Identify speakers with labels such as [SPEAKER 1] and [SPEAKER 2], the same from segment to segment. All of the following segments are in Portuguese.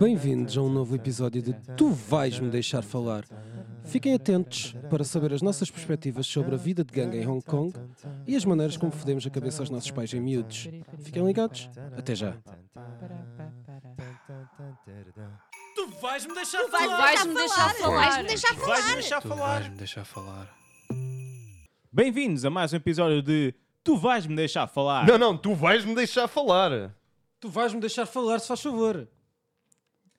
[SPEAKER 1] Bem-vindos a um novo episódio de Tu Vais Me Deixar Falar. Fiquem atentos para saber as nossas perspectivas sobre a vida de gangue em Hong Kong e as maneiras como fodemos a cabeça aos nossos pais em miúdos. Fiquem ligados, até já.
[SPEAKER 2] Tu vais-me deixar
[SPEAKER 3] vais-
[SPEAKER 2] falar!
[SPEAKER 3] vais-me deixar falar.
[SPEAKER 4] Vais-me deixar falar.
[SPEAKER 2] Vais-me deixar falar!
[SPEAKER 5] me deixar falar.
[SPEAKER 2] Bem-vindos a mais um episódio de Tu vais-me deixar falar!
[SPEAKER 6] Não, não, tu vais me deixar falar.
[SPEAKER 1] Tu vais me deixar falar, se faz favor.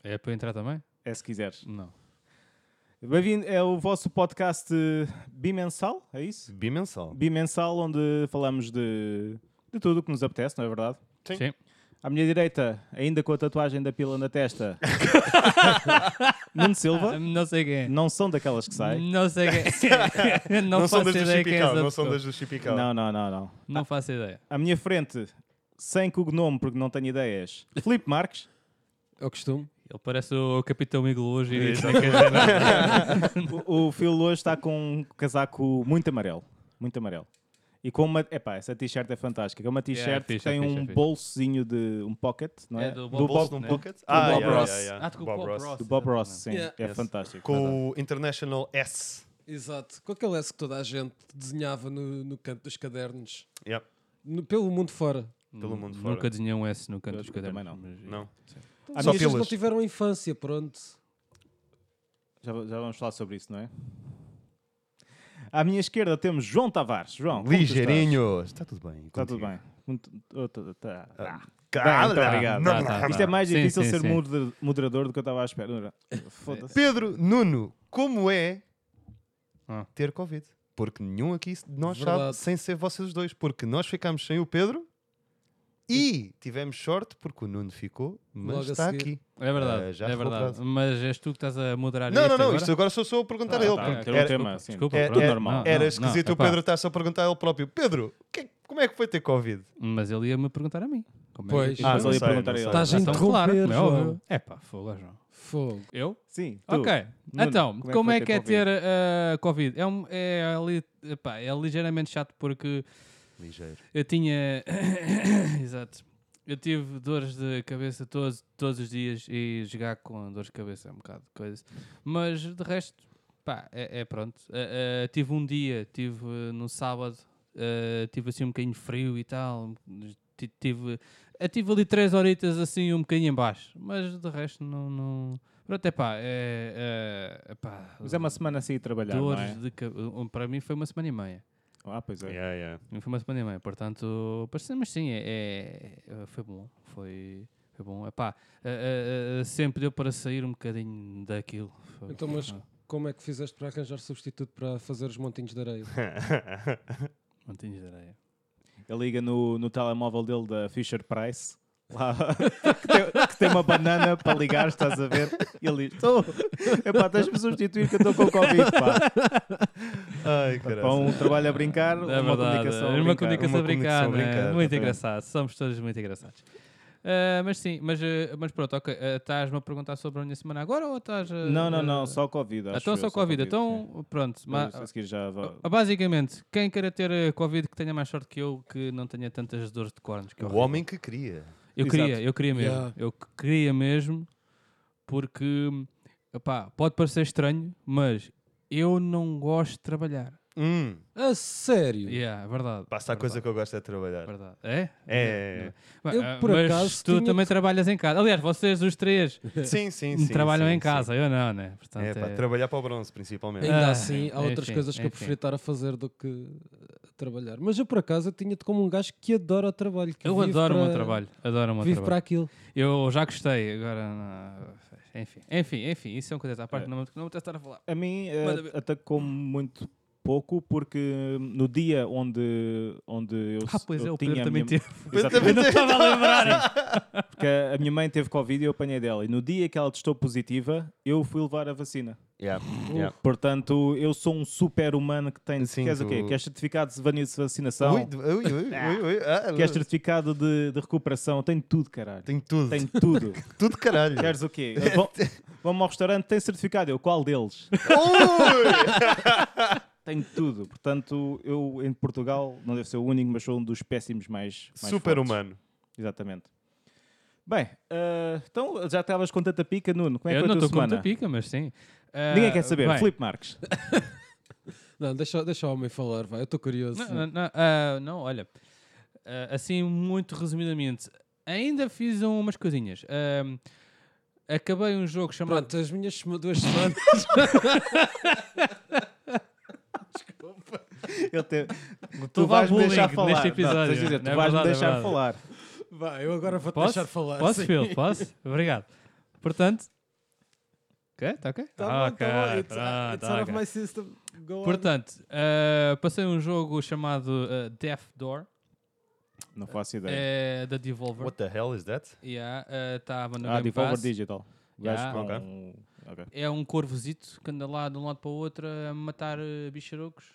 [SPEAKER 5] É para eu entrar também?
[SPEAKER 2] É se quiseres.
[SPEAKER 5] Não.
[SPEAKER 2] Bem-vindo, é o vosso podcast eh, bimensal, é isso?
[SPEAKER 6] Bimensal.
[SPEAKER 2] Bimensal, onde falamos de, de tudo o que nos apetece, não é verdade?
[SPEAKER 5] Sim.
[SPEAKER 2] À minha direita, ainda com a tatuagem da pila na testa, Nuno Silva.
[SPEAKER 5] Não sei quem. é.
[SPEAKER 2] Não são daquelas que saem.
[SPEAKER 5] Não sei quem. é. não,
[SPEAKER 6] Não são
[SPEAKER 5] faço
[SPEAKER 6] das do
[SPEAKER 5] ideia quem é
[SPEAKER 6] Chipical,
[SPEAKER 5] essa
[SPEAKER 6] não são Ah.
[SPEAKER 5] pessoa.
[SPEAKER 6] das do Chipical.
[SPEAKER 2] Não, não, não, não.
[SPEAKER 5] Não faço ideia.
[SPEAKER 2] À minha frente, sem cognome, porque não tenho ideias, Filipe Marques.
[SPEAKER 1] É o costume.
[SPEAKER 5] Ele parece o Capitão Iglo hoje. e
[SPEAKER 6] Exato.
[SPEAKER 5] nem quer dizer nada.
[SPEAKER 2] O, o Phil hoje está com um casaco muito amarelo. Muito amarelo. E com uma. Epá, essa t-shirt é fantástica. É uma t-shirt
[SPEAKER 5] Yeah,
[SPEAKER 2] que
[SPEAKER 5] fixe,
[SPEAKER 2] tem
[SPEAKER 5] é fixe,
[SPEAKER 2] um
[SPEAKER 5] é fixe.
[SPEAKER 2] bolsozinho de. um pocket, não é?
[SPEAKER 5] É
[SPEAKER 6] Do
[SPEAKER 5] do
[SPEAKER 6] Bob
[SPEAKER 5] Bob, né?
[SPEAKER 6] Pocket? Ah,
[SPEAKER 1] Bob
[SPEAKER 6] yeah,
[SPEAKER 1] Ross.
[SPEAKER 6] yeah, yeah.
[SPEAKER 5] Ah, tu com o Bob Ross.
[SPEAKER 2] do Bob Ross, sim.
[SPEAKER 1] Yeah.
[SPEAKER 2] É
[SPEAKER 5] Yes.
[SPEAKER 2] fantástico.
[SPEAKER 6] Com o International S.
[SPEAKER 1] Exato. Com aquele S que toda a gente desenhava no, no canto dos cadernos,
[SPEAKER 6] Yeah.
[SPEAKER 1] no- pelo mundo fora.
[SPEAKER 6] Pelo mundo fora.
[SPEAKER 5] Nunca desenhei um S no canto dos
[SPEAKER 2] Eu também
[SPEAKER 5] cadernos.
[SPEAKER 2] não.
[SPEAKER 5] mas-
[SPEAKER 6] Não.
[SPEAKER 2] À
[SPEAKER 1] Só
[SPEAKER 2] minha-
[SPEAKER 1] que eles não
[SPEAKER 6] filas.
[SPEAKER 1] tiveram infância, pronto.
[SPEAKER 2] Já, já vamos falar sobre isso, não é? À minha esquerda temos João Tavares. João, como tu estás?
[SPEAKER 5] é
[SPEAKER 6] Ligeirinho. Está tudo bem.
[SPEAKER 2] Está tudo bem. Muito- oh, tá- tá- tá.
[SPEAKER 6] Cara,
[SPEAKER 2] Bem, então, obrigado.
[SPEAKER 6] não, não,
[SPEAKER 5] Tá, tá,
[SPEAKER 6] não.
[SPEAKER 2] Isto é mais
[SPEAKER 5] Sim,
[SPEAKER 2] difícil
[SPEAKER 5] sim,
[SPEAKER 2] ser
[SPEAKER 5] sim.
[SPEAKER 2] moder- moderador do que eu estava à espera. Foda-se.
[SPEAKER 6] Pedro Nuno, como é
[SPEAKER 5] Ah.
[SPEAKER 6] ter Covid? Porque nenhum aqui de nós sabe
[SPEAKER 1] Verdade.
[SPEAKER 6] sem ser vocês dois. Porque nós ficámos sem o Pedro e tivemos sorte porque o Nuno ficou, mas
[SPEAKER 1] Logo a
[SPEAKER 6] está
[SPEAKER 1] seguir.
[SPEAKER 6] aqui.
[SPEAKER 5] É verdade.
[SPEAKER 6] Eh, já
[SPEAKER 5] é
[SPEAKER 6] ficou
[SPEAKER 5] verdade.
[SPEAKER 6] parado.
[SPEAKER 5] Mas és tu que estás a moderar
[SPEAKER 6] Não,
[SPEAKER 5] isto
[SPEAKER 6] não, não,
[SPEAKER 5] agora?
[SPEAKER 6] isto agora sou só eu a perguntar a
[SPEAKER 2] Ah,
[SPEAKER 6] ele.
[SPEAKER 2] tá,
[SPEAKER 6] porque
[SPEAKER 2] era um
[SPEAKER 6] era-
[SPEAKER 2] tema, sim.
[SPEAKER 5] Desculpa,
[SPEAKER 6] era-
[SPEAKER 5] assim, pronto,
[SPEAKER 6] era-
[SPEAKER 2] normal.
[SPEAKER 6] Era
[SPEAKER 5] não,
[SPEAKER 6] esquisito
[SPEAKER 5] não,
[SPEAKER 6] o
[SPEAKER 5] epá.
[SPEAKER 6] Pedro estar só a perguntar a ele próprio: Pedro, que- como é que foi ter Covid?
[SPEAKER 5] Mas ele ia me perguntar a mim. Como é
[SPEAKER 1] Pois.
[SPEAKER 5] que-
[SPEAKER 2] Ah,
[SPEAKER 6] não
[SPEAKER 2] só ia
[SPEAKER 6] sei,
[SPEAKER 2] perguntar
[SPEAKER 6] não
[SPEAKER 2] a ele.
[SPEAKER 6] sei.
[SPEAKER 1] Estás a
[SPEAKER 5] Então, claro, como
[SPEAKER 1] interromper,
[SPEAKER 5] é
[SPEAKER 1] João.
[SPEAKER 5] óbvio. É pá, fogo, João.
[SPEAKER 1] Fogo.
[SPEAKER 5] Eu?
[SPEAKER 2] Sim, tu.
[SPEAKER 5] Ok.
[SPEAKER 2] Nuno,
[SPEAKER 5] então,
[SPEAKER 2] como é
[SPEAKER 5] como,
[SPEAKER 2] que
[SPEAKER 5] é
[SPEAKER 2] foi
[SPEAKER 5] que
[SPEAKER 2] ter
[SPEAKER 5] é ter uh, Covid? É, um, é, ali- epá, é ligeiramente chato porque
[SPEAKER 6] Ligeiro.
[SPEAKER 5] eu tinha. Exato. Eu tive dores de cabeça todos, todos os dias e jogar com dores de cabeça é um bocado de coisa. Mas de resto, pá, é, é pronto. Uh, uh, tive um dia, tive uh, no sábado, uh, tive assim um bocadinho frio e tal. Ti- Tive, eu tive ali três horitas assim um bocadinho em baixo. Mas de resto não. não... Pronto, é pá, é, é, é pá,
[SPEAKER 2] Mas é uma semana assim a trabalhar, não
[SPEAKER 5] dores
[SPEAKER 2] é?
[SPEAKER 5] de ca- um, Para mim foi uma semana e meia.
[SPEAKER 2] Ah, pois é.
[SPEAKER 6] Yeah, yeah.
[SPEAKER 5] Não foi uma semana e meia, portanto, parece- mas sim, é, é- foi bom, foi, foi bom. Epá, eh, eh, eh, sempre deu para sair um bocadinho daquilo. Foi-
[SPEAKER 1] Então, mas
[SPEAKER 5] ah,
[SPEAKER 1] como é que fizeste para arranjar substituto para fazer os montinhos de areia?
[SPEAKER 5] Não tinha ideia.
[SPEAKER 2] Ele liga no, no telemóvel dele da Fisher Price. Lá, que, tem, que tem uma banana para ligar, estás a ver? E ele diz: Estou, epá, tens-me substituir que eu estou com Covid, pá.
[SPEAKER 6] Ai,
[SPEAKER 2] Para
[SPEAKER 6] caralho.
[SPEAKER 2] um trabalho a brincar,
[SPEAKER 5] É
[SPEAKER 2] uma
[SPEAKER 5] verdade,
[SPEAKER 2] comunicação.
[SPEAKER 5] é uma
[SPEAKER 2] a brincar.
[SPEAKER 5] comunicação
[SPEAKER 6] uma
[SPEAKER 5] a
[SPEAKER 6] comunicação
[SPEAKER 5] brincar,
[SPEAKER 6] a
[SPEAKER 5] não
[SPEAKER 6] brincar,
[SPEAKER 5] é? muito
[SPEAKER 6] exatamente.
[SPEAKER 5] engraçado, somos todos muito engraçados. Ah, mas sim, mas, eh, mas pronto, ok, eh, estás-me a perguntar sobre a minha semana agora ou estás... a-
[SPEAKER 2] Não, não, não,
[SPEAKER 5] a-
[SPEAKER 2] só Covid. acho
[SPEAKER 5] Então
[SPEAKER 2] eu,
[SPEAKER 5] só Covid,
[SPEAKER 2] sim.
[SPEAKER 5] então pronto, ma-
[SPEAKER 2] Mas a seguir já vou-
[SPEAKER 5] Ah, Basicamente, quem queira ter eh, Covid que tenha mais sorte que eu, que não tenha tantas dores de cornos. Que é
[SPEAKER 6] O
[SPEAKER 5] horrível.
[SPEAKER 6] homem que queria.
[SPEAKER 5] Eu
[SPEAKER 2] Exato.
[SPEAKER 5] queria, eu queria mesmo.
[SPEAKER 1] Yeah.
[SPEAKER 5] Eu c- queria mesmo, porque epá, pode parecer estranho, mas eu não gosto de trabalhar.
[SPEAKER 6] Hum,
[SPEAKER 1] A sério?
[SPEAKER 5] Yeah, é verdade.
[SPEAKER 6] passa a coisa
[SPEAKER 5] verdade,
[SPEAKER 6] que eu gosto é trabalhar.
[SPEAKER 5] Verdade. É?
[SPEAKER 6] É.
[SPEAKER 5] Bem,
[SPEAKER 1] Eu,
[SPEAKER 5] ah,
[SPEAKER 1] por
[SPEAKER 5] mas
[SPEAKER 1] acaso,
[SPEAKER 5] tu
[SPEAKER 1] tinha-
[SPEAKER 5] também trabalhas em casa. Aliás, vocês os três
[SPEAKER 6] Sim, sim, sim.
[SPEAKER 5] trabalham
[SPEAKER 6] sim,
[SPEAKER 5] em
[SPEAKER 6] sim.
[SPEAKER 5] casa, eu não, né? Portanto,
[SPEAKER 6] É, pá,
[SPEAKER 5] é-
[SPEAKER 6] trabalhar para o bronze, principalmente.
[SPEAKER 1] Ainda
[SPEAKER 5] Ah,
[SPEAKER 1] assim, há outras
[SPEAKER 5] enfim,
[SPEAKER 1] coisas que eu
[SPEAKER 5] enfim.
[SPEAKER 1] prefiro estar a fazer do que uh, trabalhar. Mas eu, por acaso, eu tinha-te como um gajo que adora o trabalho. Que
[SPEAKER 5] eu
[SPEAKER 1] vive
[SPEAKER 5] adoro o meu
[SPEAKER 1] para-
[SPEAKER 5] trabalho. Adoro o meu
[SPEAKER 1] Vive
[SPEAKER 5] trabalho.
[SPEAKER 1] para aquilo.
[SPEAKER 5] Eu já gostei, agora. não- Enfim, enfim, enfim, isso é uma coisa à parte,
[SPEAKER 2] É.
[SPEAKER 5] não, me- não me apetece estar a falar.
[SPEAKER 2] A mim
[SPEAKER 5] Manda ver.
[SPEAKER 2] eh, atacou-me muito pouco porque no dia onde, onde eu,
[SPEAKER 5] Ah, pois é,
[SPEAKER 2] eu
[SPEAKER 5] o
[SPEAKER 2] tinha
[SPEAKER 5] Pedro
[SPEAKER 2] a
[SPEAKER 5] também
[SPEAKER 2] minha-
[SPEAKER 5] teve.
[SPEAKER 2] Exatamente.
[SPEAKER 5] Eu não estava a lembrar.
[SPEAKER 2] Porque a minha mãe teve Covid e eu apanhei dela. E no dia que ela testou positiva, eu fui levar a vacina.
[SPEAKER 6] Yeah, yeah.
[SPEAKER 2] Portanto, eu sou um super humano que tem.
[SPEAKER 6] Sim,
[SPEAKER 2] queres o quê?
[SPEAKER 6] tu-
[SPEAKER 2] Queres certificado de vani- vacinação?
[SPEAKER 6] Ui, ui, ui, ui, ui. Ah,
[SPEAKER 2] Queres certificado de, de recuperação? Tenho tudo, caralho.
[SPEAKER 6] Tenho tudo.
[SPEAKER 2] Tenho tudo.
[SPEAKER 6] Tudo caralho.
[SPEAKER 2] Queres o quê? Vão- Vamos ao restaurante, tem certificado. Eu, qual deles?
[SPEAKER 6] Ui!
[SPEAKER 2] Tenho tudo. Portanto, eu em Portugal, não devo ser o único, mas sou um dos péssimos mais. mais
[SPEAKER 6] Super
[SPEAKER 2] fortes.
[SPEAKER 6] humano.
[SPEAKER 2] Exatamente. Bem, eh, então já estavas com tanta pica, Nuno. Como é
[SPEAKER 5] Eu
[SPEAKER 2] que foi
[SPEAKER 5] não
[SPEAKER 2] a tua
[SPEAKER 5] estou com
[SPEAKER 2] semana?
[SPEAKER 5] muita pica, mas sim. Ah,
[SPEAKER 2] Ninguém quer saber.
[SPEAKER 5] bem,
[SPEAKER 2] Filipe Marques.
[SPEAKER 1] Não, deixa, deixa o homem falar, vai. Eu estou curioso.
[SPEAKER 5] Não, não, não, ah, não, olha, ah, assim muito resumidamente, ainda fiz umas coisinhas. Ahm, acabei um jogo chamado.
[SPEAKER 1] Pronto, as minhas sema- duas semanas.
[SPEAKER 2] Ele te...
[SPEAKER 5] Tu
[SPEAKER 2] Tu
[SPEAKER 5] vais
[SPEAKER 2] vais-me deixar
[SPEAKER 5] bullying neste
[SPEAKER 2] falar. Não, estás a
[SPEAKER 5] episódio.
[SPEAKER 2] dizer, tu
[SPEAKER 5] Não é
[SPEAKER 2] vais-me
[SPEAKER 5] verdade, é
[SPEAKER 2] deixar
[SPEAKER 5] verdade.
[SPEAKER 2] falar.
[SPEAKER 1] vai, eu agora vou-te
[SPEAKER 5] Posso?
[SPEAKER 1] deixar falar.
[SPEAKER 5] Posso,
[SPEAKER 1] sim.
[SPEAKER 5] Phil? Posso? Obrigado. Portanto. Ok? Está ok?
[SPEAKER 1] Tá bom,
[SPEAKER 5] Ah, Ok,
[SPEAKER 1] tá bom. It's,
[SPEAKER 5] pronto,
[SPEAKER 1] it's out of
[SPEAKER 5] ok.
[SPEAKER 1] my system. Go on.
[SPEAKER 5] Portanto, ah, passei um jogo chamado ah, Death Door,
[SPEAKER 2] Não faço ideia.
[SPEAKER 5] é, da Devolver.
[SPEAKER 6] What the hell is that?
[SPEAKER 5] Yeah, ah, Estava no
[SPEAKER 2] ah,
[SPEAKER 5] Game
[SPEAKER 2] Devolver
[SPEAKER 5] Pass.
[SPEAKER 2] Digital.
[SPEAKER 5] Yeah.
[SPEAKER 2] Gajo
[SPEAKER 6] Ok.
[SPEAKER 2] com... ok.
[SPEAKER 5] É um corvozito que anda lá de um lado para o outro a matar eh, bicharocos.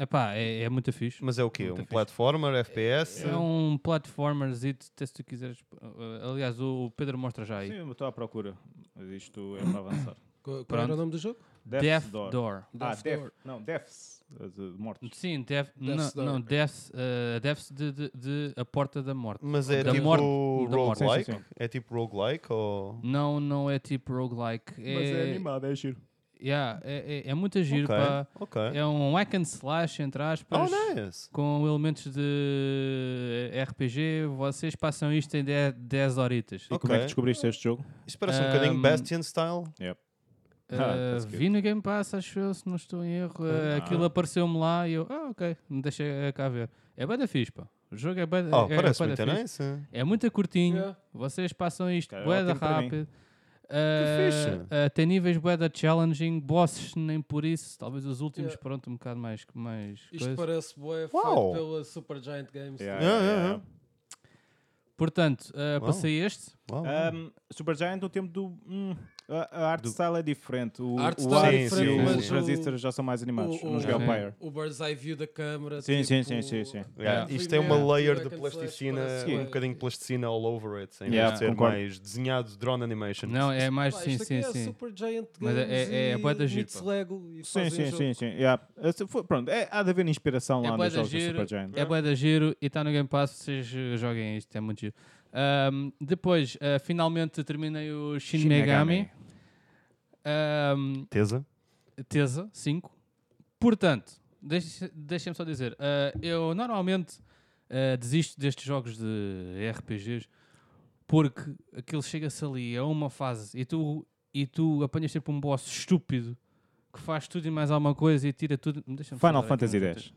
[SPEAKER 5] Epá, é, é muito fixe.
[SPEAKER 6] Mas é o quê?
[SPEAKER 5] Muito
[SPEAKER 6] Um
[SPEAKER 5] fixe.
[SPEAKER 6] platformer, FPS?
[SPEAKER 5] É um platformerzito, até se tu quiseres. eh, Aliás, o o Pedro mostra já aí.
[SPEAKER 2] Sim, eu estou à procura. Mas isto é para avançar.
[SPEAKER 1] Qual qual era
[SPEAKER 5] Pronto.
[SPEAKER 1] o nome do jogo?
[SPEAKER 2] Death's
[SPEAKER 5] Death
[SPEAKER 2] Door.
[SPEAKER 5] Door.
[SPEAKER 2] Ah,
[SPEAKER 1] Death's
[SPEAKER 2] Death.
[SPEAKER 1] Door.
[SPEAKER 2] Não, Deaths. eh, de Mortos.
[SPEAKER 5] Sim, Death,
[SPEAKER 1] Death's
[SPEAKER 5] não,
[SPEAKER 1] Door.
[SPEAKER 5] não, Death, eh, Death's de, de- de A Porta da Morte.
[SPEAKER 6] Mas é
[SPEAKER 5] Da
[SPEAKER 6] tipo
[SPEAKER 5] morte. Da morte.
[SPEAKER 6] roguelike?
[SPEAKER 2] Sim, sim,
[SPEAKER 6] É tipo roguelike ou...
[SPEAKER 5] Não, não é tipo roguelike. É,
[SPEAKER 2] animado, é giro.
[SPEAKER 5] yeah, é, é, é muito giro.
[SPEAKER 6] Ok,
[SPEAKER 5] pá.
[SPEAKER 6] ok.
[SPEAKER 5] É um hack and slash, entre aspas.
[SPEAKER 6] Oh, nice!
[SPEAKER 5] com elementos de RPG, vocês passam isto em 10 10 horitas.
[SPEAKER 2] E como é que
[SPEAKER 6] Ok.
[SPEAKER 2] descobriste este jogo?
[SPEAKER 6] Isto parece um
[SPEAKER 5] Ahm,
[SPEAKER 6] bocadinho Bastion style.
[SPEAKER 5] Uh,
[SPEAKER 2] Ah, that's good.
[SPEAKER 5] vi no Game Pass, acho eu, se não estou em erro.
[SPEAKER 6] Ah.
[SPEAKER 5] Uh, Aquilo apareceu-me lá e eu, ah, ok, deixa eh, cá ver. É bada fixe, pá. O jogo é bada,
[SPEAKER 6] Oh,
[SPEAKER 5] é,
[SPEAKER 6] parece
[SPEAKER 5] bué da
[SPEAKER 6] muito
[SPEAKER 5] fixe.
[SPEAKER 6] nice.
[SPEAKER 5] É muito curtinho,
[SPEAKER 1] Yeah.
[SPEAKER 5] vocês passam isto
[SPEAKER 2] Cara,
[SPEAKER 5] boeda
[SPEAKER 2] ótimo para mim.
[SPEAKER 5] rápido. Uh,
[SPEAKER 6] fixe.
[SPEAKER 5] uh, tem níveis boeda challenging, bosses nem por isso, talvez os últimos,
[SPEAKER 1] Yeah.
[SPEAKER 5] pronto, um bocado mais, mais
[SPEAKER 1] É. Isto
[SPEAKER 5] coisa.
[SPEAKER 1] parece bué
[SPEAKER 6] Uau.
[SPEAKER 1] feito pela Super Giant Games.
[SPEAKER 2] Yeah,
[SPEAKER 6] Yeah,
[SPEAKER 2] yeah,
[SPEAKER 6] yeah,
[SPEAKER 5] Portanto, uh,
[SPEAKER 6] Uau.
[SPEAKER 5] passei este.
[SPEAKER 6] Uau.
[SPEAKER 2] yeah. Um, Supergiant, no tempo do. hum, a, a art style é diferente. O,
[SPEAKER 1] A art
[SPEAKER 2] o
[SPEAKER 1] style
[SPEAKER 6] é
[SPEAKER 2] Hades
[SPEAKER 6] diferente,
[SPEAKER 2] e
[SPEAKER 6] mas
[SPEAKER 2] os
[SPEAKER 6] o-
[SPEAKER 2] transistores já são mais animados.
[SPEAKER 1] tipo, o-
[SPEAKER 2] não joguei ao
[SPEAKER 5] Sim.
[SPEAKER 2] Pyre.
[SPEAKER 1] O bird's eye view da câmera.
[SPEAKER 2] Sim, sim, sim,
[SPEAKER 1] tipo,
[SPEAKER 2] sim, sim.
[SPEAKER 6] Yeah,
[SPEAKER 5] Yeah.
[SPEAKER 6] Isto tem uma
[SPEAKER 1] Primeiro,
[SPEAKER 6] layer
[SPEAKER 1] tipo,
[SPEAKER 6] de
[SPEAKER 1] hack and slash,
[SPEAKER 6] plasticina,
[SPEAKER 1] parece
[SPEAKER 2] Sim.
[SPEAKER 6] um
[SPEAKER 1] bué-
[SPEAKER 6] bocadinho de plasticina all over it, em
[SPEAKER 2] Yeah,
[SPEAKER 6] vez de ser
[SPEAKER 2] concordo.
[SPEAKER 6] mais desenhado drone animation.
[SPEAKER 5] Não, é mais,
[SPEAKER 1] Pá,
[SPEAKER 5] sim,
[SPEAKER 1] isto
[SPEAKER 5] sim,
[SPEAKER 1] aqui é
[SPEAKER 5] sim.
[SPEAKER 1] Super Giant Games
[SPEAKER 5] Mas é- é- é
[SPEAKER 1] e
[SPEAKER 5] bué da giro,
[SPEAKER 1] Meets
[SPEAKER 5] pá.
[SPEAKER 1] Lego e
[SPEAKER 2] Sim,
[SPEAKER 1] fazem um
[SPEAKER 2] sim,
[SPEAKER 1] jogo.
[SPEAKER 2] sim, sim. yeah. Esse foi- Pronto, é, há de haver inspiração
[SPEAKER 5] É
[SPEAKER 2] lá
[SPEAKER 5] bué
[SPEAKER 2] nos
[SPEAKER 5] da
[SPEAKER 2] jogos do
[SPEAKER 5] giro,
[SPEAKER 2] Supergiant.
[SPEAKER 5] É bué da giro e está no Game Pass, vocês eh, joguem isto, é muito giro. Ahm, depois, eh, finalmente terminei o Shin,
[SPEAKER 2] Shin
[SPEAKER 5] Megami.
[SPEAKER 2] Megami.
[SPEAKER 5] Ahm,
[SPEAKER 6] Tesa?
[SPEAKER 5] Tesa 5. Portanto, deixe- deixem-me só dizer, eh, eu normalmente eh, desisto destes jogos de RPGs porque aquilo chega-se ali a uma fase e tu, e tu apanhas sempre um boss estúpido que faz tudo e mais alguma coisa e tira tudo. Deixa-me só dar
[SPEAKER 2] Final
[SPEAKER 5] aqui
[SPEAKER 2] Fantasy
[SPEAKER 5] um
[SPEAKER 2] X.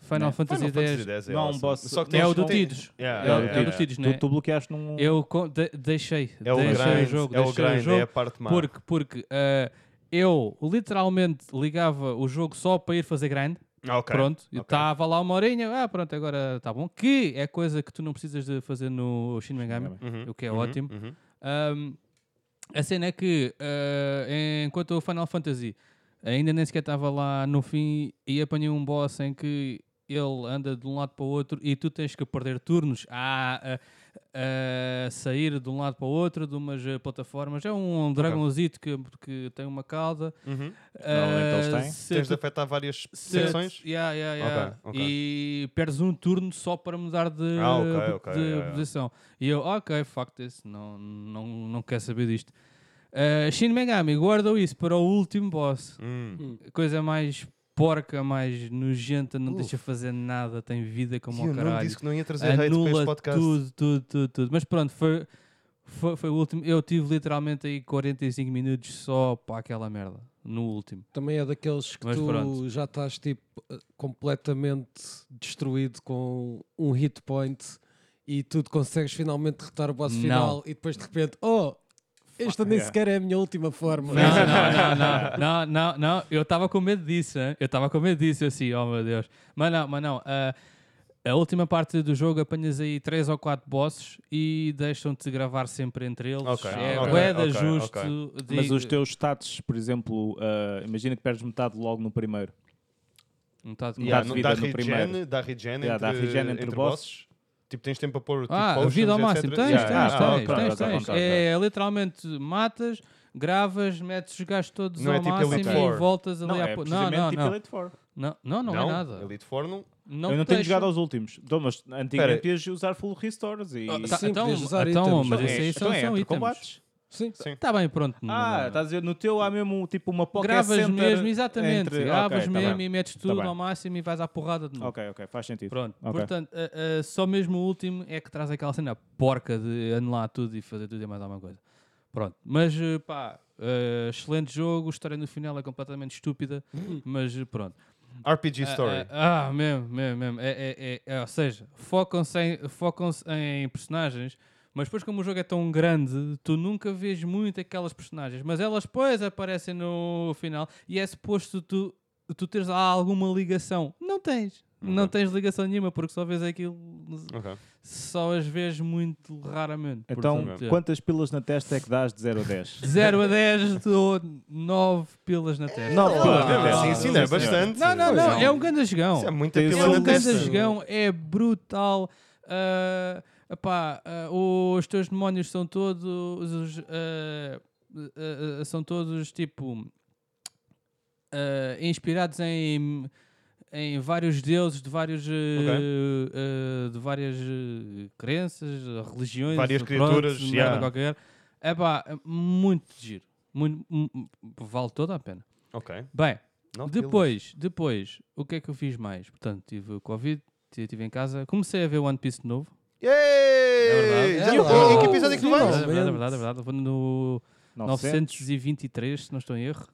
[SPEAKER 5] Final
[SPEAKER 2] Não.
[SPEAKER 5] Fantasy
[SPEAKER 6] Final
[SPEAKER 5] X
[SPEAKER 6] Fantasy X é
[SPEAKER 2] não há um
[SPEAKER 6] awesome.
[SPEAKER 2] boss-
[SPEAKER 6] Só que
[SPEAKER 5] é
[SPEAKER 6] eles
[SPEAKER 5] o do
[SPEAKER 6] não têm-
[SPEAKER 5] Tidos.
[SPEAKER 6] Yeah,
[SPEAKER 5] É o-
[SPEAKER 6] yeah,
[SPEAKER 5] é o do
[SPEAKER 6] yeah.
[SPEAKER 5] Tidos, não
[SPEAKER 2] Tu,
[SPEAKER 5] é?
[SPEAKER 2] tu bloqueaste num.
[SPEAKER 5] Eu con- de- deixei.
[SPEAKER 6] É o
[SPEAKER 5] deixei
[SPEAKER 6] grind,
[SPEAKER 5] o jogo.
[SPEAKER 6] é o
[SPEAKER 5] deixei
[SPEAKER 6] grind,
[SPEAKER 5] o jogo
[SPEAKER 6] é a parte má.
[SPEAKER 5] porque porque ah, eu literalmente ligava o jogo só para ir fazer grind.
[SPEAKER 6] Ah, ok.
[SPEAKER 5] Pronto.
[SPEAKER 6] ok.
[SPEAKER 5] Estava lá uma horinha. Ah, pronto, agora está bom. Que é coisa que tu não precisas de fazer no Shin Megami.
[SPEAKER 6] Uhum,
[SPEAKER 5] O que é
[SPEAKER 6] uhum,
[SPEAKER 5] ótimo.
[SPEAKER 6] uhum.
[SPEAKER 5] Ahm, a cena é que, ah, enquanto o Final Fantasy ainda nem sequer estava lá no fim e apanhei um boss em que ele anda de um lado para o outro e tu tens que perder turnos a, a- a sair de um lado para o outro de umas eh, plataformas. É um dragãozito que, que tem uma cauda.
[SPEAKER 6] Uhum.
[SPEAKER 2] Normalmente eles
[SPEAKER 5] Ah,
[SPEAKER 2] têm.
[SPEAKER 5] se
[SPEAKER 6] Tens de
[SPEAKER 5] tu-
[SPEAKER 6] afetar várias
[SPEAKER 5] se-
[SPEAKER 6] secções?
[SPEAKER 5] Yeah, yeah, yeah.
[SPEAKER 6] Ok, ok.
[SPEAKER 5] E perdes um turno só para mudar de,
[SPEAKER 6] Ah, ok, ok,
[SPEAKER 5] de
[SPEAKER 6] yeah, yeah.
[SPEAKER 5] posição. E eu, "Ah, ok, fuck this, não, não, não quero saber disto. Ah, Shin Megami guardou isso para o último boss.
[SPEAKER 6] Hum.
[SPEAKER 5] Coisa mais porca, mais nojenta, não
[SPEAKER 6] Uf.
[SPEAKER 5] deixa fazer nada, tem vida como
[SPEAKER 6] Sim,
[SPEAKER 5] o
[SPEAKER 6] eu não
[SPEAKER 5] caralho.
[SPEAKER 6] disse que não ia trazer hate para este
[SPEAKER 5] Anula
[SPEAKER 6] podcast.
[SPEAKER 5] tudo, tudo, tudo, tudo. Mas pronto, foi, foi, foi o último. Eu tive literalmente aí 45 minutos só para aquela merda, no último.
[SPEAKER 1] Também é daqueles que
[SPEAKER 5] Mas
[SPEAKER 1] tu
[SPEAKER 5] pronto.
[SPEAKER 1] já estás tipo eh, completamente destruído com um hit point e tu te consegues finalmente derrotar o boss
[SPEAKER 5] Não.
[SPEAKER 1] final e depois de repente, oh, esta nem
[SPEAKER 2] yeah.
[SPEAKER 1] sequer é a minha última forma.
[SPEAKER 5] Não, não, não, não, não, não, eu estava com medo disso, hein? eu estava com medo disso, eu assim, oh meu Deus. Mas não, mas não, ah, a última parte do jogo apanhas aí três ou quatro bosses e deixam-te gravar sempre entre eles.
[SPEAKER 6] Ok,
[SPEAKER 5] é
[SPEAKER 6] ok,
[SPEAKER 5] moeda
[SPEAKER 6] ok,
[SPEAKER 5] justo. de-
[SPEAKER 2] Mas os teus status, por exemplo, ah, imagina que perdes metade logo no primeiro.
[SPEAKER 5] Um tato-
[SPEAKER 2] Yeah.
[SPEAKER 6] não-
[SPEAKER 2] de vida
[SPEAKER 6] dá
[SPEAKER 2] no primeiro.
[SPEAKER 6] regen, dá regen
[SPEAKER 2] Yeah, dá
[SPEAKER 6] entre,
[SPEAKER 2] regen
[SPEAKER 6] entre,
[SPEAKER 2] entre
[SPEAKER 6] bosses. Tipo, tens tempo a pôr tipo,
[SPEAKER 5] Ah,
[SPEAKER 6] potions,
[SPEAKER 5] vida ao
[SPEAKER 6] etc.
[SPEAKER 5] máximo. Tens,
[SPEAKER 6] Yeah,
[SPEAKER 5] tens,
[SPEAKER 6] yeah,
[SPEAKER 5] tens,
[SPEAKER 6] ok,
[SPEAKER 5] tens,
[SPEAKER 6] ok,
[SPEAKER 5] tens.
[SPEAKER 6] ok, ok.
[SPEAKER 5] É literalmente matas, gravas, metes os gajos todos
[SPEAKER 6] Não
[SPEAKER 5] ao
[SPEAKER 6] é tipo Elite
[SPEAKER 5] máximo e
[SPEAKER 6] Four.
[SPEAKER 5] voltas ali
[SPEAKER 2] Não,
[SPEAKER 5] à
[SPEAKER 2] é
[SPEAKER 5] po-
[SPEAKER 2] precisamente
[SPEAKER 5] não,
[SPEAKER 2] tipo
[SPEAKER 5] não, não.
[SPEAKER 2] Elite Four.
[SPEAKER 5] não, não, não é nada.
[SPEAKER 6] Elite Four não.
[SPEAKER 5] Não um
[SPEAKER 2] eu não
[SPEAKER 5] te
[SPEAKER 2] tenho
[SPEAKER 5] deixam.
[SPEAKER 2] jogado aos últimos. Então, mas
[SPEAKER 6] Espera.
[SPEAKER 2] antigamente podias usar full restores e.
[SPEAKER 5] Ah,
[SPEAKER 1] tá, Sim,
[SPEAKER 5] então,
[SPEAKER 1] podias usar
[SPEAKER 5] então,
[SPEAKER 1] itens.
[SPEAKER 5] mas
[SPEAKER 2] Então,
[SPEAKER 5] isso
[SPEAKER 2] é,
[SPEAKER 5] aí
[SPEAKER 2] então
[SPEAKER 5] são,
[SPEAKER 2] é
[SPEAKER 5] são
[SPEAKER 2] entre
[SPEAKER 5] itens.
[SPEAKER 2] combates.
[SPEAKER 1] Sim.
[SPEAKER 5] Está bem, pronto. não-
[SPEAKER 2] Ah,
[SPEAKER 5] não-
[SPEAKER 2] estás a dizer, no teu há mesmo tipo uma pocket
[SPEAKER 5] Gravas
[SPEAKER 2] center
[SPEAKER 5] mesmo, exatamente.
[SPEAKER 2] entre-
[SPEAKER 5] Gravas
[SPEAKER 2] Ok, tá
[SPEAKER 5] mesmo
[SPEAKER 2] bem.
[SPEAKER 5] e metes tudo
[SPEAKER 2] bem.
[SPEAKER 5] ao máximo e vais à porrada de novo.
[SPEAKER 2] Ok, ok, faz sentido.
[SPEAKER 5] Pronto,
[SPEAKER 2] Ok.
[SPEAKER 5] portanto, a- a- só mesmo o último é que traz aquela cena porca de anular tudo e fazer tudo e mais alguma coisa. Pronto, mas eh, pá, eh, excelente jogo, a história no final é completamente estúpida,
[SPEAKER 2] Hum.
[SPEAKER 5] mas eh, pronto.
[SPEAKER 6] RPG Story.
[SPEAKER 5] Ah, ah, ah, mesmo, mesmo, mesmo. É, é- é- é, ou seja, focam-se em, focam em personagens, mas depois, como o jogo é tão grande, tu nunca vês muito aquelas personagens. Mas elas, depois aparecem no final e é suposto tu, tu teres lá alguma ligação. Não tens. Não tens ligação nenhuma, porque só vês aquilo,
[SPEAKER 6] Ok.
[SPEAKER 5] só as vês muito raramente.
[SPEAKER 2] Então,
[SPEAKER 5] Portanto, é.
[SPEAKER 2] quantas pilas na testa é que dás de 0 a 10?
[SPEAKER 5] 0 a 10, dou 9 pilas na testa.
[SPEAKER 2] Nove pilas
[SPEAKER 6] Ah,
[SPEAKER 2] na
[SPEAKER 6] sim,
[SPEAKER 2] testa.
[SPEAKER 6] sim, não é
[SPEAKER 2] senhor.
[SPEAKER 6] bastante.
[SPEAKER 5] Não, não,
[SPEAKER 6] Pois
[SPEAKER 5] não, é um grande jogão.
[SPEAKER 6] Isso é muita
[SPEAKER 2] Tem
[SPEAKER 6] pila
[SPEAKER 2] só
[SPEAKER 5] É
[SPEAKER 6] na
[SPEAKER 5] um
[SPEAKER 6] testa.
[SPEAKER 5] grande jogão, é brutal. ah, epá, ah, os teus demónios são todos. ah, ah, ah, são todos tipo. ah, inspirados em. Em vários deuses de vários ah, ah, de várias ah, crenças, religiões,
[SPEAKER 6] Várias
[SPEAKER 5] pronto,
[SPEAKER 6] criaturas,
[SPEAKER 5] merda
[SPEAKER 6] yeah.
[SPEAKER 5] qualquer. É pá, muito giro, muito, mu- mu- vale toda a pena.
[SPEAKER 6] Ok.
[SPEAKER 5] Bem,
[SPEAKER 6] Nove pilas.
[SPEAKER 5] depois, depois, o que é que eu fiz mais? Portanto, tive o Covid, estive em casa, comecei a ver One Piece de novo.
[SPEAKER 6] Yay!
[SPEAKER 5] É
[SPEAKER 6] Já-
[SPEAKER 5] verdade.
[SPEAKER 6] e- e que
[SPEAKER 5] Uhul!
[SPEAKER 6] episódio é que tu
[SPEAKER 5] É
[SPEAKER 1] Finalmente.
[SPEAKER 6] vais?
[SPEAKER 5] verdade, é verdade, é verdade, é verdade. Vou no 923, se não estou em erro.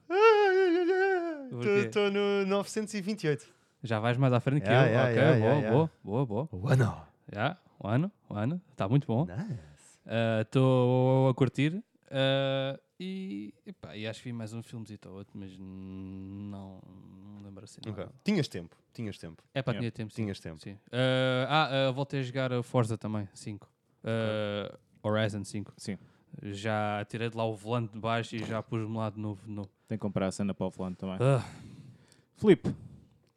[SPEAKER 5] Porquê?
[SPEAKER 6] Estou no 928.
[SPEAKER 5] Já vais mais à frente que
[SPEAKER 6] Yeah,
[SPEAKER 5] eu.
[SPEAKER 6] yeah,
[SPEAKER 5] ok,
[SPEAKER 6] yeah,
[SPEAKER 5] boa,
[SPEAKER 6] yeah,
[SPEAKER 5] boa, boa, boa,
[SPEAKER 6] Bueno.
[SPEAKER 5] Já, um ano, um ano. Está muito bom. Estou a curtir. Ah, e, epá, e acho que vi mais um filmezito ou outro, mas não, não lembro assim. de nada.
[SPEAKER 6] Tinhas tempo. Tinhas tempo.
[SPEAKER 5] É para
[SPEAKER 2] Yeah.
[SPEAKER 5] tinha tempo, sim.
[SPEAKER 6] Tinhas tempo.
[SPEAKER 5] Sim. Ah, ah, ah, voltei a jogar a Forza também, 5. Ah, Horizon 5.
[SPEAKER 2] Sim.
[SPEAKER 5] Já tirei de lá o volante de baixo e já pus-me lá de novo. de novo.
[SPEAKER 2] Tem que comprar a cena para o fulano também.
[SPEAKER 5] Ah,
[SPEAKER 2] Filipe,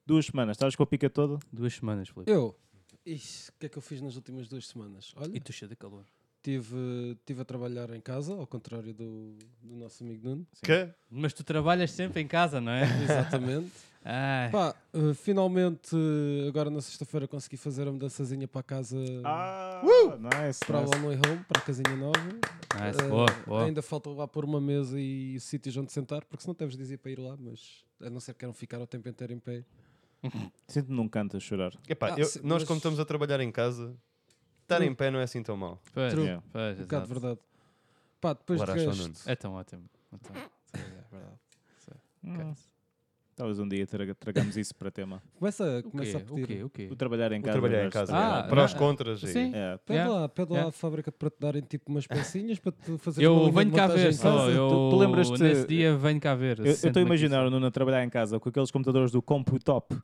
[SPEAKER 2] duas semanas, estás com a pica toda?
[SPEAKER 5] duas semanas, Felipe.
[SPEAKER 1] Eu. Ixi, o que é que eu fiz nas últimas duas semanas? Olha,
[SPEAKER 5] E tu cheio de calor.
[SPEAKER 1] estive tive a trabalhar em casa, ao contrário do, do nosso amigo Nuno.
[SPEAKER 6] Que?
[SPEAKER 5] Mas tu trabalhas sempre em casa, não é?
[SPEAKER 1] Exatamente.
[SPEAKER 5] Ai,
[SPEAKER 1] Pá, eh, finalmente, eh, agora na sexta-feira, consegui fazer a mudançazinha para a casa,
[SPEAKER 2] Ah, nice,
[SPEAKER 1] para a
[SPEAKER 2] nice.
[SPEAKER 1] Lonely Home, para a casinha nova.
[SPEAKER 5] nice,
[SPEAKER 1] Eh,
[SPEAKER 5] boa, boa.
[SPEAKER 1] Ainda falta lá pôr uma mesa e sítios onde sentar, porque senão deves dizer para ir lá, mas a não ser que queiram ficar o tempo inteiro em pé.
[SPEAKER 2] Sinto-me num canto a chorar.
[SPEAKER 6] Epá,
[SPEAKER 1] Ah,
[SPEAKER 6] eu-
[SPEAKER 1] sim,
[SPEAKER 6] nós
[SPEAKER 1] mas-
[SPEAKER 6] como estamos a trabalhar em casa, estar em pé não é assim tão mal.
[SPEAKER 5] Pois,
[SPEAKER 1] true.
[SPEAKER 5] yeah, pois,
[SPEAKER 1] Um bocado
[SPEAKER 5] exato.
[SPEAKER 1] de verdade. Pá, depois de
[SPEAKER 6] Agora acho
[SPEAKER 1] resto,
[SPEAKER 6] Nuno.
[SPEAKER 5] É tão ótimo. Então, é verdade. Ok.
[SPEAKER 2] Hum, Talvez um dia tra- tragamos isso para tema.
[SPEAKER 1] começa,
[SPEAKER 5] É- O
[SPEAKER 1] começa a
[SPEAKER 5] quê? O quê?
[SPEAKER 1] pedir.
[SPEAKER 5] O quê?
[SPEAKER 2] O trabalhar em
[SPEAKER 6] O
[SPEAKER 2] casa.
[SPEAKER 6] trabalhar em
[SPEAKER 2] versus
[SPEAKER 6] casa.
[SPEAKER 2] trabalhar
[SPEAKER 5] Ah,
[SPEAKER 2] em
[SPEAKER 6] para os
[SPEAKER 5] ah,
[SPEAKER 6] contras aí.
[SPEAKER 5] Sim.
[SPEAKER 2] É,
[SPEAKER 1] Pede
[SPEAKER 5] Yeah,
[SPEAKER 1] lá, pede lá
[SPEAKER 5] yeah.
[SPEAKER 1] à fábrica para te darem tipo umas pecinhas para te fazer uma
[SPEAKER 5] Eu
[SPEAKER 1] linha
[SPEAKER 5] venho
[SPEAKER 1] de
[SPEAKER 5] cá
[SPEAKER 1] montagem
[SPEAKER 5] ver
[SPEAKER 1] em
[SPEAKER 5] só.
[SPEAKER 1] casa.
[SPEAKER 5] Eu,
[SPEAKER 2] Tu- tu lembras-te-
[SPEAKER 5] nesse dia venho cá ver.
[SPEAKER 2] Eu- Eu estou a imaginar o Nuno a trabalhar em casa com aqueles computadores do Computop,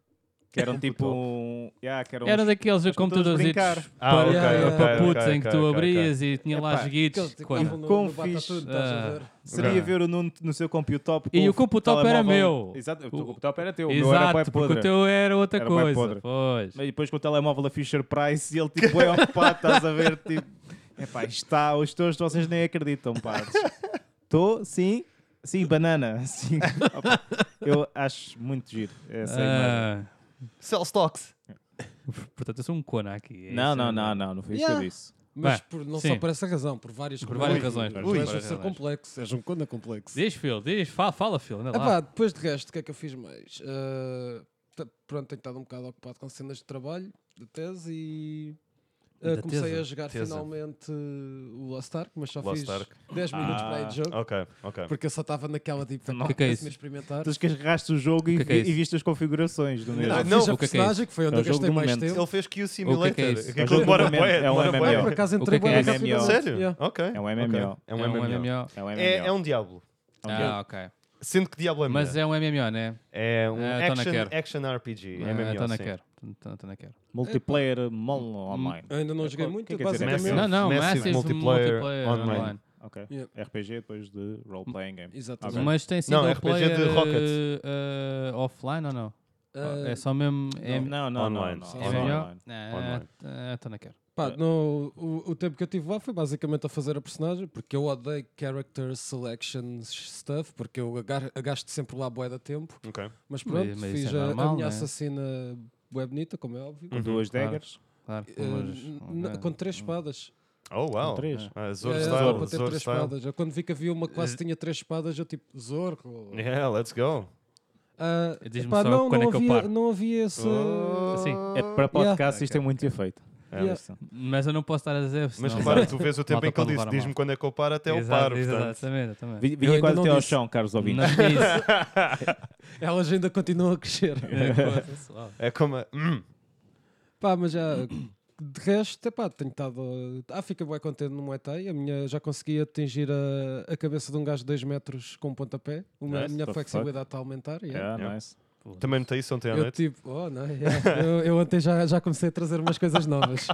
[SPEAKER 2] que eram tipo
[SPEAKER 6] Computop.
[SPEAKER 2] um. Yeah, que eram
[SPEAKER 5] Era
[SPEAKER 2] uns-
[SPEAKER 5] daqueles computadores
[SPEAKER 2] brincar.
[SPEAKER 6] Ah,
[SPEAKER 5] para, eh,
[SPEAKER 1] ok,
[SPEAKER 5] para
[SPEAKER 1] ok,
[SPEAKER 5] putos
[SPEAKER 6] ok,
[SPEAKER 5] em que
[SPEAKER 6] ok,
[SPEAKER 5] tu
[SPEAKER 6] ok,
[SPEAKER 5] abrias e tinha lá
[SPEAKER 2] Epá,
[SPEAKER 5] as guides.
[SPEAKER 1] Aqueles que
[SPEAKER 5] quando-
[SPEAKER 1] estavam no,
[SPEAKER 2] Quão
[SPEAKER 1] no Batatudo,
[SPEAKER 2] fixe.
[SPEAKER 1] estás
[SPEAKER 5] ah,
[SPEAKER 1] a ver?
[SPEAKER 2] Seria
[SPEAKER 6] Ok.
[SPEAKER 2] ver o Nuno no seu Computop.
[SPEAKER 5] E
[SPEAKER 2] com
[SPEAKER 5] o Computop era
[SPEAKER 2] telemóvel-
[SPEAKER 5] meu.
[SPEAKER 2] Exato, o
[SPEAKER 5] O-
[SPEAKER 2] teu Computop era teu. o meu era bué
[SPEAKER 5] Exato, porque
[SPEAKER 2] podre.
[SPEAKER 5] o teu era outra
[SPEAKER 2] Era bué
[SPEAKER 5] coisa.
[SPEAKER 2] podre.
[SPEAKER 5] Pois.
[SPEAKER 2] Mas depois com o telemóvel a Fisher Price e ele tipo é ocupado, estás a ver? Tipo, é pá, está, os teus vocês nem acreditam, pá. Estou, sim, sim, banana, sim. Opa, Eu acho muito giro essa imagem.
[SPEAKER 5] Ah,
[SPEAKER 6] Sell stocks.
[SPEAKER 5] portanto, eu sou um cona aqui. é
[SPEAKER 2] Não,
[SPEAKER 5] isso,
[SPEAKER 2] não,
[SPEAKER 5] é
[SPEAKER 2] não,
[SPEAKER 5] verdade.
[SPEAKER 2] não, não foi isso que
[SPEAKER 1] Yeah.
[SPEAKER 2] eu disse.
[SPEAKER 1] Mas
[SPEAKER 5] Bem,
[SPEAKER 1] por, não
[SPEAKER 5] sim.
[SPEAKER 1] só por essa razão, por várias
[SPEAKER 5] Por várias razões.
[SPEAKER 1] razões.
[SPEAKER 5] por
[SPEAKER 1] Mas
[SPEAKER 5] várias
[SPEAKER 1] deve ser
[SPEAKER 5] razões.
[SPEAKER 1] complexo, és um
[SPEAKER 5] é
[SPEAKER 1] conda complexo.
[SPEAKER 5] Diz, Phil, diz, fala, fala Phil. Anda lá.
[SPEAKER 1] Epá, depois de resto, o que é que eu fiz mais? Ah, t- pronto, tenho estado um bocado ocupado com cenas de trabalho, de tese e. ah,
[SPEAKER 5] Da
[SPEAKER 1] comecei
[SPEAKER 5] tese?
[SPEAKER 1] a jogar
[SPEAKER 6] Tese.
[SPEAKER 1] finalmente ah, o Lost Ark, mas só
[SPEAKER 6] Lost
[SPEAKER 1] fiz
[SPEAKER 6] Ark.
[SPEAKER 1] 10 minutos
[SPEAKER 2] Ah.
[SPEAKER 1] para ir de jogo.
[SPEAKER 6] Ok, ok.
[SPEAKER 1] Porque eu só estava naquela tipo,
[SPEAKER 5] O que é que é
[SPEAKER 1] apetece-me
[SPEAKER 5] isso?
[SPEAKER 1] experimentar.
[SPEAKER 2] Tu escarregaste o jogo e,
[SPEAKER 5] O que é que é
[SPEAKER 2] vi-
[SPEAKER 5] isso?
[SPEAKER 2] e viste as configurações do mesmo.
[SPEAKER 1] Ah,
[SPEAKER 6] Não,
[SPEAKER 1] fiz
[SPEAKER 6] não,
[SPEAKER 1] a
[SPEAKER 6] o que
[SPEAKER 5] é que é
[SPEAKER 1] personagem, que foi onde
[SPEAKER 2] É
[SPEAKER 1] eu
[SPEAKER 2] o jogo
[SPEAKER 1] gastei
[SPEAKER 2] do
[SPEAKER 1] mais
[SPEAKER 2] momento.
[SPEAKER 1] tempo.
[SPEAKER 6] Ele fez Q Simulator.
[SPEAKER 5] O que é que é isso?
[SPEAKER 6] Que
[SPEAKER 2] É um
[SPEAKER 6] aquilo
[SPEAKER 2] jogo
[SPEAKER 6] demora
[SPEAKER 2] de momento,
[SPEAKER 6] bué,
[SPEAKER 2] é um
[SPEAKER 6] demora bué.
[SPEAKER 1] Ah,
[SPEAKER 2] MMO.
[SPEAKER 1] por acaso
[SPEAKER 5] O que é
[SPEAKER 1] entrei
[SPEAKER 5] que
[SPEAKER 1] bué
[SPEAKER 5] é
[SPEAKER 1] na
[SPEAKER 2] MMO?
[SPEAKER 1] rapidez.
[SPEAKER 6] Sério?
[SPEAKER 1] Yeah.
[SPEAKER 6] Ok.
[SPEAKER 2] É um MMO.
[SPEAKER 6] É um
[SPEAKER 5] É um
[SPEAKER 6] MMO.
[SPEAKER 5] MMO.
[SPEAKER 2] É um MMO.
[SPEAKER 6] É é um Diablo.
[SPEAKER 5] Ah, ok.
[SPEAKER 6] Sendo que Diablo é melhor.
[SPEAKER 5] Mas é um MMO, né?
[SPEAKER 6] É um
[SPEAKER 5] Ah, então não
[SPEAKER 6] action,
[SPEAKER 5] quero.
[SPEAKER 6] action RPG.
[SPEAKER 5] Ah,
[SPEAKER 6] MMO,
[SPEAKER 5] então não
[SPEAKER 6] É sim.
[SPEAKER 5] quero. Então- Então não quero.
[SPEAKER 2] Multiplayer mono online.
[SPEAKER 1] Ainda não
[SPEAKER 2] É,
[SPEAKER 1] joguei
[SPEAKER 2] qual-
[SPEAKER 1] muito,
[SPEAKER 2] que é que é dizer?
[SPEAKER 1] basicamente.
[SPEAKER 6] Massive.
[SPEAKER 5] Não, não,
[SPEAKER 6] Massive
[SPEAKER 5] Massive
[SPEAKER 6] Multiplayer
[SPEAKER 5] Multiplayer,
[SPEAKER 6] Online.
[SPEAKER 5] Online.
[SPEAKER 2] Ok.
[SPEAKER 1] Yeah.
[SPEAKER 2] RPG depois de role-playing game.
[SPEAKER 1] Exatamente.
[SPEAKER 2] Ok.
[SPEAKER 5] Mas tem single
[SPEAKER 6] Não, RPG de
[SPEAKER 5] player
[SPEAKER 6] Rocket.
[SPEAKER 5] eh, eh, offline ou não?
[SPEAKER 1] Ah,
[SPEAKER 5] é só mesmo... é-
[SPEAKER 2] Não, não,
[SPEAKER 6] Online.
[SPEAKER 2] não.
[SPEAKER 1] Só
[SPEAKER 2] não.
[SPEAKER 5] É
[SPEAKER 1] online.
[SPEAKER 5] melhor?
[SPEAKER 2] Online.
[SPEAKER 5] Ah,
[SPEAKER 6] Online.
[SPEAKER 5] ah, Então não quero.
[SPEAKER 1] Pá,
[SPEAKER 2] Eh.
[SPEAKER 1] no, o, o tempo que eu tive lá foi basicamente a fazer a personagem, porque eu odeio character selection stuff, porque eu agar- gasto sempre lá bué da tempo.
[SPEAKER 6] Ok. Uhum.
[SPEAKER 1] Mas pronto,
[SPEAKER 5] mas isso
[SPEAKER 1] fiz
[SPEAKER 5] é
[SPEAKER 1] a- a,
[SPEAKER 5] normal,
[SPEAKER 1] minha
[SPEAKER 5] né?
[SPEAKER 1] assassina bué bonita, como é óbvio.
[SPEAKER 2] Com duas
[SPEAKER 5] Claro.
[SPEAKER 2] daggers.
[SPEAKER 5] Claro,
[SPEAKER 1] Eh,
[SPEAKER 5] mas-
[SPEAKER 1] n-
[SPEAKER 5] ok.
[SPEAKER 1] com três espadas.
[SPEAKER 6] Oh, uau.
[SPEAKER 2] Com três.
[SPEAKER 6] Ah, Zoro
[SPEAKER 1] É,
[SPEAKER 6] style,
[SPEAKER 1] dava para ter
[SPEAKER 6] Zoro
[SPEAKER 1] três
[SPEAKER 6] style.
[SPEAKER 1] espadas. Eu, quando vi que havia uma que
[SPEAKER 5] Eh,
[SPEAKER 1] quase tinha três espadas, eu tipo, Zorro.
[SPEAKER 6] Yeah, let's go.
[SPEAKER 1] Ah,
[SPEAKER 5] Diz-me
[SPEAKER 1] epá,
[SPEAKER 5] só
[SPEAKER 1] não,
[SPEAKER 5] quando
[SPEAKER 1] não
[SPEAKER 5] é que eu
[SPEAKER 1] havia,
[SPEAKER 5] paro.
[SPEAKER 1] não havia esse.
[SPEAKER 6] Oh.
[SPEAKER 5] Assim.
[SPEAKER 2] É para podcast,
[SPEAKER 5] Ok,
[SPEAKER 2] isto tem muito efeito.
[SPEAKER 6] É,
[SPEAKER 1] Yeah.
[SPEAKER 2] Alisson.
[SPEAKER 5] Mas eu não posso estar a dizer.
[SPEAKER 6] Mas
[SPEAKER 5] senão-
[SPEAKER 6] repara, tu vês o tempo
[SPEAKER 5] Malta
[SPEAKER 6] em que ele
[SPEAKER 5] pode
[SPEAKER 6] disse:
[SPEAKER 5] levar a
[SPEAKER 6] diz-me
[SPEAKER 5] mal.
[SPEAKER 6] quando é que eu paro até eu
[SPEAKER 5] Exato,
[SPEAKER 6] paro.
[SPEAKER 5] exato,
[SPEAKER 6] Portanto,
[SPEAKER 5] Exatamente, eu também.
[SPEAKER 2] Vi-
[SPEAKER 1] Eu
[SPEAKER 2] Vinha
[SPEAKER 1] ainda
[SPEAKER 2] quase
[SPEAKER 1] não
[SPEAKER 2] até ao
[SPEAKER 1] disse.
[SPEAKER 2] chão, caros
[SPEAKER 5] Não é
[SPEAKER 2] ouvintes.
[SPEAKER 5] disse.
[SPEAKER 1] Elas ainda continuam a crescer.
[SPEAKER 6] é como. a- Hum.
[SPEAKER 1] Pá, mas já. De resto, epá, tenho estado. Ah, fica bem contente no Muay Thai. A minha já consegui atingir a, a cabeça de um gajo de 2 metros com um pontapé. O meu- a
[SPEAKER 2] Nice,
[SPEAKER 1] minha
[SPEAKER 2] the fuck.
[SPEAKER 1] flexibilidade está a aumentar. yeah.
[SPEAKER 2] Yeah, É
[SPEAKER 6] Yeah.
[SPEAKER 2] nice.
[SPEAKER 6] Também notei isso ontem à
[SPEAKER 1] Eu
[SPEAKER 6] noite.
[SPEAKER 1] tipo, oh, não, yeah. eu, eu ontem já, já comecei a trazer umas coisas novas.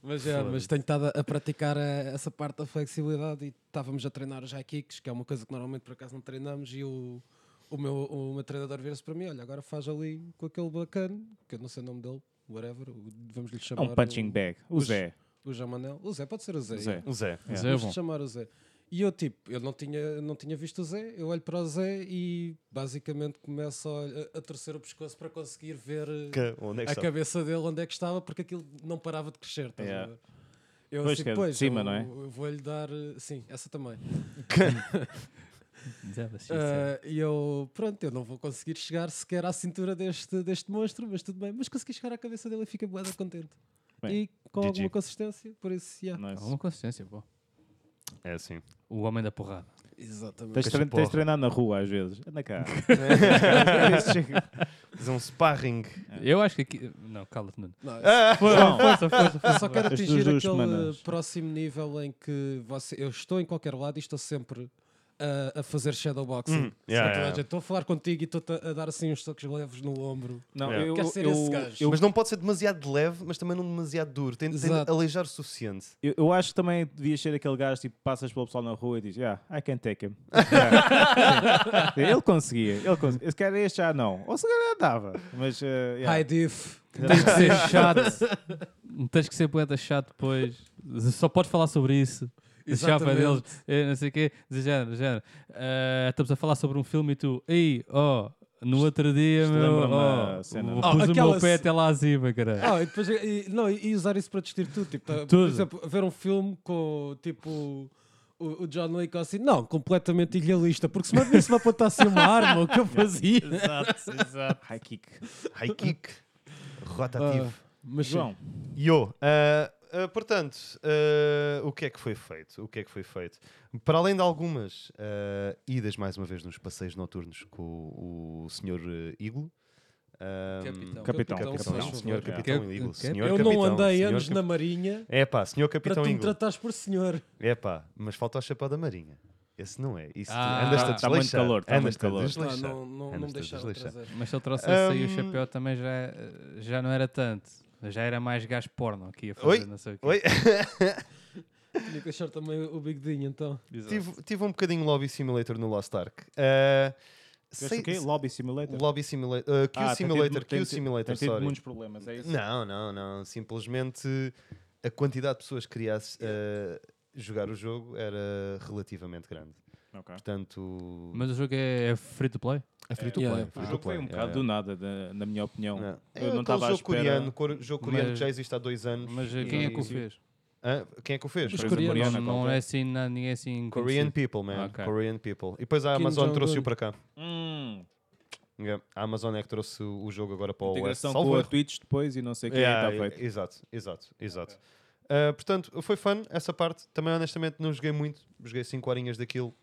[SPEAKER 1] Mas, yeah, mas tenho estado a, a praticar eh, essa parte da flexibilidade e estávamos a treinar os high kicks, que é uma coisa que normalmente por acaso não treinamos, e o, o, meu, o meu treinador vira-se para mim, olha, agora faz ali com aquele bacana, que eu não sei o nome dele, whatever, o- vamos lhe
[SPEAKER 2] É
[SPEAKER 1] chamar
[SPEAKER 2] um punching bag. O
[SPEAKER 1] os-
[SPEAKER 2] Zé.
[SPEAKER 1] o, o Jamanel. O Zé, pode ser o Zé.
[SPEAKER 2] Zé.
[SPEAKER 6] Zé.
[SPEAKER 2] Yeah.
[SPEAKER 5] Zé é
[SPEAKER 1] Vamos
[SPEAKER 5] bom.
[SPEAKER 1] chamar o Zé. E eu, tipo, eu não tinha, não tinha visto o Zé, eu olho para o Zé e basicamente começo a, a torcer o pescoço para conseguir ver eh,
[SPEAKER 6] Que- Onde é que
[SPEAKER 1] a
[SPEAKER 6] está?
[SPEAKER 1] cabeça dele onde é que estava, porque aquilo não parava de crescer. Estás
[SPEAKER 2] Yeah.
[SPEAKER 1] a ver? Eu assim,
[SPEAKER 2] Pois, que é de cima,
[SPEAKER 1] eu,
[SPEAKER 2] não é?
[SPEAKER 1] eu vou-lhe dar. eh, Sim, essa também.
[SPEAKER 5] Zé, mas sim, sim.
[SPEAKER 1] Ah, E eu, pronto, eu não vou conseguir chegar sequer à cintura deste, deste monstro, mas tudo bem. Mas consegui chegar à cabeça dele e fica boada contente.
[SPEAKER 2] Bem,
[SPEAKER 1] e com
[SPEAKER 6] GG.
[SPEAKER 1] alguma consistência, por isso, yeah.
[SPEAKER 5] É
[SPEAKER 2] Nice.
[SPEAKER 5] uma consistência, pô.
[SPEAKER 6] É assim.
[SPEAKER 5] O homem da porrada.
[SPEAKER 1] Exatamente.
[SPEAKER 2] Tens,
[SPEAKER 6] Caixa
[SPEAKER 2] trein-
[SPEAKER 6] de
[SPEAKER 2] tens
[SPEAKER 6] porra.
[SPEAKER 2] treinado na rua às vezes. Anda cá.
[SPEAKER 6] Fazer um sparring.
[SPEAKER 5] Eu acho que aqui. Não, cala-te, Nuno.
[SPEAKER 2] Ah,
[SPEAKER 1] Não,
[SPEAKER 2] Não.
[SPEAKER 5] Força, força,
[SPEAKER 1] Eu
[SPEAKER 5] força.
[SPEAKER 1] só quero
[SPEAKER 2] As tuas
[SPEAKER 1] atingir aquele
[SPEAKER 2] duas semanas.
[SPEAKER 1] próximo nível em que você, eu estou em qualquer lado e estou sempre a, a fazer shadowboxing.
[SPEAKER 6] Hum, yeah,
[SPEAKER 1] Então,
[SPEAKER 6] yeah.
[SPEAKER 1] olha, Estou a falar contigo e estou a dar assim uns toques leves no ombro.
[SPEAKER 2] Não,
[SPEAKER 6] Yeah.
[SPEAKER 2] eu,
[SPEAKER 1] Quero ser
[SPEAKER 2] eu-
[SPEAKER 1] esse gajo.
[SPEAKER 2] eu-
[SPEAKER 6] Mas não pode ser demasiado leve, mas também não demasiado duro. Tem, tem de
[SPEAKER 1] Exato.
[SPEAKER 6] aleijar o suficiente.
[SPEAKER 2] eu- eu acho que também devias ser aquele gajo tipo passas pelo pessoal na rua e dizes, yeah, I can take him. ele conseguia, ele conseguia. Se calhar este já não. Ou se calhar dava. Mas, eh, yeah.
[SPEAKER 1] High diff.
[SPEAKER 5] Tens que ser chato. Tens que ser poeta chato depois. Só podes falar sobre isso. Deixar para
[SPEAKER 1] Exatamente.
[SPEAKER 5] deles. eh, Não sei o quê. Dizer, género, género. Ah, estamos a falar sobre um filme e tu. Ei, oh, no outro dia,
[SPEAKER 2] Isto
[SPEAKER 5] meu.
[SPEAKER 2] lembra-me a
[SPEAKER 5] Oh,
[SPEAKER 2] cena.
[SPEAKER 5] pus
[SPEAKER 1] Oh,
[SPEAKER 5] o meu
[SPEAKER 1] aquela
[SPEAKER 5] pé
[SPEAKER 1] ce-
[SPEAKER 5] até lá acima, cara.
[SPEAKER 1] Ah, e, depois, e- não, e usar isso para discutir tudo. Tipo, tá,
[SPEAKER 5] Tudo.
[SPEAKER 1] Por exemplo, ver um filme com tipo. O, o John Wick ou assim, não, completamente idealista, porque se me abrisse uma ponta assim uma arma, o que eu fazia?
[SPEAKER 2] Exato, exato. High kick.
[SPEAKER 6] High kick. Rotativo.
[SPEAKER 1] Mas sim.
[SPEAKER 2] João,
[SPEAKER 6] Yo, ah, ah, portanto, ah, o que é que foi feito? O que é que foi feito? Para além de algumas ah, idas, mais uma vez, nos passeios noturnos com o, o senhor ah, Iglo. ah,
[SPEAKER 5] Capitão.
[SPEAKER 2] Capitão.
[SPEAKER 6] Capitão,
[SPEAKER 1] Capitão,
[SPEAKER 6] não,
[SPEAKER 1] se faz
[SPEAKER 6] senhor
[SPEAKER 1] favor.
[SPEAKER 6] Capitão
[SPEAKER 5] Cap-
[SPEAKER 6] Iglo.
[SPEAKER 5] Cap-
[SPEAKER 6] senhor
[SPEAKER 1] Eu
[SPEAKER 6] capitão,
[SPEAKER 1] não andei
[SPEAKER 6] senhor
[SPEAKER 1] anos
[SPEAKER 6] cap-
[SPEAKER 1] na Marinha
[SPEAKER 6] É pá, senhor
[SPEAKER 1] para tu
[SPEAKER 6] Capitão
[SPEAKER 1] me
[SPEAKER 6] Iglo.
[SPEAKER 1] tratares por senhor.
[SPEAKER 6] É pá, mas falta o chapéu da Marinha. Esse não é. Isso tu
[SPEAKER 5] Ah,
[SPEAKER 6] andas-te a
[SPEAKER 2] tá muito
[SPEAKER 6] desleixar.
[SPEAKER 2] calor, tá muito
[SPEAKER 6] andas-te a
[SPEAKER 2] calor.
[SPEAKER 1] Não,
[SPEAKER 2] Não,
[SPEAKER 6] desleixar.
[SPEAKER 1] não, não, não
[SPEAKER 6] Andas-te
[SPEAKER 1] me
[SPEAKER 6] a
[SPEAKER 1] deixaram
[SPEAKER 6] desleixar.
[SPEAKER 1] trazer.
[SPEAKER 5] Mas se ele trouxesse aí o
[SPEAKER 6] Ahm.
[SPEAKER 5] chapéu também já, já não era tanto. Já era mais gás porno aqui a fazer,
[SPEAKER 6] Oi?
[SPEAKER 5] não sei o quê.
[SPEAKER 6] Oi,
[SPEAKER 1] Tinha que deixar também o bigodinho, então.
[SPEAKER 5] Exato.
[SPEAKER 6] tive, tive um bocadinho Lobby Simulator no Lost Ark. Ah,
[SPEAKER 2] sei,
[SPEAKER 6] sei-
[SPEAKER 2] o quê? Lobby Simulator?
[SPEAKER 6] Lobby Simulator. uh, Q
[SPEAKER 2] Ah, tem tido-
[SPEAKER 6] Simulator,
[SPEAKER 2] tem
[SPEAKER 6] Q
[SPEAKER 2] tido-
[SPEAKER 6] Simulator,
[SPEAKER 2] tem tido
[SPEAKER 6] sorry.
[SPEAKER 2] muitos problemas, é isso?
[SPEAKER 6] Não, não, não. Simplesmente a quantidade de pessoas que queria ass- uh, jogar o jogo era relativamente grande.
[SPEAKER 2] Ok.
[SPEAKER 6] Portanto,
[SPEAKER 5] Mas o jogo é, é free to play?
[SPEAKER 6] é free to play.
[SPEAKER 1] Yeah,
[SPEAKER 6] Yeah,
[SPEAKER 1] é
[SPEAKER 2] O jogo foi um bocado do nada, da- na minha opinião.
[SPEAKER 6] Não.
[SPEAKER 2] Eu não
[SPEAKER 6] É aquele
[SPEAKER 2] estava à
[SPEAKER 6] jogo
[SPEAKER 2] espera-
[SPEAKER 6] coreano, cor- jogo coreano
[SPEAKER 5] Mas-
[SPEAKER 6] que já existe há dois anos.
[SPEAKER 5] Mas eh, quem é que o
[SPEAKER 6] e-
[SPEAKER 5] fez?
[SPEAKER 6] Hã? Quem é que o fez?
[SPEAKER 1] Os
[SPEAKER 2] Empresa
[SPEAKER 1] coreanos.
[SPEAKER 2] coreana,
[SPEAKER 5] Não, não
[SPEAKER 2] qualquer.
[SPEAKER 5] é assim, não, ninguém é assim.
[SPEAKER 6] Korean
[SPEAKER 5] conhecido.
[SPEAKER 6] people, man.
[SPEAKER 5] Ah, ok.
[SPEAKER 6] Korean people. E depois a
[SPEAKER 1] Kim
[SPEAKER 6] Amazon trouxe-o
[SPEAKER 1] Jong-un.
[SPEAKER 6] para cá.
[SPEAKER 2] Hum,
[SPEAKER 6] Yeah. A Amazon é que trouxe o o jogo agora para o West.
[SPEAKER 2] integração com a Twitch depois e não sei o que está
[SPEAKER 6] é Yeah,
[SPEAKER 2] feito.
[SPEAKER 6] e- Exato, exato, exato. Uh, portanto, foi fun essa parte. Também, honestamente, não joguei muito. Joguei 5 horinhas daquilo.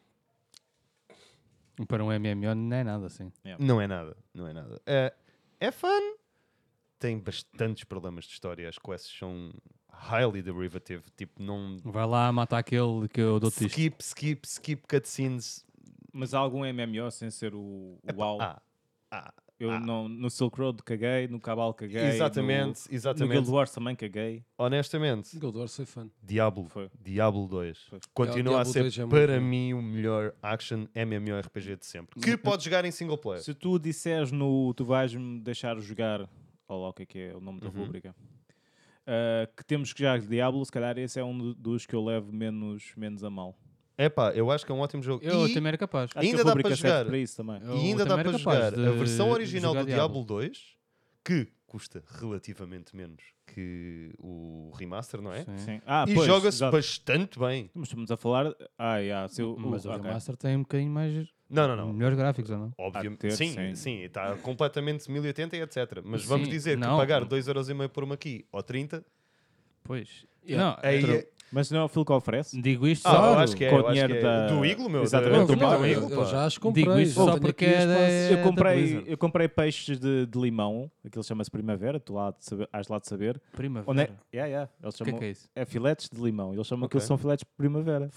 [SPEAKER 5] Para um MMO não é nada assim.
[SPEAKER 6] Não é nada, não é nada. É, é fun. Tem bastantes problemas de história. As quests são highly derivative. Tipo, não...
[SPEAKER 5] Vai lá matar aquele que eu dou-te isto.
[SPEAKER 6] Skip, skip, skip cutscenes.
[SPEAKER 2] Mas há algum MMO sem ser o, o WoW?
[SPEAKER 6] Ah, ah,
[SPEAKER 2] Eu
[SPEAKER 6] ah.
[SPEAKER 2] não, no Silk Road caguei, no Cabal caguei.
[SPEAKER 6] exatamente,
[SPEAKER 2] No, no Guild
[SPEAKER 6] exatamente.
[SPEAKER 2] Wars também caguei.
[SPEAKER 6] Honestamente,
[SPEAKER 1] Gold Wars foi fã.
[SPEAKER 6] Diablo.
[SPEAKER 2] Foi.
[SPEAKER 6] Diablo 2.
[SPEAKER 2] Foi.
[SPEAKER 6] Continua
[SPEAKER 1] Diablo
[SPEAKER 6] a
[SPEAKER 1] 2
[SPEAKER 6] ser,
[SPEAKER 1] é muito
[SPEAKER 6] para
[SPEAKER 1] bom.
[SPEAKER 6] mim, o melhor action MMORPG de sempre. Que pode jogar em single player.
[SPEAKER 2] Se tu disseres no. Tu vais-me deixar jogar. Olha lá o que é que é o nome da
[SPEAKER 5] Uhum.
[SPEAKER 2] rubrica. Ah, que temos que jogar Diablo, se calhar esse é um do- dos que eu levo menos, menos a mal.
[SPEAKER 6] É pá, eu acho que é um ótimo jogo.
[SPEAKER 5] Eu
[SPEAKER 6] E-
[SPEAKER 5] também era capaz.
[SPEAKER 2] Acho
[SPEAKER 6] Ainda
[SPEAKER 2] que a
[SPEAKER 6] dá
[SPEAKER 2] rubrica
[SPEAKER 6] para
[SPEAKER 2] serve
[SPEAKER 6] jogar.
[SPEAKER 2] para isso também.
[SPEAKER 5] Eu
[SPEAKER 6] E ainda dá
[SPEAKER 5] também
[SPEAKER 6] para
[SPEAKER 5] era capaz
[SPEAKER 6] jogar
[SPEAKER 5] de
[SPEAKER 6] a versão original
[SPEAKER 5] jogar
[SPEAKER 6] do Diablo 2 que custa relativamente menos que o remaster, não é?
[SPEAKER 2] Sim. Ah,
[SPEAKER 6] e
[SPEAKER 2] pois,
[SPEAKER 6] joga-se
[SPEAKER 2] exato.
[SPEAKER 6] bastante bem.
[SPEAKER 2] Mas estamos a falar. Ah, yeah, se eu-
[SPEAKER 5] Mas o
[SPEAKER 2] ok.
[SPEAKER 5] remaster tem um bocadinho mais.
[SPEAKER 6] Não, não, não.
[SPEAKER 5] Melhores gráficos, ou não?
[SPEAKER 6] Obviamente,
[SPEAKER 2] Hum, ter,
[SPEAKER 6] sim,
[SPEAKER 2] sim.
[SPEAKER 6] sim, está completamente 1080 e etc. Mas vamos
[SPEAKER 5] Sim,
[SPEAKER 6] dizer que
[SPEAKER 5] não.
[SPEAKER 6] pagar 2,5€ por uma aqui ou 30,
[SPEAKER 5] Pois.
[SPEAKER 6] yeah,
[SPEAKER 5] Não,
[SPEAKER 6] aí
[SPEAKER 5] true.
[SPEAKER 6] é-
[SPEAKER 2] Mas não é o Phil que oferece?
[SPEAKER 5] digo isto
[SPEAKER 6] Ah,
[SPEAKER 5] só.
[SPEAKER 6] eu acho que é.
[SPEAKER 2] com o
[SPEAKER 6] eu acho
[SPEAKER 2] dinheiro
[SPEAKER 6] que é.
[SPEAKER 2] da-
[SPEAKER 6] Do Iglo, meu.
[SPEAKER 2] Exatamente,
[SPEAKER 6] da-
[SPEAKER 2] do Marvel.
[SPEAKER 6] do Iglo,
[SPEAKER 1] eu
[SPEAKER 6] pá.
[SPEAKER 1] já as comprei.
[SPEAKER 5] Digo isto
[SPEAKER 1] eu
[SPEAKER 5] só
[SPEAKER 1] tenho
[SPEAKER 5] porque
[SPEAKER 1] aqui
[SPEAKER 5] é
[SPEAKER 1] as bases.
[SPEAKER 5] da.
[SPEAKER 2] Eu comprei,
[SPEAKER 5] da
[SPEAKER 2] eu comprei peixes de, de limão, aquilo chama-se primavera, tu lá de saber, has lá de saber.
[SPEAKER 5] Primavera.
[SPEAKER 2] Onde é? Yeah, yeah, eles
[SPEAKER 5] O que é
[SPEAKER 2] chamam,
[SPEAKER 5] que
[SPEAKER 2] é,
[SPEAKER 5] é isso?
[SPEAKER 2] filetes de limão, eles chamam
[SPEAKER 6] Ok.
[SPEAKER 2] aquilo são filetes de primavera.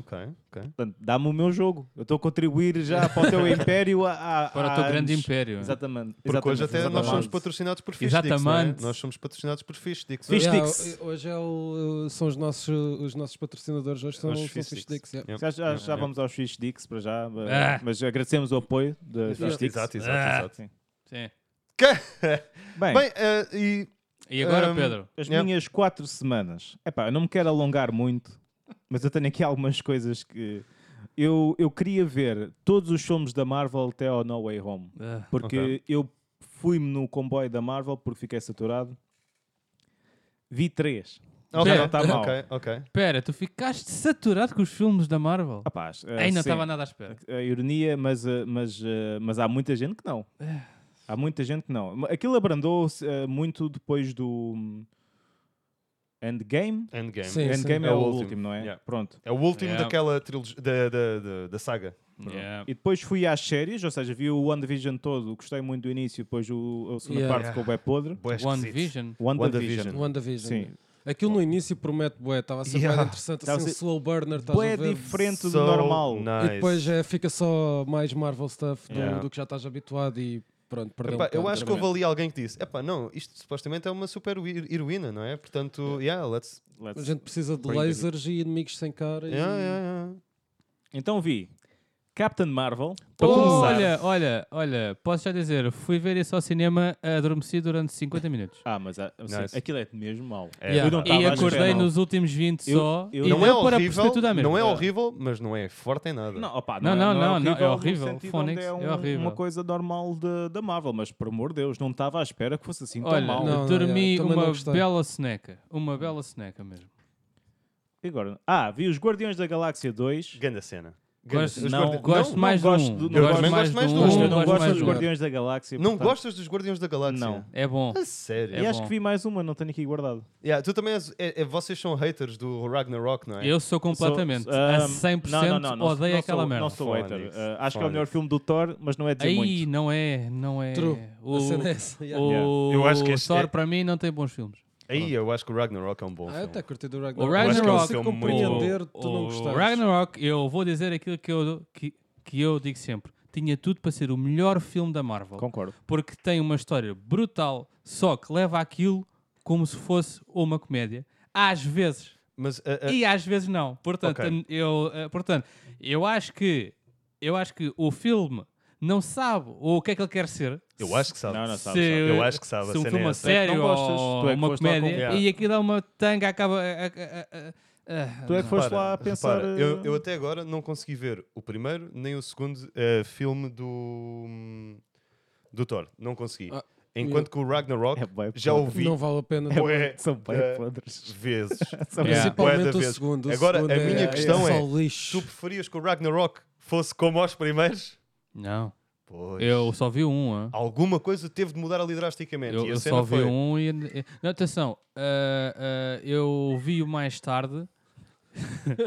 [SPEAKER 6] Ok, ok.
[SPEAKER 2] Portanto, dá-me o meu jogo. Eu estou a contribuir já para o teu império há, há,
[SPEAKER 5] Para o
[SPEAKER 2] há
[SPEAKER 5] teu grande
[SPEAKER 2] anos.
[SPEAKER 5] império.
[SPEAKER 2] Exatamente.
[SPEAKER 6] Porque hoje
[SPEAKER 2] exatamente,
[SPEAKER 6] até nós
[SPEAKER 2] exatamente.
[SPEAKER 6] somos patrocinados por Fish Dicks, não é?
[SPEAKER 5] Exatamente.
[SPEAKER 6] Nós somos patrocinados por Fish Dicks.
[SPEAKER 2] Fish
[SPEAKER 6] hoje.
[SPEAKER 1] Yeah,
[SPEAKER 2] Sticks.
[SPEAKER 1] ho- hoje é o- são os nossos, os nossos patrocinadores, hoje são
[SPEAKER 6] Os
[SPEAKER 1] são
[SPEAKER 6] Fish
[SPEAKER 1] Fish
[SPEAKER 6] Sticks.
[SPEAKER 1] Sticks. é. yeah.
[SPEAKER 2] Já, já, já
[SPEAKER 6] Yeah.
[SPEAKER 2] vamos aos Fish Dicks para já,
[SPEAKER 5] Ah.
[SPEAKER 2] mas agradecemos o apoio da Fish
[SPEAKER 6] Exato,
[SPEAKER 2] Dicks.
[SPEAKER 6] exato,
[SPEAKER 5] Ah.
[SPEAKER 6] exato.
[SPEAKER 5] Sim.
[SPEAKER 2] Bem,
[SPEAKER 6] Bem, eh, e
[SPEAKER 5] E agora,
[SPEAKER 6] Um,
[SPEAKER 5] Pedro?
[SPEAKER 2] as
[SPEAKER 6] yeah.
[SPEAKER 2] minhas quatro semanas. Epá, eu não me quero alongar muito, mas eu tenho aqui algumas coisas que... Eu, eu queria ver todos os filmes da Marvel até ao No Way Home.
[SPEAKER 5] Ah,
[SPEAKER 2] Porque
[SPEAKER 6] Ok.
[SPEAKER 2] eu fui-me no comboio da Marvel porque fiquei saturado. Vi três.
[SPEAKER 6] ok,
[SPEAKER 2] Já não está mal.
[SPEAKER 6] Ok, ok.
[SPEAKER 5] Pera, tu ficaste saturado com os filmes da Marvel?
[SPEAKER 2] Rapaz, eh,
[SPEAKER 5] Aí não
[SPEAKER 2] sim.
[SPEAKER 5] estava nada à espera.
[SPEAKER 2] A ironia, mas, eh, mas, eh, mas há muita gente que não. Há muita gente que não. Aquilo abrandou-se eh, muito depois do hum, Endgame.
[SPEAKER 6] Endgame.
[SPEAKER 1] Sim.
[SPEAKER 2] Endgame é,
[SPEAKER 6] É o
[SPEAKER 2] o último,
[SPEAKER 6] último.
[SPEAKER 2] não é?
[SPEAKER 6] Yeah.
[SPEAKER 2] Pronto.
[SPEAKER 6] É o último
[SPEAKER 5] Yeah.
[SPEAKER 6] daquela trilogia, da, da, da, da saga.
[SPEAKER 5] Yeah.
[SPEAKER 2] E depois fui às séries, ou seja, vi o WandaVision todo, gostei muito do início, depois o, a segunda
[SPEAKER 1] Yeah.
[SPEAKER 2] parte ficou bem podre.
[SPEAKER 6] Bué
[SPEAKER 5] One
[SPEAKER 6] esquisito.
[SPEAKER 5] Vision.
[SPEAKER 2] WandaVision.
[SPEAKER 6] WandaVision.
[SPEAKER 1] WandaVision.
[SPEAKER 2] Sim.
[SPEAKER 1] Aquilo no início promete bué, estava a ser
[SPEAKER 6] Yeah.
[SPEAKER 1] bué interessante,
[SPEAKER 2] Estava a
[SPEAKER 1] assim, um
[SPEAKER 2] ser-
[SPEAKER 1] slow burner, estás
[SPEAKER 2] Bué
[SPEAKER 1] a ver?
[SPEAKER 2] diferente do
[SPEAKER 6] So
[SPEAKER 2] normal.
[SPEAKER 6] Nice.
[SPEAKER 1] E depois é, fica só mais Marvel stuff do,
[SPEAKER 6] Yeah.
[SPEAKER 1] do que já estás habituado e pronto, perdeu
[SPEAKER 6] Epá,
[SPEAKER 1] um
[SPEAKER 6] eu
[SPEAKER 1] bocado
[SPEAKER 6] acho
[SPEAKER 1] de
[SPEAKER 6] que houve
[SPEAKER 1] drama.
[SPEAKER 6] ali alguém que disse: Epá, não, isto supostamente é uma super hero- heroína, não é? Portanto, yeah, let's.
[SPEAKER 2] Let's-
[SPEAKER 1] A gente precisa de
[SPEAKER 2] Bring it in.
[SPEAKER 1] lasers e inimigos sem cara. e-
[SPEAKER 6] Yeah, yeah, yeah.
[SPEAKER 2] Então vi Captain Marvel. Para começar.
[SPEAKER 5] Olha, olha, olha, posso já dizer, fui ver isso ao cinema, adormeci durante 50 minutos.
[SPEAKER 2] Ah, mas ah, assim,
[SPEAKER 6] Nice.
[SPEAKER 2] aquilo é mesmo mau.
[SPEAKER 6] É,
[SPEAKER 1] Yeah.
[SPEAKER 2] Eu não tava
[SPEAKER 5] E
[SPEAKER 2] à
[SPEAKER 5] acordei
[SPEAKER 2] espera, não.
[SPEAKER 5] nos últimos 20
[SPEAKER 2] Eu-
[SPEAKER 5] só
[SPEAKER 2] eu-
[SPEAKER 5] e
[SPEAKER 6] não
[SPEAKER 5] deu
[SPEAKER 6] é
[SPEAKER 5] para
[SPEAKER 6] horrível,
[SPEAKER 5] prostituta mesmo.
[SPEAKER 6] não é horrível, mas não é forte em nada.
[SPEAKER 2] Não, opa,
[SPEAKER 5] Não,
[SPEAKER 2] é-
[SPEAKER 5] não, não, não, é
[SPEAKER 2] no
[SPEAKER 5] horrível.
[SPEAKER 2] sentido
[SPEAKER 5] Phonics
[SPEAKER 2] onde é,
[SPEAKER 5] é
[SPEAKER 2] um-
[SPEAKER 5] horrível.
[SPEAKER 2] uma coisa normal de- da Marvel, mas por amor de Deus, não estava à espera que fosse assim tão
[SPEAKER 5] Olha,
[SPEAKER 2] mal.
[SPEAKER 1] Não, não,
[SPEAKER 5] dormi
[SPEAKER 1] eu também não
[SPEAKER 5] uma
[SPEAKER 1] gostei.
[SPEAKER 5] bela seneca, uma bela seneca mesmo.
[SPEAKER 2] E agora? Ah, vi os Guardiões da Galáxia 2.
[SPEAKER 6] Ganda cena. Ganda
[SPEAKER 5] Gosto,
[SPEAKER 6] cena.
[SPEAKER 2] não-
[SPEAKER 6] Os Guardi-
[SPEAKER 5] gosto
[SPEAKER 2] não
[SPEAKER 5] mais
[SPEAKER 2] gosto
[SPEAKER 5] de um,
[SPEAKER 2] do- não
[SPEAKER 5] gosto
[SPEAKER 2] gosto
[SPEAKER 5] mais de
[SPEAKER 6] mais do
[SPEAKER 5] um,
[SPEAKER 6] um.
[SPEAKER 2] Mas eu não
[SPEAKER 5] gosto
[SPEAKER 2] gosto
[SPEAKER 5] mais
[SPEAKER 2] dos
[SPEAKER 5] de um.
[SPEAKER 2] Guardiões da Galáxia.
[SPEAKER 6] Não
[SPEAKER 2] portanto-
[SPEAKER 6] gostas dos Guardiões da Galáxia?
[SPEAKER 2] Não.
[SPEAKER 5] É bom.
[SPEAKER 6] A sério.
[SPEAKER 5] É
[SPEAKER 2] E acho
[SPEAKER 5] bom.
[SPEAKER 2] que vi mais uma, não tenho aqui guardado.
[SPEAKER 6] Yeah, tu também és, é- é- vocês são haters do Ragnarok, não é?
[SPEAKER 5] Eu sou completamente,
[SPEAKER 2] Sou-
[SPEAKER 5] a
[SPEAKER 2] ahm,
[SPEAKER 5] 100%
[SPEAKER 2] não, não, não,
[SPEAKER 5] odeio
[SPEAKER 2] não
[SPEAKER 5] aquela
[SPEAKER 2] sou,
[SPEAKER 5] merda.
[SPEAKER 2] Não sou hater.
[SPEAKER 6] Phonics,
[SPEAKER 2] Ah, acho que é o melhor
[SPEAKER 6] phonics.
[SPEAKER 2] filme do Thor, mas não é dizer
[SPEAKER 5] Aí
[SPEAKER 2] muito.
[SPEAKER 5] não é, não é.
[SPEAKER 1] True.
[SPEAKER 5] O,
[SPEAKER 1] A cena é essa, yeah.
[SPEAKER 5] o,
[SPEAKER 6] Eu acho que este
[SPEAKER 5] Thor
[SPEAKER 6] é-
[SPEAKER 5] para mim não tem bons filmes.
[SPEAKER 6] Aí eu acho que o Ragnarok é um bom
[SPEAKER 1] Ah, eu
[SPEAKER 6] filme.
[SPEAKER 1] até curti do
[SPEAKER 5] O
[SPEAKER 1] Ragnarok.
[SPEAKER 6] acho que é um
[SPEAKER 5] Ragnarok,
[SPEAKER 1] Consigo
[SPEAKER 6] filme
[SPEAKER 1] compreender, tu não
[SPEAKER 5] o
[SPEAKER 1] gostaste.
[SPEAKER 5] Ragnarok, eu vou dizer aquilo que eu, que, que eu digo sempre. Tinha tudo para ser o melhor filme da Marvel.
[SPEAKER 2] Concordo.
[SPEAKER 5] Porque tem uma história brutal, só que leva aquilo como se fosse uma comédia. Às vezes.
[SPEAKER 6] Mas eh, a- a-
[SPEAKER 5] E às vezes não. Portanto,
[SPEAKER 6] Ok.
[SPEAKER 5] eu, eh, portanto, eu acho que eu acho que o filme não sabe o que é que ele quer ser.
[SPEAKER 6] eu acho que sabe.
[SPEAKER 2] Não, não sabe.
[SPEAKER 5] Se-
[SPEAKER 6] Eu acho que sabe, a
[SPEAKER 5] Se um
[SPEAKER 6] cena
[SPEAKER 5] filme
[SPEAKER 6] é
[SPEAKER 5] a
[SPEAKER 6] essa. É
[SPEAKER 2] que não
[SPEAKER 5] sério
[SPEAKER 2] gostas, tu
[SPEAKER 5] ou
[SPEAKER 2] é que
[SPEAKER 5] uma
[SPEAKER 2] foste lá com-
[SPEAKER 5] comédia
[SPEAKER 6] Yeah.
[SPEAKER 5] e aquilo é uma tanga acaba... eh, a- a- a-
[SPEAKER 6] Ah,
[SPEAKER 5] a-
[SPEAKER 2] Tu é que foste
[SPEAKER 6] Repara,
[SPEAKER 2] lá a pensar.
[SPEAKER 6] repara,
[SPEAKER 2] eh,
[SPEAKER 6] eu, eu até agora não consegui ver o primeiro nem o segundo eh, filme do, do Thor. Não consegui.
[SPEAKER 1] Ah,
[SPEAKER 6] Enquanto que o Ragnarok
[SPEAKER 2] É bué
[SPEAKER 6] já
[SPEAKER 2] podre. É
[SPEAKER 6] ouvi
[SPEAKER 1] Não vale a pena.
[SPEAKER 6] bué
[SPEAKER 2] São bem
[SPEAKER 6] eh,
[SPEAKER 2] podres.
[SPEAKER 6] vezes.
[SPEAKER 2] São
[SPEAKER 6] Bué da
[SPEAKER 5] Yeah.
[SPEAKER 1] Principalmente o
[SPEAKER 6] vezes.
[SPEAKER 1] segundo. O
[SPEAKER 6] Agora,
[SPEAKER 1] segundo
[SPEAKER 6] a minha
[SPEAKER 1] é,
[SPEAKER 6] questão
[SPEAKER 1] é,
[SPEAKER 6] é,
[SPEAKER 1] só lixo.
[SPEAKER 6] Tu preferias que o Ragnarok fosse como aos primeiros?
[SPEAKER 5] Não,
[SPEAKER 6] Pois.
[SPEAKER 5] eu só vi um. hã?
[SPEAKER 6] Alguma coisa teve de mudar ali drasticamente.
[SPEAKER 5] Eu,
[SPEAKER 6] e a
[SPEAKER 5] eu
[SPEAKER 6] cena
[SPEAKER 5] só vi
[SPEAKER 6] foi...
[SPEAKER 5] um e. e- Não, atenção, ah, ah, eu vi-o mais tarde.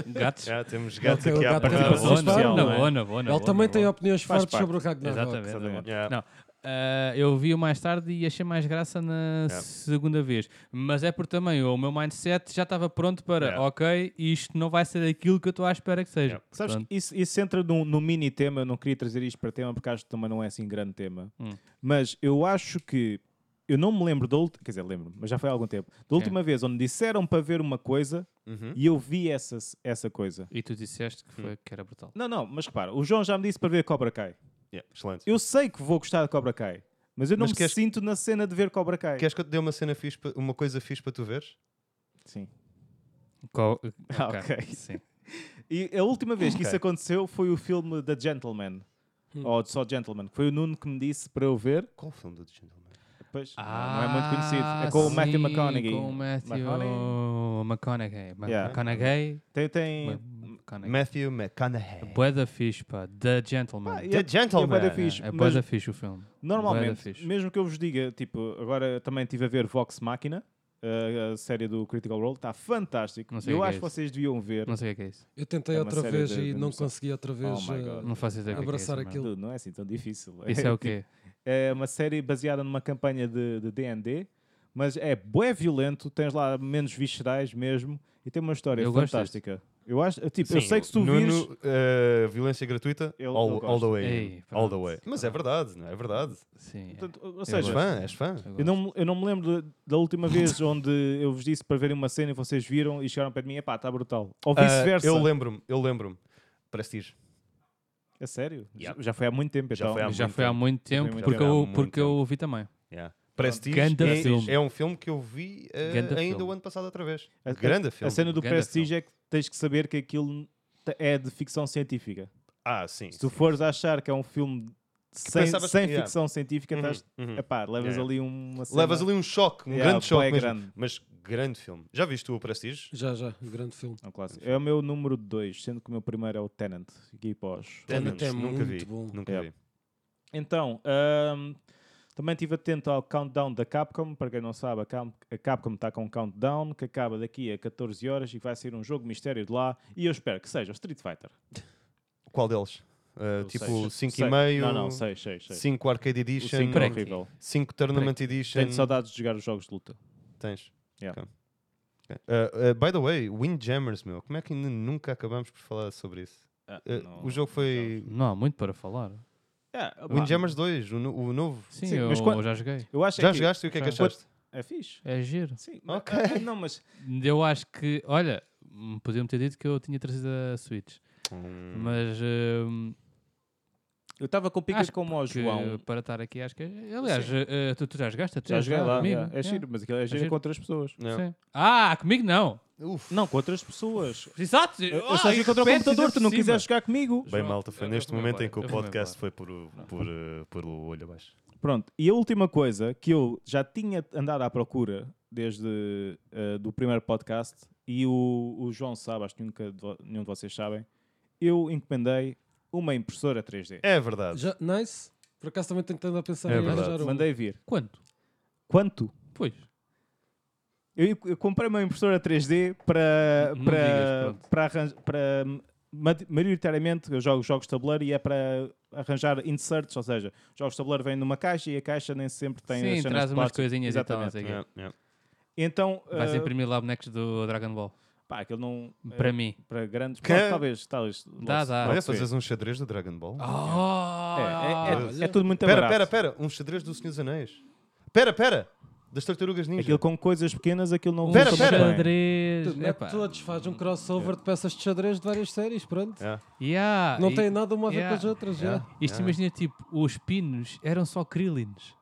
[SPEAKER 5] Gatos. Tipo,
[SPEAKER 6] Já temos gatos
[SPEAKER 1] Ok, o
[SPEAKER 6] aqui à
[SPEAKER 1] gato
[SPEAKER 5] Na
[SPEAKER 1] também
[SPEAKER 6] parada.
[SPEAKER 5] boa,
[SPEAKER 1] participação
[SPEAKER 5] na
[SPEAKER 2] especial,
[SPEAKER 5] boa, na
[SPEAKER 2] não é?
[SPEAKER 5] boa, na boa, na
[SPEAKER 1] Ele
[SPEAKER 5] boa,
[SPEAKER 1] também
[SPEAKER 5] na
[SPEAKER 1] tem
[SPEAKER 5] boa.
[SPEAKER 1] opiniões
[SPEAKER 2] Faz
[SPEAKER 1] fortes
[SPEAKER 2] parte.
[SPEAKER 1] sobre o Ragnarok.
[SPEAKER 5] Exatamente. na boa.
[SPEAKER 6] Yeah.
[SPEAKER 5] Não, ah, eu vi-o mais tarde e achei mais graça na
[SPEAKER 6] Yeah.
[SPEAKER 5] segunda vez. Mas é porque também o meu mindset já estava pronto para,
[SPEAKER 6] Yeah.
[SPEAKER 5] ok, isto não vai ser aquilo que eu estou à espera que seja.
[SPEAKER 6] Yeah.
[SPEAKER 2] Sabes,
[SPEAKER 5] Portanto,
[SPEAKER 2] isso, isso entra num, num mini tema, eu não queria trazer isto para tema porque acho que também não é assim grande tema.
[SPEAKER 5] Hum.
[SPEAKER 2] Mas eu acho que eu não me lembro da última, quer dizer, lembro, mas já foi há algum tempo, da última vez onde disseram para ver uma coisa
[SPEAKER 6] Uhum.
[SPEAKER 2] e eu vi essa, essa coisa.
[SPEAKER 5] E tu disseste que,
[SPEAKER 2] Hum.
[SPEAKER 5] foi, que era brutal.
[SPEAKER 2] Não, não, mas repara, o João já me disse para ver Cobra Kai.
[SPEAKER 6] Yeah, Excelente.
[SPEAKER 2] Eu sei que vou gostar de Cobra Kai, mas eu não
[SPEAKER 6] Mas
[SPEAKER 2] me
[SPEAKER 6] queres-
[SPEAKER 2] sinto na cena de ver Cobra Kai.
[SPEAKER 6] Queres que eu te dê uma cena fixe, pa- uma coisa fixe para tu veres?
[SPEAKER 2] Sim.
[SPEAKER 5] Co-
[SPEAKER 2] Ah, ok.
[SPEAKER 5] Sim.
[SPEAKER 2] E a última vez que isso
[SPEAKER 6] Ok.
[SPEAKER 2] aconteceu foi o filme The Gentleman, ou só Gentleman, que foi o Nuno que me disse para eu ver.
[SPEAKER 6] Qual o filme do Gentleman?
[SPEAKER 2] Pois, não é muito conhecido. É com o
[SPEAKER 5] Ah, sim,
[SPEAKER 2] Matthew McConaughey.
[SPEAKER 5] Com o Matthew
[SPEAKER 2] McConaughey?
[SPEAKER 5] McConaughey. Ma-
[SPEAKER 2] Yeah.
[SPEAKER 5] McConaughey.
[SPEAKER 2] Tem, tem...
[SPEAKER 5] McConaughey.
[SPEAKER 6] Matthew McConaughey.
[SPEAKER 5] é? Bué da fixe, pá. The Gentleman.
[SPEAKER 2] Ah, e
[SPEAKER 6] The
[SPEAKER 2] é- e É bué
[SPEAKER 6] Gentleman.
[SPEAKER 2] da fixe,
[SPEAKER 5] é bué
[SPEAKER 2] mas
[SPEAKER 5] da fixe o filme. bué da
[SPEAKER 2] normalmente,
[SPEAKER 5] fixe.
[SPEAKER 2] mesmo que eu vos diga, tipo, agora também estive a ver Vox Machina, eh, a, a série do Critical Role, está fantástico.
[SPEAKER 5] Não sei o
[SPEAKER 2] eu
[SPEAKER 5] que é
[SPEAKER 2] acho que
[SPEAKER 5] isso.
[SPEAKER 2] vocês deviam ver.
[SPEAKER 5] Não sei o que é que é isso.
[SPEAKER 1] Eu tentei
[SPEAKER 2] É uma
[SPEAKER 1] outra
[SPEAKER 2] série
[SPEAKER 1] vez
[SPEAKER 2] de-
[SPEAKER 1] e
[SPEAKER 2] de
[SPEAKER 1] não
[SPEAKER 2] emoção.
[SPEAKER 1] consegui outra vez.
[SPEAKER 2] Oh my
[SPEAKER 1] eh,
[SPEAKER 2] God.
[SPEAKER 5] Não faço ideia do que é que é
[SPEAKER 1] Abraçar
[SPEAKER 5] isso, mano.
[SPEAKER 1] aquilo.
[SPEAKER 2] Dude, não é assim tão difícil.
[SPEAKER 5] Isso é o
[SPEAKER 2] tipo,
[SPEAKER 5] quê?
[SPEAKER 2] É uma série baseada numa campanha de de D&D, mas é bué violento, tens lá menos viscerais mesmo, e tem uma história
[SPEAKER 5] Eu gosto
[SPEAKER 2] fantástica. Eu acho, tipo, eu
[SPEAKER 6] Sim,
[SPEAKER 2] sei que se tu
[SPEAKER 6] Nuno,
[SPEAKER 2] vires...
[SPEAKER 5] É.
[SPEAKER 6] eh, violência gratuita,
[SPEAKER 2] Ele- ele
[SPEAKER 6] all,
[SPEAKER 2] gosta.
[SPEAKER 6] all the way.
[SPEAKER 5] Ei,
[SPEAKER 6] all the
[SPEAKER 5] pronto.
[SPEAKER 6] way. Mas é verdade, não é verdade?
[SPEAKER 5] Sim.
[SPEAKER 2] Portanto, Ou
[SPEAKER 6] És
[SPEAKER 2] seja,
[SPEAKER 6] fã, és fã.
[SPEAKER 2] Então, eu não, eu não me lembro da- da última vez onde eu vos disse para verem uma cena e vocês viram e chegaram para mim, epá, está brutal. Ou
[SPEAKER 6] Ah,
[SPEAKER 2] vice-versa.
[SPEAKER 6] eu lembro-me, eu lembro-me. Prestige.
[SPEAKER 2] É sério?
[SPEAKER 6] Yeah.
[SPEAKER 2] Já- Já foi há muito tempo,
[SPEAKER 6] Já
[SPEAKER 2] então.
[SPEAKER 6] foi há
[SPEAKER 5] Mas já
[SPEAKER 6] muito
[SPEAKER 5] foi há
[SPEAKER 6] tempo.
[SPEAKER 5] muito
[SPEAKER 2] Já foi
[SPEAKER 5] tempo
[SPEAKER 2] muito
[SPEAKER 5] porque,
[SPEAKER 6] tempo. Há
[SPEAKER 5] eu,
[SPEAKER 6] muito
[SPEAKER 5] porque
[SPEAKER 6] tempo.
[SPEAKER 5] eu vi também.
[SPEAKER 6] Yeah. Prestige
[SPEAKER 5] Ganda
[SPEAKER 6] é,
[SPEAKER 5] filme.
[SPEAKER 6] é um filme que eu vi eh,
[SPEAKER 5] Ganda
[SPEAKER 6] ainda
[SPEAKER 5] filme.
[SPEAKER 6] o ano passado outra vez.
[SPEAKER 2] A- a-
[SPEAKER 6] Grande
[SPEAKER 2] A
[SPEAKER 6] filme.
[SPEAKER 2] cena do
[SPEAKER 5] Grande
[SPEAKER 2] Prestige
[SPEAKER 5] filme.
[SPEAKER 2] é que tens que saber que aquilo te- é de ficção científica.
[SPEAKER 6] Ah, sim.
[SPEAKER 2] Se tu fores achar que é um filme sem,
[SPEAKER 6] pensavas
[SPEAKER 2] sem
[SPEAKER 6] que- yeah.
[SPEAKER 2] ficção científica,
[SPEAKER 6] Uhum,
[SPEAKER 2] estás,
[SPEAKER 6] uhum.
[SPEAKER 2] epá, levas
[SPEAKER 6] Yeah.
[SPEAKER 2] ali uma cena...
[SPEAKER 6] Levas ali um choque, um
[SPEAKER 2] Yeah,
[SPEAKER 6] grande choque.
[SPEAKER 2] bué
[SPEAKER 6] mesmo.
[SPEAKER 2] grande.
[SPEAKER 6] Mas grande filme. Já viste tu o Prestige?
[SPEAKER 1] Já, já, grande filme.
[SPEAKER 2] É um clássico. É o meu número 2, sendo que o meu primeiro é o Tenant, aqui pós.
[SPEAKER 1] Tenet é
[SPEAKER 6] nunca
[SPEAKER 1] muito
[SPEAKER 6] vi.
[SPEAKER 1] bom.
[SPEAKER 6] Nunca
[SPEAKER 2] Yeah.
[SPEAKER 6] vi.
[SPEAKER 2] Então, ahm, também estive atento ao countdown da Capcom. Para quem não sabe, a Cam- a Capcom está com um countdown que acaba daqui a 14 horas e vai sair um jogo mistério de lá. E eu espero que seja o Street Fighter.
[SPEAKER 6] Qual deles? Eh,
[SPEAKER 2] O
[SPEAKER 6] tipo
[SPEAKER 2] seis. Seis.
[SPEAKER 6] 5,5,
[SPEAKER 2] Não, não, 6, 6, 6.
[SPEAKER 6] 5 Arcade
[SPEAKER 2] O
[SPEAKER 6] Edition,
[SPEAKER 2] 5 é
[SPEAKER 5] Break.
[SPEAKER 2] horrível.
[SPEAKER 6] 5 Tournament Edition.
[SPEAKER 2] Tenho saudades de jogar os jogos de luta.
[SPEAKER 6] Tens.
[SPEAKER 2] Yeah.
[SPEAKER 6] Ok. Ok. Uh, uh, by the way, Windjammers, meu, como é que ainda nunca acabamos por falar sobre isso?
[SPEAKER 2] Ah,
[SPEAKER 6] Uh, o jogo foi
[SPEAKER 5] Não há muito para falar.
[SPEAKER 2] Yeah, pá,
[SPEAKER 6] Windjammers 2, o, no- o novo.
[SPEAKER 5] Sim,
[SPEAKER 2] Sim,
[SPEAKER 5] eu,
[SPEAKER 2] mas quando-
[SPEAKER 5] eu já joguei.
[SPEAKER 2] Ah, Eu acho é
[SPEAKER 6] Já
[SPEAKER 2] que
[SPEAKER 6] jogaste e o que é que
[SPEAKER 5] já.
[SPEAKER 6] achaste?
[SPEAKER 2] É fixe.
[SPEAKER 5] É giro.
[SPEAKER 2] Sim, mas-
[SPEAKER 6] Ok.
[SPEAKER 2] ah, não, mas
[SPEAKER 5] Eu acho que, olha, me podiam ter dito que eu tinha trazido a Switch,
[SPEAKER 6] Hum,
[SPEAKER 5] mas hum,
[SPEAKER 2] eu estava com picas
[SPEAKER 5] Acho
[SPEAKER 2] como ao
[SPEAKER 5] que
[SPEAKER 2] João.
[SPEAKER 5] para estar aqui, acho que. Aliás, eh, tu, tu já jogaste? Tu
[SPEAKER 2] Já joguei lá.
[SPEAKER 5] comigo?
[SPEAKER 2] yeah. É
[SPEAKER 5] Yeah.
[SPEAKER 2] giro, é. mas aquilo é giro
[SPEAKER 5] giro.
[SPEAKER 2] com outras pessoas.
[SPEAKER 6] não.
[SPEAKER 5] Sim. Ah, comigo não.
[SPEAKER 6] Uf.
[SPEAKER 2] Não, com outras pessoas.
[SPEAKER 5] Exato.
[SPEAKER 2] Eu, eu só joguei contra o computador, tu não quiseres jogar comigo.
[SPEAKER 6] Bem,
[SPEAKER 5] João,
[SPEAKER 6] malta, foi
[SPEAKER 5] eu- eu
[SPEAKER 6] neste
[SPEAKER 5] vou-me
[SPEAKER 6] momento em
[SPEAKER 5] embora,
[SPEAKER 6] que o
[SPEAKER 5] eu vou-me
[SPEAKER 6] podcast foi por, o- por, uh, por o olho abaixo.
[SPEAKER 2] Pronto, e a última coisa que eu já tinha andado à procura desde eh, do primeiro podcast, e o, o João sabe, acho que nunca de vo- nenhum de vocês sabem, eu encomendei uma impressora 3D.
[SPEAKER 6] É verdade.
[SPEAKER 1] Já, nice. Por acaso também tenho tentado a pensar
[SPEAKER 6] É
[SPEAKER 1] em
[SPEAKER 6] verdade.
[SPEAKER 1] arranjar um.
[SPEAKER 2] Mandei vir.
[SPEAKER 5] Quanto?
[SPEAKER 2] Quanto?
[SPEAKER 5] Pois.
[SPEAKER 2] Eu, eu comprei uma impressora 3D para,
[SPEAKER 5] Não
[SPEAKER 2] para,
[SPEAKER 5] digas, pronto.
[SPEAKER 2] para, arranjar, para hum, ma- maioritariamente eu jogo jogos de tabuleiro e é para arranjar inserts, ou seja, jogos de tabuleiro vêm numa caixa e a caixa nem sempre tem as
[SPEAKER 5] Sim,
[SPEAKER 2] cenas
[SPEAKER 5] traz
[SPEAKER 2] de
[SPEAKER 5] umas
[SPEAKER 2] plástico.
[SPEAKER 5] coisinhas e
[SPEAKER 2] Exatamente.
[SPEAKER 5] tal. não sei o quê.
[SPEAKER 6] Yeah, yeah.
[SPEAKER 2] Então,
[SPEAKER 5] Vais
[SPEAKER 2] eh,
[SPEAKER 5] imprimir lá bonecos do Dragon Ball.
[SPEAKER 2] pá, aquilo não... eh,
[SPEAKER 5] Para mim.
[SPEAKER 2] para grandes.
[SPEAKER 6] Que-
[SPEAKER 2] Pode, talvez, talvez. logo
[SPEAKER 5] Dá,
[SPEAKER 2] se-
[SPEAKER 5] dá.
[SPEAKER 2] logo
[SPEAKER 6] Olha,
[SPEAKER 2] se vê.
[SPEAKER 6] fazes um xadrez do Dragon Ball?
[SPEAKER 5] Ah,
[SPEAKER 2] É, é- é,
[SPEAKER 1] olha.
[SPEAKER 2] é tudo muito
[SPEAKER 6] Ah, Pera,
[SPEAKER 2] barato.
[SPEAKER 6] pera, pera. Um xadrez do Senhor dos Anéis. Pera, pera. Das Tartarugas Ninja.
[SPEAKER 2] Aquilo com coisas pequenas, aquilo não
[SPEAKER 6] Pera,
[SPEAKER 2] funciona
[SPEAKER 6] pera.
[SPEAKER 2] bem.
[SPEAKER 5] Um Xadrez.
[SPEAKER 2] é
[SPEAKER 1] Mete
[SPEAKER 5] Epá.
[SPEAKER 1] todos, faz um crossover de peças de xadrez de várias séries, pronto.
[SPEAKER 6] Yeah.
[SPEAKER 5] Yeah,
[SPEAKER 1] Não
[SPEAKER 5] e-
[SPEAKER 1] tem nada uma a ver
[SPEAKER 5] yeah.
[SPEAKER 1] com as outras, já.
[SPEAKER 5] Isto
[SPEAKER 6] Ah.
[SPEAKER 5] imagina, tipo, os pinos eram só krillins.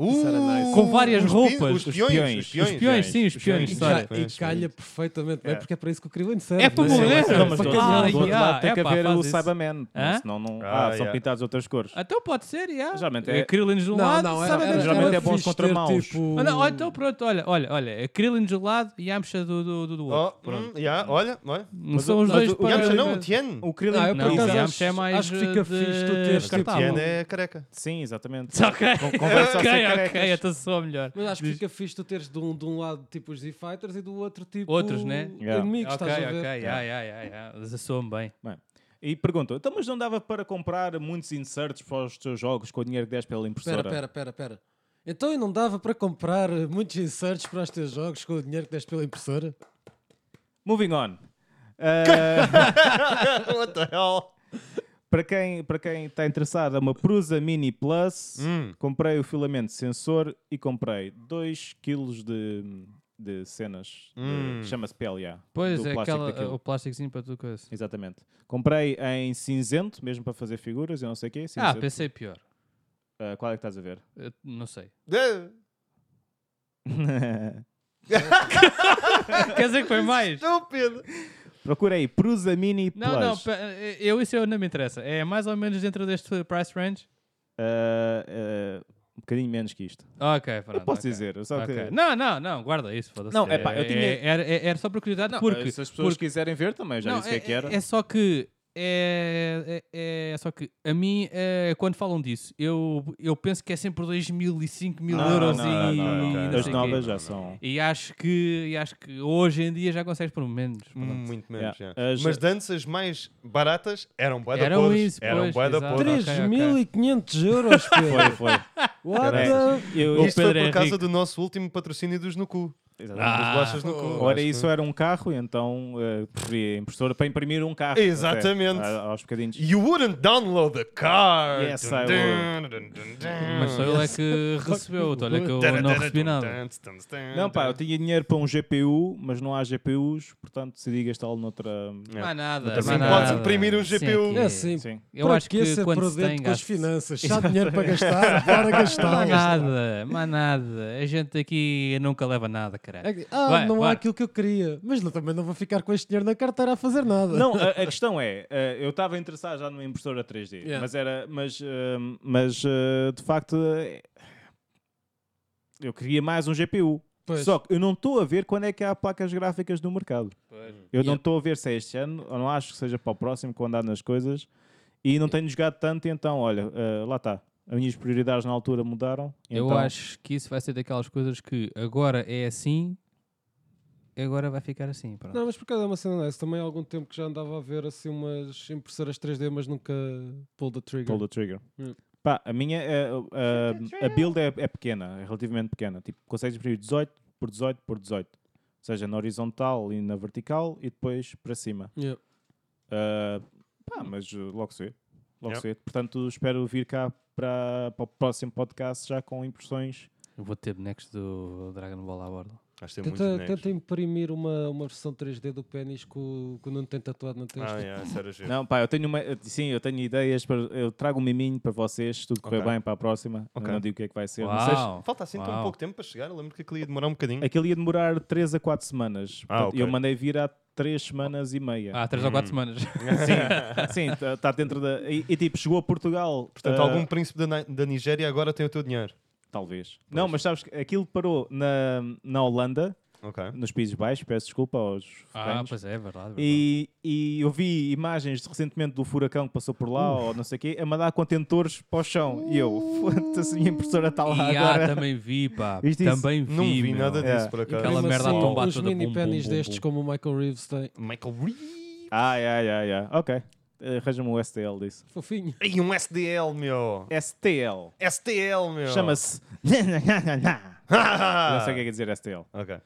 [SPEAKER 1] era
[SPEAKER 6] Uh,
[SPEAKER 1] nice.
[SPEAKER 5] Com várias
[SPEAKER 6] os pi-
[SPEAKER 5] roupas.
[SPEAKER 6] Os peões.
[SPEAKER 2] Os
[SPEAKER 5] Os peões, sim, os peões.
[SPEAKER 1] E,
[SPEAKER 6] peões.
[SPEAKER 5] sorry.
[SPEAKER 1] ca-
[SPEAKER 6] História.
[SPEAKER 1] e calha perfeitamente bem,
[SPEAKER 2] É.
[SPEAKER 1] porque é para isso que o Crivo serve.
[SPEAKER 5] É para
[SPEAKER 1] não
[SPEAKER 5] morrer.
[SPEAKER 2] Não, mas do
[SPEAKER 5] Para
[SPEAKER 2] outro lado,
[SPEAKER 5] calhar,
[SPEAKER 2] do outro
[SPEAKER 5] yeah,
[SPEAKER 2] lado tem que
[SPEAKER 5] epá,
[SPEAKER 2] haver
[SPEAKER 5] faz
[SPEAKER 2] o
[SPEAKER 5] isso.
[SPEAKER 2] Cyberman.
[SPEAKER 5] Hã?
[SPEAKER 2] Senão não.
[SPEAKER 6] Ah,
[SPEAKER 2] Ah, são
[SPEAKER 6] yeah.
[SPEAKER 2] pintados de outras cores.
[SPEAKER 5] Então pode ser, yeah.
[SPEAKER 2] Geralmente é-
[SPEAKER 5] Krillins de um
[SPEAKER 1] Não,
[SPEAKER 5] lado,
[SPEAKER 1] não, era,
[SPEAKER 5] sabe?
[SPEAKER 1] era,
[SPEAKER 2] Geralmente
[SPEAKER 1] era
[SPEAKER 2] é bons
[SPEAKER 1] fixe
[SPEAKER 2] contra
[SPEAKER 1] ter,
[SPEAKER 2] maus.
[SPEAKER 1] Tipo...
[SPEAKER 5] Ah, não, ah, então pronto, olha, olha, olha, é Krillins de um lado e Yamcha do, do, do, do
[SPEAKER 6] Oh,
[SPEAKER 5] outro. pronto.
[SPEAKER 6] hum, yeah, olha, olha.
[SPEAKER 5] Não
[SPEAKER 2] Mas
[SPEAKER 5] são
[SPEAKER 2] o-
[SPEAKER 5] os
[SPEAKER 2] mas
[SPEAKER 5] dois
[SPEAKER 2] o-
[SPEAKER 5] para-
[SPEAKER 6] Yamcha não, o Tien.
[SPEAKER 2] O
[SPEAKER 1] Ah,
[SPEAKER 2] Krillin.
[SPEAKER 1] eu por
[SPEAKER 5] Não,
[SPEAKER 1] acaso
[SPEAKER 5] Yamcha
[SPEAKER 1] acho-
[SPEAKER 5] é mais,
[SPEAKER 1] acho que
[SPEAKER 5] eh,
[SPEAKER 1] fica fixe tu
[SPEAKER 5] de
[SPEAKER 1] teres
[SPEAKER 6] O
[SPEAKER 1] tipo...
[SPEAKER 5] cartão.
[SPEAKER 6] Tien é careca.
[SPEAKER 2] Sim, exatamente.
[SPEAKER 5] Ok,
[SPEAKER 2] conversa a ser
[SPEAKER 5] ok, ok,
[SPEAKER 2] carecas.
[SPEAKER 5] então sou melhor.
[SPEAKER 1] Mas acho que fica fixe tu teres de um, de um lado tipo os Z-Fighters e do outro tipo
[SPEAKER 5] Outros, né?
[SPEAKER 2] Yeah.
[SPEAKER 1] inimigos,
[SPEAKER 5] Ok, ok,
[SPEAKER 1] estás a ver?
[SPEAKER 5] yeah, yeah, yeah, yeah. Soa-me bem.
[SPEAKER 2] E perguntam, então, mas não dava para comprar muitos inserts para os teus jogos com o dinheiro que deste pela impressora?
[SPEAKER 1] Espera, espera, espera, espera. Então eu não dava para comprar eh, muitos inserts para os teus jogos com o dinheiro que deste pela impressora?
[SPEAKER 2] Moving on. Ah,
[SPEAKER 6] What the hell?
[SPEAKER 2] para quem para quem está interessado, é uma Prusa Mini Plus.
[SPEAKER 6] Hum.
[SPEAKER 2] Comprei o filamento sensor e comprei 2 kg de, de cenas. de-
[SPEAKER 6] Hum.
[SPEAKER 2] Chama-se PLA.
[SPEAKER 5] Pois
[SPEAKER 2] do
[SPEAKER 5] é,
[SPEAKER 2] plástico
[SPEAKER 5] aquela,
[SPEAKER 2] daquilo.
[SPEAKER 5] o plásticozinho para tu coisa.
[SPEAKER 2] Exatamente. Comprei em cinzento, mesmo para fazer figuras, eu não sei o quê.
[SPEAKER 5] Ah,
[SPEAKER 2] Cinzento.
[SPEAKER 5] pensei pior.
[SPEAKER 2] Ah, qual é que estás a ver?
[SPEAKER 5] Eu não sei.
[SPEAKER 6] Eh,
[SPEAKER 5] Quer dizer que foi mais?
[SPEAKER 6] Estúpido.
[SPEAKER 2] Procura aí, Prusa Mini Plus.
[SPEAKER 5] Não, não, pe- eu, isso eu não me interessa. É mais ou menos dentro deste price range.
[SPEAKER 2] Ah, ah, um bocadinho menos que isto.
[SPEAKER 5] Ok, pronto.
[SPEAKER 2] eu posso
[SPEAKER 5] Ah, ok.
[SPEAKER 2] dizer, eu só
[SPEAKER 5] Ok.
[SPEAKER 2] que...
[SPEAKER 5] Não, não, não, guarda isso, foda-se.
[SPEAKER 2] Não, epá, eu tinha-
[SPEAKER 5] é- Era, é- era só por curiosidade,
[SPEAKER 2] Não,
[SPEAKER 5] porque...
[SPEAKER 2] Ah, se as pessoas
[SPEAKER 5] porque-
[SPEAKER 2] quiserem ver também, já
[SPEAKER 5] Não,
[SPEAKER 2] disse o que é que era.
[SPEAKER 5] É só que... É, é, é só que a mim, é, quando falam disso, eu, eu penso que é sempre 2 mil e 5 mil
[SPEAKER 2] Não,
[SPEAKER 5] euros
[SPEAKER 2] não,
[SPEAKER 5] e
[SPEAKER 2] não, não,
[SPEAKER 5] e
[SPEAKER 2] não.
[SPEAKER 5] não
[SPEAKER 2] As
[SPEAKER 5] sei o quê.
[SPEAKER 2] novas já são...
[SPEAKER 5] E acho que, e acho que hoje em dia já consegues por menos. pronto.
[SPEAKER 2] Hum,
[SPEAKER 6] Muito menos,
[SPEAKER 2] Yeah.
[SPEAKER 6] já.
[SPEAKER 2] As-
[SPEAKER 6] Mas danças mais baratas eram bué da
[SPEAKER 5] Eh, Eram
[SPEAKER 6] podres.
[SPEAKER 5] isso,
[SPEAKER 6] Eram
[SPEAKER 5] pois,
[SPEAKER 6] bué da
[SPEAKER 5] exato.
[SPEAKER 6] podres.
[SPEAKER 5] Três.
[SPEAKER 1] 3.500 euros,
[SPEAKER 2] Foi,
[SPEAKER 1] Pedro.
[SPEAKER 2] foi.
[SPEAKER 1] What
[SPEAKER 2] Era
[SPEAKER 1] the...
[SPEAKER 2] Eu,
[SPEAKER 6] Isto foi
[SPEAKER 5] Pedro
[SPEAKER 6] por
[SPEAKER 5] é
[SPEAKER 6] causa
[SPEAKER 5] rico.
[SPEAKER 6] do nosso último patrocínio dos no cu.
[SPEAKER 2] Exatamente.
[SPEAKER 6] das bolachas no cu.
[SPEAKER 2] Ora,
[SPEAKER 6] Acho que-
[SPEAKER 2] Ah, isso era um carro, e então eh, preferi a impressora para imprimir um carro.
[SPEAKER 6] Exatamente.
[SPEAKER 2] até, a- aos bocadinhos.
[SPEAKER 6] You wouldn't download the car.
[SPEAKER 2] Yes, I
[SPEAKER 6] Dun, dun, dun, dun.
[SPEAKER 5] Mas só ele é que recebeu. Olha que eu não recebi nada.
[SPEAKER 2] Não, pá, eu tinha dinheiro para um GPU, mas não há GPUs, portanto decidi gastá-lo noutra.
[SPEAKER 6] Não.
[SPEAKER 5] Mas
[SPEAKER 2] Então,
[SPEAKER 5] nada.
[SPEAKER 6] Assim
[SPEAKER 5] mais
[SPEAKER 6] podes
[SPEAKER 5] nada.
[SPEAKER 6] imprimir um
[SPEAKER 5] Assim é
[SPEAKER 6] GPU.
[SPEAKER 5] que
[SPEAKER 1] É assim,
[SPEAKER 2] Sim.
[SPEAKER 5] Eu
[SPEAKER 1] para
[SPEAKER 5] acho que,
[SPEAKER 1] ser
[SPEAKER 5] quando se
[SPEAKER 1] prudente
[SPEAKER 5] tem
[SPEAKER 1] com as
[SPEAKER 5] gasto-
[SPEAKER 1] finanças. Se há dinheiro para gastar, bora gastar.
[SPEAKER 5] Mas nada, mas nada. A gente aqui nunca leva nada, caralho.
[SPEAKER 1] É que, Ah,
[SPEAKER 5] Vai,
[SPEAKER 1] não há
[SPEAKER 5] vai.
[SPEAKER 1] aquilo que eu queria. Mas não- também não vou ficar com este dinheiro na carteira a fazer nada.
[SPEAKER 2] Não, a, a questão é, eh, eu estava interessado já numa impressora 3D,
[SPEAKER 1] Yeah.
[SPEAKER 2] mas era, mas, eh, mas eh, de facto eh, eu queria mais um GPU.
[SPEAKER 1] Pois.
[SPEAKER 2] Só que eu não estou a ver quando é que há placas gráficas no mercado. Eu não
[SPEAKER 1] Yeah.
[SPEAKER 2] estou a ver se é este ano, ou não acho que seja para o próximo, quando andar nas coisas. E não tenho jogado tanto, então, olha, eh, lá está. As minhas prioridades na altura mudaram.
[SPEAKER 5] Eu
[SPEAKER 2] então-
[SPEAKER 5] acho que isso vai ser daquelas coisas que agora é assim, agora vai ficar assim. Pronto.
[SPEAKER 1] Não, mas por causa de uma cena dessa, também há algum tempo que já andava a ver assim umas impressoras 3D, mas nunca pulled the trigger.
[SPEAKER 2] Pull the trigger.
[SPEAKER 1] Hum.
[SPEAKER 2] Pá, a minha, eh, eh, a build é, é pequena, é relativamente pequena. Tipo, consegues abrir 18 por 18 por 18. Ou seja, na horizontal e na vertical e depois para cima.
[SPEAKER 1] Yeah.
[SPEAKER 2] Eh, pá, mas eh, logo se vê. Logo
[SPEAKER 6] Yep.
[SPEAKER 2] se vê. Portanto, espero vir cá para, para o próximo podcast já com impressões.
[SPEAKER 5] Eu vou ter bonecos do Dragon Ball à bordo.
[SPEAKER 6] Acho que tem muito
[SPEAKER 1] Tenta,
[SPEAKER 6] dinheiro.
[SPEAKER 1] tenta imprimir uma, uma versão 3D do pênis que o, que o Nuno tem tatuado na testa.
[SPEAKER 6] Ah,
[SPEAKER 5] é.
[SPEAKER 6] yeah, isso era giro.
[SPEAKER 2] Não, pá, eu tenho uma, eu- sim, eu tenho ideias. Para, eu trago um miminho para vocês, se tudo correr
[SPEAKER 6] Ok.
[SPEAKER 2] bem para a próxima. Eu
[SPEAKER 6] Ok.
[SPEAKER 2] Não digo o que é que vai ser. Não sei se-
[SPEAKER 5] Uau!
[SPEAKER 6] Falta assim tão
[SPEAKER 5] Uau.
[SPEAKER 6] pouco tempo para chegar. Eu lembro que aquilo ia demorar um bocadinho.
[SPEAKER 2] Aquilo ia demorar 3 a 4 semanas.
[SPEAKER 6] Ah,
[SPEAKER 2] Portanto, Eu
[SPEAKER 6] ok. Ah.
[SPEAKER 2] mandei vir há 3 semanas e meia.
[SPEAKER 5] Há 3 ou 4 semanas.
[SPEAKER 2] Sim, está dentro da. E, e, tipo, chegou a Portugal.
[SPEAKER 6] Portanto,
[SPEAKER 2] ah,
[SPEAKER 6] algum príncipe da, Ni- da Nigéria agora tem o teu dinheiro.
[SPEAKER 2] Talvez. Não, mas sabes que aquilo parou na, na Holanda,
[SPEAKER 6] Ok.
[SPEAKER 2] nos Países Baixos, peço desculpa aos
[SPEAKER 5] Ah,
[SPEAKER 2] ferrenhos.
[SPEAKER 5] pois é, é verdade. verdade.
[SPEAKER 2] E, e eu vi imagens recentemente do furacão que passou por lá, ou não sei o quê, a mandar contentores para o chão. E eu, foda-se, a minha impressora está lá
[SPEAKER 5] Uh. E ah,
[SPEAKER 2] agora.
[SPEAKER 5] também vi, pá.
[SPEAKER 2] Isto isso.
[SPEAKER 5] também vi.
[SPEAKER 6] Não vi
[SPEAKER 5] meu.
[SPEAKER 6] nada disso,
[SPEAKER 2] É.
[SPEAKER 6] por acaso.
[SPEAKER 1] Imprime
[SPEAKER 5] Aquela merda a
[SPEAKER 1] assim
[SPEAKER 5] tombar
[SPEAKER 1] uns
[SPEAKER 5] toda,
[SPEAKER 1] mini
[SPEAKER 5] bum, bum,
[SPEAKER 1] pênis
[SPEAKER 5] bum,
[SPEAKER 1] destes
[SPEAKER 5] bum.
[SPEAKER 1] como o Michael Reeves tem.
[SPEAKER 6] Michael Reeves.
[SPEAKER 2] Ah, yeah, yeah, yeah. Ok. Arranja-me um STL disso.
[SPEAKER 1] Fofinho.
[SPEAKER 6] E um SDL, meu.
[SPEAKER 2] STL.
[SPEAKER 6] STL, meu.
[SPEAKER 2] Chama-se. Eu não sei o que é que é dizer STL.
[SPEAKER 6] Ok.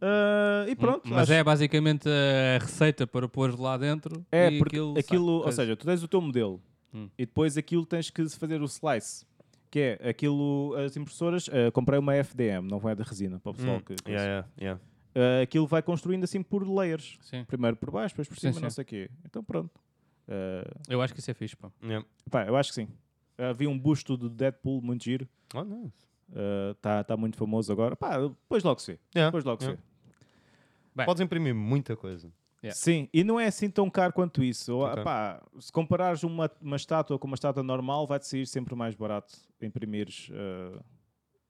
[SPEAKER 2] Ah, e pronto.
[SPEAKER 5] Mas
[SPEAKER 2] acho-
[SPEAKER 5] é basicamente a receita para pôr lá dentro.
[SPEAKER 2] É,
[SPEAKER 5] e
[SPEAKER 2] porque aquilo,
[SPEAKER 5] sai.
[SPEAKER 2] ou
[SPEAKER 5] Coisa.
[SPEAKER 2] seja, tu tens o teu modelo
[SPEAKER 5] Hum.
[SPEAKER 2] e depois aquilo tens que fazer o slice, que é aquilo, as impressoras, eh, comprei uma FDM, não é de resina, para o pessoal
[SPEAKER 6] Hum.
[SPEAKER 2] que... é
[SPEAKER 6] Yeah, yeah, yeah.
[SPEAKER 2] Eh, aquilo vai construindo assim por layers,
[SPEAKER 5] Sim.
[SPEAKER 2] primeiro por baixo, depois por
[SPEAKER 5] Sim,
[SPEAKER 2] cima,
[SPEAKER 5] sim.
[SPEAKER 2] não sei o quê. Então pronto. Eh,
[SPEAKER 5] Eu acho que isso é fixe, pá.
[SPEAKER 6] yeah.
[SPEAKER 2] pá, eu acho que sim. Havia um busto do Deadpool muito giro,
[SPEAKER 6] Oh, nice.
[SPEAKER 2] está muito famoso agora. Pá, depois logo se vê,
[SPEAKER 6] Yeah,
[SPEAKER 2] depois logo se
[SPEAKER 6] Ah, yeah.
[SPEAKER 2] vê.
[SPEAKER 5] Bem.
[SPEAKER 6] Podes imprimir muita coisa.
[SPEAKER 5] Yeah.
[SPEAKER 2] Sim, e não é assim tão caro quanto isso. Ou,
[SPEAKER 6] Ok.
[SPEAKER 2] pá, se comparares uma, uma estátua com uma estátua normal, vai-te sair sempre mais barato imprimires eh,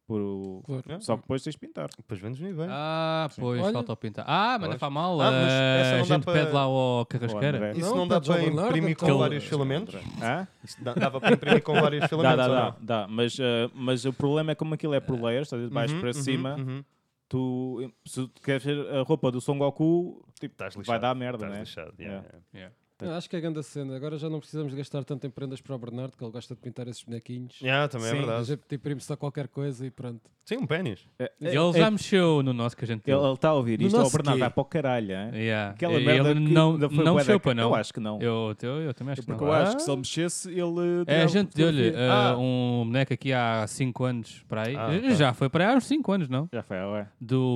[SPEAKER 2] por o-
[SPEAKER 1] Claro.
[SPEAKER 6] Yeah.
[SPEAKER 2] Só que depois tens de pintar.
[SPEAKER 6] Depois vendes no eBay.
[SPEAKER 5] Ah, pois,
[SPEAKER 1] Olha.
[SPEAKER 5] falta o pintar. Ah, mas não
[SPEAKER 6] É? Pois.
[SPEAKER 5] faz mal.
[SPEAKER 6] Ah, mas
[SPEAKER 5] eh,
[SPEAKER 6] essa
[SPEAKER 5] a
[SPEAKER 6] não dá
[SPEAKER 5] gente
[SPEAKER 6] para-
[SPEAKER 5] pede lá ao Carrasqueira.
[SPEAKER 2] André.
[SPEAKER 6] Isso
[SPEAKER 1] Não,
[SPEAKER 6] não,
[SPEAKER 1] tá
[SPEAKER 6] dá
[SPEAKER 1] de João
[SPEAKER 6] para
[SPEAKER 1] Bernardo,
[SPEAKER 6] imprimir com
[SPEAKER 1] então.
[SPEAKER 6] vários filamentos?
[SPEAKER 2] Hã?
[SPEAKER 6] Isso dá- dava para imprimir com vários
[SPEAKER 2] Dá,
[SPEAKER 6] filamentos
[SPEAKER 2] dá,
[SPEAKER 6] ou
[SPEAKER 2] dá,
[SPEAKER 6] não?
[SPEAKER 2] dá. Mas, eh, mas o problema é como aquilo é por layers, estás de baixo
[SPEAKER 6] Uhum,
[SPEAKER 2] para
[SPEAKER 6] uhum,
[SPEAKER 2] cima.
[SPEAKER 6] uhum.
[SPEAKER 2] Tu, se tu queres ver a roupa do Son Goku, tipo,
[SPEAKER 6] Estás lixado.
[SPEAKER 2] vai dar merda,
[SPEAKER 6] Estás
[SPEAKER 2] né?
[SPEAKER 6] lixado, Tá yeah,
[SPEAKER 2] Yeah.
[SPEAKER 6] yeah.
[SPEAKER 5] Yeah.
[SPEAKER 1] Eu acho que é grande a cena. Agora já não precisamos de gastar tanto em prendas para o Bernardo, que ele gosta de pintar esses bonequinhos.
[SPEAKER 6] Yeah, também
[SPEAKER 2] Sim,
[SPEAKER 6] é
[SPEAKER 1] A
[SPEAKER 6] verdade.
[SPEAKER 1] gente imprime só qualquer coisa e pronto.
[SPEAKER 6] Sim, um pênis.
[SPEAKER 2] É, é,
[SPEAKER 5] Ele
[SPEAKER 2] é-
[SPEAKER 5] já mexeu no nosso que a gente
[SPEAKER 2] ele-
[SPEAKER 5] deu.
[SPEAKER 2] ele está a ouvir
[SPEAKER 1] No
[SPEAKER 2] isto, ó,
[SPEAKER 1] nosso
[SPEAKER 2] Bernardo,
[SPEAKER 1] quê?
[SPEAKER 2] vai para o caralho, hein?
[SPEAKER 5] Yeah.
[SPEAKER 2] Aquela
[SPEAKER 5] É, ele
[SPEAKER 2] merda que
[SPEAKER 5] não,
[SPEAKER 2] ainda foi
[SPEAKER 5] não
[SPEAKER 2] bué da
[SPEAKER 5] chupa,
[SPEAKER 2] ca-
[SPEAKER 5] não.
[SPEAKER 2] Eu acho que não. É Ah.
[SPEAKER 5] Eu, eu, eu também acho que
[SPEAKER 2] Porque
[SPEAKER 5] não.
[SPEAKER 2] eu acho que se ele mexesse, ele.
[SPEAKER 5] É, a
[SPEAKER 2] tirava
[SPEAKER 5] gente
[SPEAKER 2] fotografia.
[SPEAKER 5] deu-lhe eh,
[SPEAKER 6] Ah.
[SPEAKER 5] um boneco aqui há 5 anos para aí. Eh,
[SPEAKER 6] Ah, ok.
[SPEAKER 5] Já foi para aí há uns 5 anos, não?
[SPEAKER 2] Já foi, ué.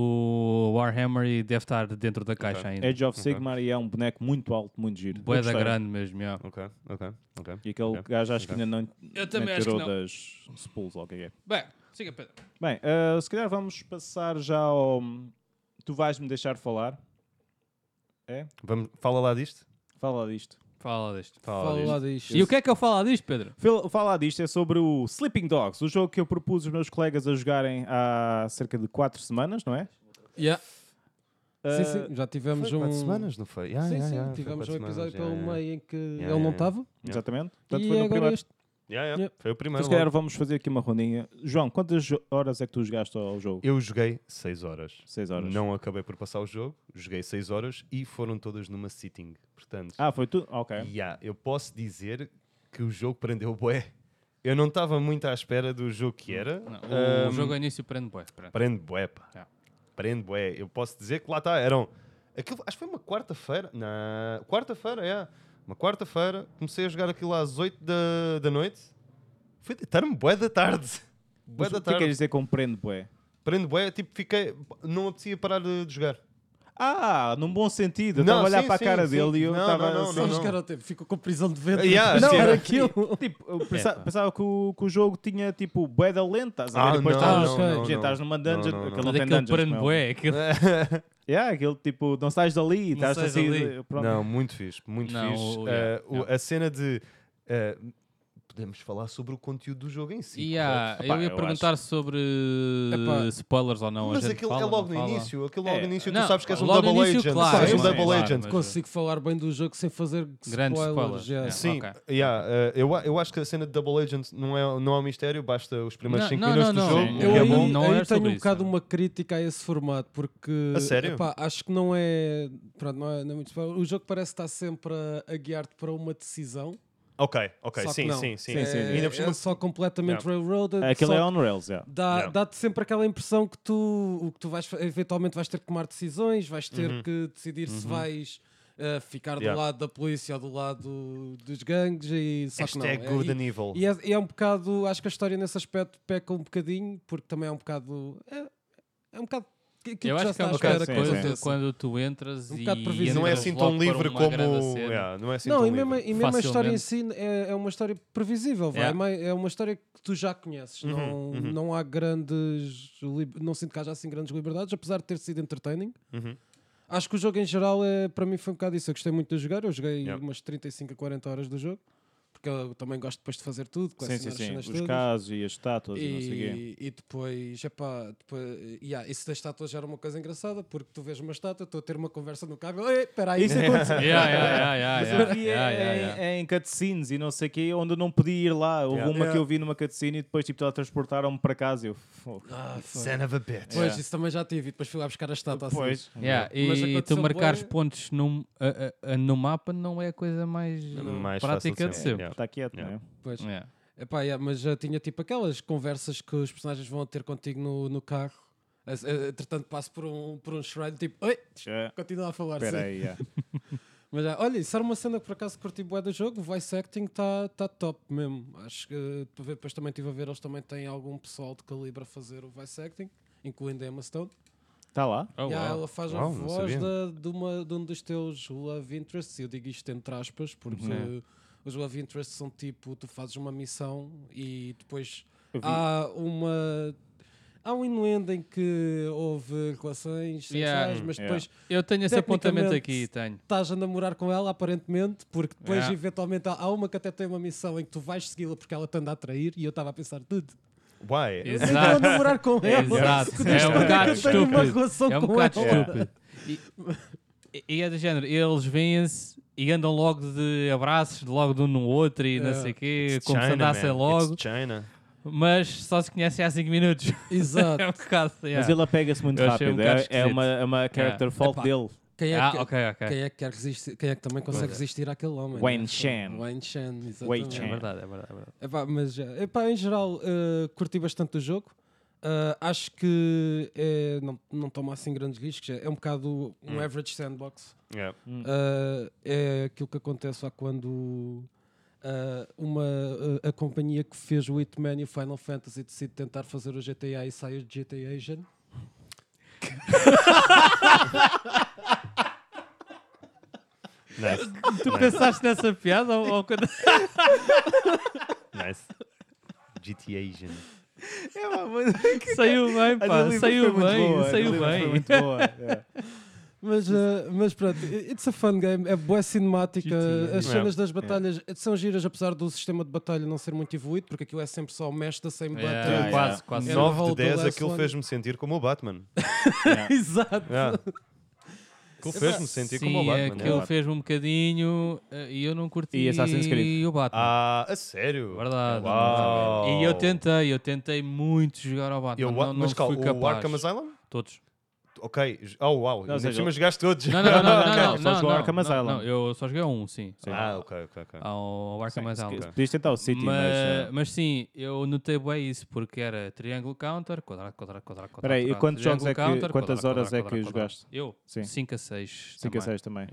[SPEAKER 5] Do Warhammer e deve estar dentro da caixa ainda.
[SPEAKER 2] Age of Sigmar e é um boneco muito alto, muito giro. Eu
[SPEAKER 5] Boeda
[SPEAKER 2] gostei.
[SPEAKER 5] grande mesmo, yeah.
[SPEAKER 6] Ok, ok, ok.
[SPEAKER 2] E aquele
[SPEAKER 6] Ok,
[SPEAKER 2] gajo acho que
[SPEAKER 6] ok.
[SPEAKER 2] ainda não,
[SPEAKER 5] Eu
[SPEAKER 2] nem
[SPEAKER 5] também acho
[SPEAKER 2] tirou
[SPEAKER 5] que não.
[SPEAKER 2] das spools, ou o que é.
[SPEAKER 5] Bem, siga Pedro.
[SPEAKER 2] Bem, ah, se calhar vamos passar já ao. Tu vais-me deixar falar.
[SPEAKER 6] Vamos, fala lá disto.
[SPEAKER 2] Fala disto.
[SPEAKER 5] Fala disto.
[SPEAKER 6] Fala
[SPEAKER 1] Fala
[SPEAKER 6] disto.
[SPEAKER 1] lá disto.
[SPEAKER 5] E o que é que eu falo disto, Pedro?
[SPEAKER 2] Fil- Falar disto é sobre o Sleeping Dogs, o jogo que eu propus os meus colegas a jogarem há cerca de 4 semanas, não é?
[SPEAKER 5] Yeah.
[SPEAKER 1] Sim,
[SPEAKER 2] Ah,
[SPEAKER 1] sim, já
[SPEAKER 6] Foi
[SPEAKER 1] tivemos um.
[SPEAKER 6] quatro semanas, não foi? Yeah,
[SPEAKER 1] sim,
[SPEAKER 6] yeah,
[SPEAKER 1] sim,
[SPEAKER 6] yeah, foi
[SPEAKER 1] tivemos um
[SPEAKER 6] quatro semanas,
[SPEAKER 1] episódio pelo
[SPEAKER 6] yeah, yeah.
[SPEAKER 1] meio em que
[SPEAKER 6] Yeah,
[SPEAKER 1] ele não
[SPEAKER 6] yeah.
[SPEAKER 1] estava.
[SPEAKER 2] Exatamente. Portanto,
[SPEAKER 1] E
[SPEAKER 2] foi no
[SPEAKER 1] agora
[SPEAKER 2] primeiro.
[SPEAKER 1] este.
[SPEAKER 6] Yeah, yeah,
[SPEAKER 1] Yeah.
[SPEAKER 6] Foi o
[SPEAKER 2] Então,
[SPEAKER 6] primeiro.
[SPEAKER 2] se calhar
[SPEAKER 6] é logo.
[SPEAKER 2] vamos fazer aqui uma rondinha. João, quantas jo- horas é que tu jogaste ao jogo?
[SPEAKER 6] Eu joguei 6 horas.
[SPEAKER 2] 6 horas.
[SPEAKER 6] Não acabei por passar o jogo, joguei 6 horas e foram todas numa sitting. Portanto,
[SPEAKER 2] Ah, foi tu? Ok.
[SPEAKER 6] yeah, eu posso dizer que o jogo prendeu o bué. Eu não estava muito à espera do jogo que era.
[SPEAKER 5] Não, o
[SPEAKER 6] Ahm,
[SPEAKER 5] jogo ao início prende bué. Pronto.
[SPEAKER 6] Prende bué, pá.
[SPEAKER 5] Yeah.
[SPEAKER 6] Prende bué. Eu posso dizer que lá está, eram... Aquilo, acho que foi uma quarta-feira. Na quarta-feira, é. Uma quarta-feira. Comecei a jogar aquilo às 8 da, da noite. Fui deitar-me bué da tarde. Bué
[SPEAKER 2] Mas
[SPEAKER 6] da
[SPEAKER 2] o que é que
[SPEAKER 6] tarde.
[SPEAKER 2] queres dizer com prende, bué?
[SPEAKER 6] Prende bué, tipo, fiquei... Não apetecia parar de, de jogar.
[SPEAKER 2] Ah, num bom sentido. Eu
[SPEAKER 6] Não,
[SPEAKER 2] estava a olhar
[SPEAKER 6] sim,
[SPEAKER 2] para a
[SPEAKER 6] sim,
[SPEAKER 2] cara
[SPEAKER 6] sim.
[SPEAKER 2] dele e eu
[SPEAKER 6] Não,
[SPEAKER 2] estava.
[SPEAKER 6] não, não,
[SPEAKER 2] assim,
[SPEAKER 1] Sabes que era o tempo, ficou com prisão de venda.
[SPEAKER 6] Yeah,
[SPEAKER 1] não,
[SPEAKER 6] sim.
[SPEAKER 1] era
[SPEAKER 2] Sim.
[SPEAKER 1] aquilo.
[SPEAKER 2] Tipo, eu pensa- pensava que o, que o jogo tinha tipo bué da lenta. estás a ver?
[SPEAKER 6] Ah,
[SPEAKER 2] E depois
[SPEAKER 6] não,
[SPEAKER 2] estás-
[SPEAKER 1] não, não,
[SPEAKER 2] gente,
[SPEAKER 6] não.
[SPEAKER 2] estás numa
[SPEAKER 6] Não, não,
[SPEAKER 2] dungeon.
[SPEAKER 6] não.
[SPEAKER 1] é
[SPEAKER 2] Aquilo não
[SPEAKER 5] Mas
[SPEAKER 2] tem
[SPEAKER 5] aquele
[SPEAKER 2] dungeons.
[SPEAKER 5] prende
[SPEAKER 2] não.
[SPEAKER 5] bué. é Aquele...
[SPEAKER 2] Yeah, aquilo tipo, não sais
[SPEAKER 5] Não
[SPEAKER 2] dali. Estás
[SPEAKER 5] sais
[SPEAKER 2] assim.
[SPEAKER 5] dali.
[SPEAKER 2] pronto.
[SPEAKER 6] Não, muito fixe, muito
[SPEAKER 5] Não,
[SPEAKER 6] fixe.
[SPEAKER 5] o-
[SPEAKER 6] Uh,
[SPEAKER 5] yeah,
[SPEAKER 6] o-
[SPEAKER 5] yeah.
[SPEAKER 6] A cena de. uh, podemos falar sobre o conteúdo do jogo em si.
[SPEAKER 5] E há-
[SPEAKER 6] correto?
[SPEAKER 5] eu ia
[SPEAKER 2] eu
[SPEAKER 5] perguntar sobre
[SPEAKER 1] Epá.
[SPEAKER 5] spoilers ou não. a
[SPEAKER 6] Mas
[SPEAKER 5] gente
[SPEAKER 6] aquilo
[SPEAKER 5] fala,
[SPEAKER 6] é
[SPEAKER 5] não
[SPEAKER 6] logo no
[SPEAKER 5] fala?
[SPEAKER 6] início. Aquilo logo
[SPEAKER 2] É,
[SPEAKER 6] no início
[SPEAKER 5] não,
[SPEAKER 6] tu sabes que és um
[SPEAKER 5] logo no
[SPEAKER 6] double
[SPEAKER 5] início,
[SPEAKER 6] agent.
[SPEAKER 5] claro,
[SPEAKER 6] tu és um
[SPEAKER 2] sim,
[SPEAKER 6] double
[SPEAKER 5] claro,
[SPEAKER 6] agent.
[SPEAKER 5] mas-
[SPEAKER 1] Consigo falar bem do jogo sem fazer
[SPEAKER 5] Grandes
[SPEAKER 1] spoilers.
[SPEAKER 5] spoilers,
[SPEAKER 1] yeah.
[SPEAKER 5] yeah.
[SPEAKER 6] Sim,
[SPEAKER 5] Ok.
[SPEAKER 6] yeah, uh, eu, a- eu acho que a cena de double agent não é, não é um mistério. Basta os primeiros
[SPEAKER 5] Não,
[SPEAKER 6] 5
[SPEAKER 5] não,
[SPEAKER 6] minutos
[SPEAKER 5] não,
[SPEAKER 6] do
[SPEAKER 5] não.
[SPEAKER 6] jogo.
[SPEAKER 5] Sim.
[SPEAKER 6] o
[SPEAKER 1] Eu
[SPEAKER 6] que é
[SPEAKER 1] aí,
[SPEAKER 6] bom.
[SPEAKER 5] aí não
[SPEAKER 1] aí
[SPEAKER 5] era
[SPEAKER 1] tenho
[SPEAKER 5] sobre
[SPEAKER 1] um bocado
[SPEAKER 5] isso.
[SPEAKER 1] uma crítica a esse formato, porque
[SPEAKER 6] A sério?
[SPEAKER 1] epá, acho que não é. Pronto, não é, não é muito spoiler. O jogo parece estar sempre a- a guiar-te para uma decisão.
[SPEAKER 6] Ok, ok,
[SPEAKER 1] só que
[SPEAKER 6] sim,
[SPEAKER 1] não.
[SPEAKER 6] sim, sim.
[SPEAKER 1] É,
[SPEAKER 2] sim.
[SPEAKER 6] Ainda por cima-
[SPEAKER 1] é só completamente railroaded.
[SPEAKER 2] Aquilo
[SPEAKER 1] só
[SPEAKER 2] é on rails. yeah.
[SPEAKER 1] Dá,
[SPEAKER 6] Yeah.
[SPEAKER 1] Dá-te sempre aquela impressão que tu, o que tu vais, fa- eventualmente vais ter que tomar decisões, vais ter que decidir se vais uh, ficar do
[SPEAKER 6] Uhum. Yeah.
[SPEAKER 1] lado da polícia ou do lado dos gangues e só que não.
[SPEAKER 6] Hashtag
[SPEAKER 1] É-
[SPEAKER 6] good
[SPEAKER 1] e-
[SPEAKER 6] and evil.
[SPEAKER 1] e é, e é um bocado, acho que a história nesse aspecto peca um bocadinho, porque também é um bocado. É, é um bocado. que- que
[SPEAKER 5] Eu
[SPEAKER 1] tu já
[SPEAKER 5] acho que é
[SPEAKER 1] estás
[SPEAKER 5] uma
[SPEAKER 1] à espera
[SPEAKER 5] bocado
[SPEAKER 2] sim,
[SPEAKER 1] que
[SPEAKER 2] sim.
[SPEAKER 5] coisa
[SPEAKER 1] aconteça.
[SPEAKER 5] quando tu entras
[SPEAKER 1] Um
[SPEAKER 5] e
[SPEAKER 1] bocado previsível.
[SPEAKER 6] Não é
[SPEAKER 5] entras
[SPEAKER 6] assim
[SPEAKER 5] logo
[SPEAKER 6] tão
[SPEAKER 5] para
[SPEAKER 6] livre
[SPEAKER 5] uma
[SPEAKER 6] como.
[SPEAKER 5] grande cena.
[SPEAKER 6] yeah, Não é assim
[SPEAKER 1] Não,
[SPEAKER 6] tão
[SPEAKER 1] e mesmo,
[SPEAKER 6] livre.
[SPEAKER 1] e mesmo a história em si é, é uma história previsível, vai.
[SPEAKER 5] É.
[SPEAKER 1] É. uma- é uma história que tu já conheces.
[SPEAKER 2] Uhum,
[SPEAKER 1] não, não há grandes. lib- Não sinto que haja assim grandes liberdades, apesar de ter sido entertaining.
[SPEAKER 6] Uhum.
[SPEAKER 1] Acho que o jogo em geral, é, para mim, foi um bocado isso. Eu gostei muito de jogar, eu joguei
[SPEAKER 6] Yeah.
[SPEAKER 1] umas 35 a 40 horas do jogo, porque eu também gosto depois de fazer tudo,
[SPEAKER 2] Sim,
[SPEAKER 1] colecionar
[SPEAKER 2] sim,
[SPEAKER 1] as
[SPEAKER 2] sim.
[SPEAKER 1] cenas
[SPEAKER 2] Os
[SPEAKER 1] todas.
[SPEAKER 2] casos e as estátuas e, não sei o quê.
[SPEAKER 1] E, e depois, epá, depois yeah, isso da estátua já era uma coisa engraçada, porque tu vês uma estátua, estou a ter uma conversa no cabo, ei, peraí,
[SPEAKER 2] Isso é aconteceu.
[SPEAKER 5] Yeah, yeah, yeah, yeah,
[SPEAKER 2] Mas
[SPEAKER 5] yeah,
[SPEAKER 2] eu vi
[SPEAKER 5] yeah, yeah,
[SPEAKER 1] é,
[SPEAKER 2] em,
[SPEAKER 5] yeah.
[SPEAKER 2] em cutscenes e não sei o quê, onde eu não podia ir lá. Houve
[SPEAKER 6] Yeah.
[SPEAKER 2] uma
[SPEAKER 1] Yeah.
[SPEAKER 2] que eu vi numa cutscene e depois tipo, teletransportaram-me para casa. Eu, "Fô,
[SPEAKER 1] Ah, foi.
[SPEAKER 6] Son of a bitch.
[SPEAKER 1] Pois,
[SPEAKER 2] Yeah.
[SPEAKER 1] isso também já tive. E depois fui lá buscar a estátua assim.
[SPEAKER 2] É. pois.
[SPEAKER 5] Yeah,
[SPEAKER 1] Mas
[SPEAKER 5] E
[SPEAKER 1] aconteceu
[SPEAKER 5] tu marcares
[SPEAKER 1] bué-
[SPEAKER 5] pontos num- a- a- a- no mapa não é a coisa mais eh,
[SPEAKER 6] Mais fácil
[SPEAKER 5] prática de
[SPEAKER 6] sempre,
[SPEAKER 5] sempre.
[SPEAKER 6] yeah.
[SPEAKER 2] Está quieto,
[SPEAKER 6] Yeah.
[SPEAKER 2] não é?
[SPEAKER 1] Pois.
[SPEAKER 5] Yeah.
[SPEAKER 1] Epá, yeah, mas já tinha tipo aquelas conversas que os personagens vão ter contigo no, no carro. As- eh, Entretanto, passo por um, por um shrine, tipo, oi,
[SPEAKER 2] Já.
[SPEAKER 1] continua a falar.
[SPEAKER 2] Espera
[SPEAKER 1] sim."
[SPEAKER 2] aí, yeah.
[SPEAKER 1] Mas já, olha, isso era uma cena que por acaso curti bué do jogo. O voice acting está tá top mesmo. Acho que tu vê- depois também estive a ver, eles também têm algum pessoal de calibre a fazer o voice acting, incluindo a Emma Stone.
[SPEAKER 2] Está Tá lá?
[SPEAKER 5] Oh,
[SPEAKER 1] Yeah,
[SPEAKER 5] wow.
[SPEAKER 1] Ela faz a
[SPEAKER 6] Uau, não
[SPEAKER 1] voz
[SPEAKER 6] sabia.
[SPEAKER 1] da- de, uma, de um dos teus love interests. Eu digo isto entre aspas, porque
[SPEAKER 2] Uhum.
[SPEAKER 1] uh, os love interests são tipo: tu fazes uma missão e depois
[SPEAKER 2] Eu vi.
[SPEAKER 1] há uma. Há um inuendo em que houve relações
[SPEAKER 5] Yeah.
[SPEAKER 1] sexuais, mas
[SPEAKER 2] Yeah.
[SPEAKER 1] depois
[SPEAKER 5] Eu tenho esse apontamento aqui,
[SPEAKER 1] Tecnicamente-
[SPEAKER 5] tenho.
[SPEAKER 1] estás a namorar com ela, aparentemente, porque depois,
[SPEAKER 5] Yeah.
[SPEAKER 1] eventualmente, há- há uma que até tem uma missão em que tu vais segui-la porque ela te anda a trair. E eu estava a pensar: tudo,
[SPEAKER 6] Why?
[SPEAKER 1] eu
[SPEAKER 5] Exato.
[SPEAKER 1] estou a namorar com ela.
[SPEAKER 5] Exato.
[SPEAKER 1] que
[SPEAKER 5] É
[SPEAKER 1] desde
[SPEAKER 5] um
[SPEAKER 1] quando
[SPEAKER 5] bocado
[SPEAKER 1] é que eu tenho uma
[SPEAKER 5] estúpido.
[SPEAKER 1] relação
[SPEAKER 5] É um
[SPEAKER 1] com
[SPEAKER 5] bocado
[SPEAKER 1] ela?
[SPEAKER 5] estúpido. E, e é do género, eles vêm-se e andam logo de abraços, logo de um no outro e não
[SPEAKER 1] Yeah.
[SPEAKER 5] sei o quê,
[SPEAKER 6] It's
[SPEAKER 5] como se
[SPEAKER 6] China,
[SPEAKER 5] andassem
[SPEAKER 6] man.
[SPEAKER 5] logo,
[SPEAKER 6] It's China.
[SPEAKER 5] mas só se conhecem há 5 minutos.
[SPEAKER 1] Exato.
[SPEAKER 5] é um bocado.
[SPEAKER 2] Mas
[SPEAKER 5] Yeah.
[SPEAKER 2] ele apega-se muito
[SPEAKER 5] Eu achei um
[SPEAKER 2] rápido.
[SPEAKER 5] bocado
[SPEAKER 2] é, é uma, é uma character fault
[SPEAKER 1] Epá.
[SPEAKER 2] dele.
[SPEAKER 1] Quem é
[SPEAKER 5] Ah,
[SPEAKER 1] que-
[SPEAKER 5] ok, ok.
[SPEAKER 1] Quem é que, quer resistir, quem é que também consegue
[SPEAKER 5] Pois é.
[SPEAKER 1] resistir àquele homem?
[SPEAKER 2] Wayne
[SPEAKER 1] né?
[SPEAKER 2] Chan.
[SPEAKER 1] Wayne Chan, exatamente.
[SPEAKER 2] Wayne
[SPEAKER 5] É
[SPEAKER 2] Chan.
[SPEAKER 5] verdade, é verdade. É verdade.
[SPEAKER 1] Epá, mas, eh, epá, em geral, eh, curti bastante o jogo. Eh, acho que eh, não, não toma assim grandes riscos. É um bocado um
[SPEAKER 6] Hum.
[SPEAKER 1] average sandbox.
[SPEAKER 6] Yeah.
[SPEAKER 1] Eh, é aquilo que acontece lá quando eh, uma, eh, a companhia que fez o Hitman e o Final Fantasy decide tentar fazer o GTA e sai o GTA Asian.
[SPEAKER 6] Nice.
[SPEAKER 5] Tu pensaste nessa piada ou, ou quando...
[SPEAKER 6] Nice. GTA Asian.
[SPEAKER 5] saiu bem, pá, saiu bem, saiu bem.
[SPEAKER 2] Muito boa. yeah.
[SPEAKER 1] Mas, eh, mas pronto, it's a fun game, é boa cinemática,
[SPEAKER 5] GTA.
[SPEAKER 1] as cenas
[SPEAKER 5] É.
[SPEAKER 1] das batalhas eh, são giras, apesar do sistema de batalha não ser muito evoluído, porque aquilo é sempre só o mesh da
[SPEAKER 5] É,
[SPEAKER 1] same button.
[SPEAKER 5] Yeah,
[SPEAKER 2] yeah.
[SPEAKER 5] Quase, quase.
[SPEAKER 1] É
[SPEAKER 5] Não,
[SPEAKER 1] Não.
[SPEAKER 6] 9
[SPEAKER 1] Roll
[SPEAKER 6] de
[SPEAKER 1] to
[SPEAKER 6] 10,
[SPEAKER 1] last
[SPEAKER 6] aquilo
[SPEAKER 1] one.
[SPEAKER 6] fez-me sentir como o Batman.
[SPEAKER 5] é,
[SPEAKER 1] Exato.
[SPEAKER 6] Yeah. Aquilo fez-me sentir como o
[SPEAKER 5] Sim,
[SPEAKER 6] Batman.
[SPEAKER 5] aquilo
[SPEAKER 6] yeah.
[SPEAKER 5] fez-me um bocadinho eh, e eu não curti
[SPEAKER 2] E Assassin's Creed.
[SPEAKER 5] o Batman.
[SPEAKER 6] Ah, a sério?
[SPEAKER 5] Verdade.
[SPEAKER 6] Uau.
[SPEAKER 5] E eu tentei, eu tentei muito jogar ao Batman.
[SPEAKER 6] Eu,
[SPEAKER 5] não, não
[SPEAKER 6] mas calma,
[SPEAKER 5] fui
[SPEAKER 6] o
[SPEAKER 5] capaz.
[SPEAKER 6] Arkham Asylum?
[SPEAKER 5] Todos.
[SPEAKER 6] Ok. Oh, uau.
[SPEAKER 2] Não, ou
[SPEAKER 6] Ainda por
[SPEAKER 2] seja,
[SPEAKER 6] cima jogaste todos.
[SPEAKER 5] Não, não, não, não, não, não,
[SPEAKER 2] Só
[SPEAKER 5] não,
[SPEAKER 2] jogou
[SPEAKER 5] não,
[SPEAKER 2] Arkham
[SPEAKER 5] não,
[SPEAKER 2] Asylum.
[SPEAKER 5] não, Eu só joguei a um, sim. sim.
[SPEAKER 6] Ah, ok, ok, ok.
[SPEAKER 5] Ao Arkham
[SPEAKER 2] Sim,
[SPEAKER 5] Asylum.
[SPEAKER 2] se- Podias tentar o City, mas...
[SPEAKER 5] mas,
[SPEAKER 2] eh,
[SPEAKER 5] mas sim, eu notei bem isso, porque era triângulo counter, quadrado, quadrado, quadrado, quadrado.
[SPEAKER 2] Espera aí, e
[SPEAKER 5] quadrado,
[SPEAKER 2] quantos jogos
[SPEAKER 5] triângulo
[SPEAKER 2] é que- quantas horas é que jogaste?
[SPEAKER 5] Eu?
[SPEAKER 2] Sim.
[SPEAKER 5] 5 a 6.
[SPEAKER 2] 5 a 6 também.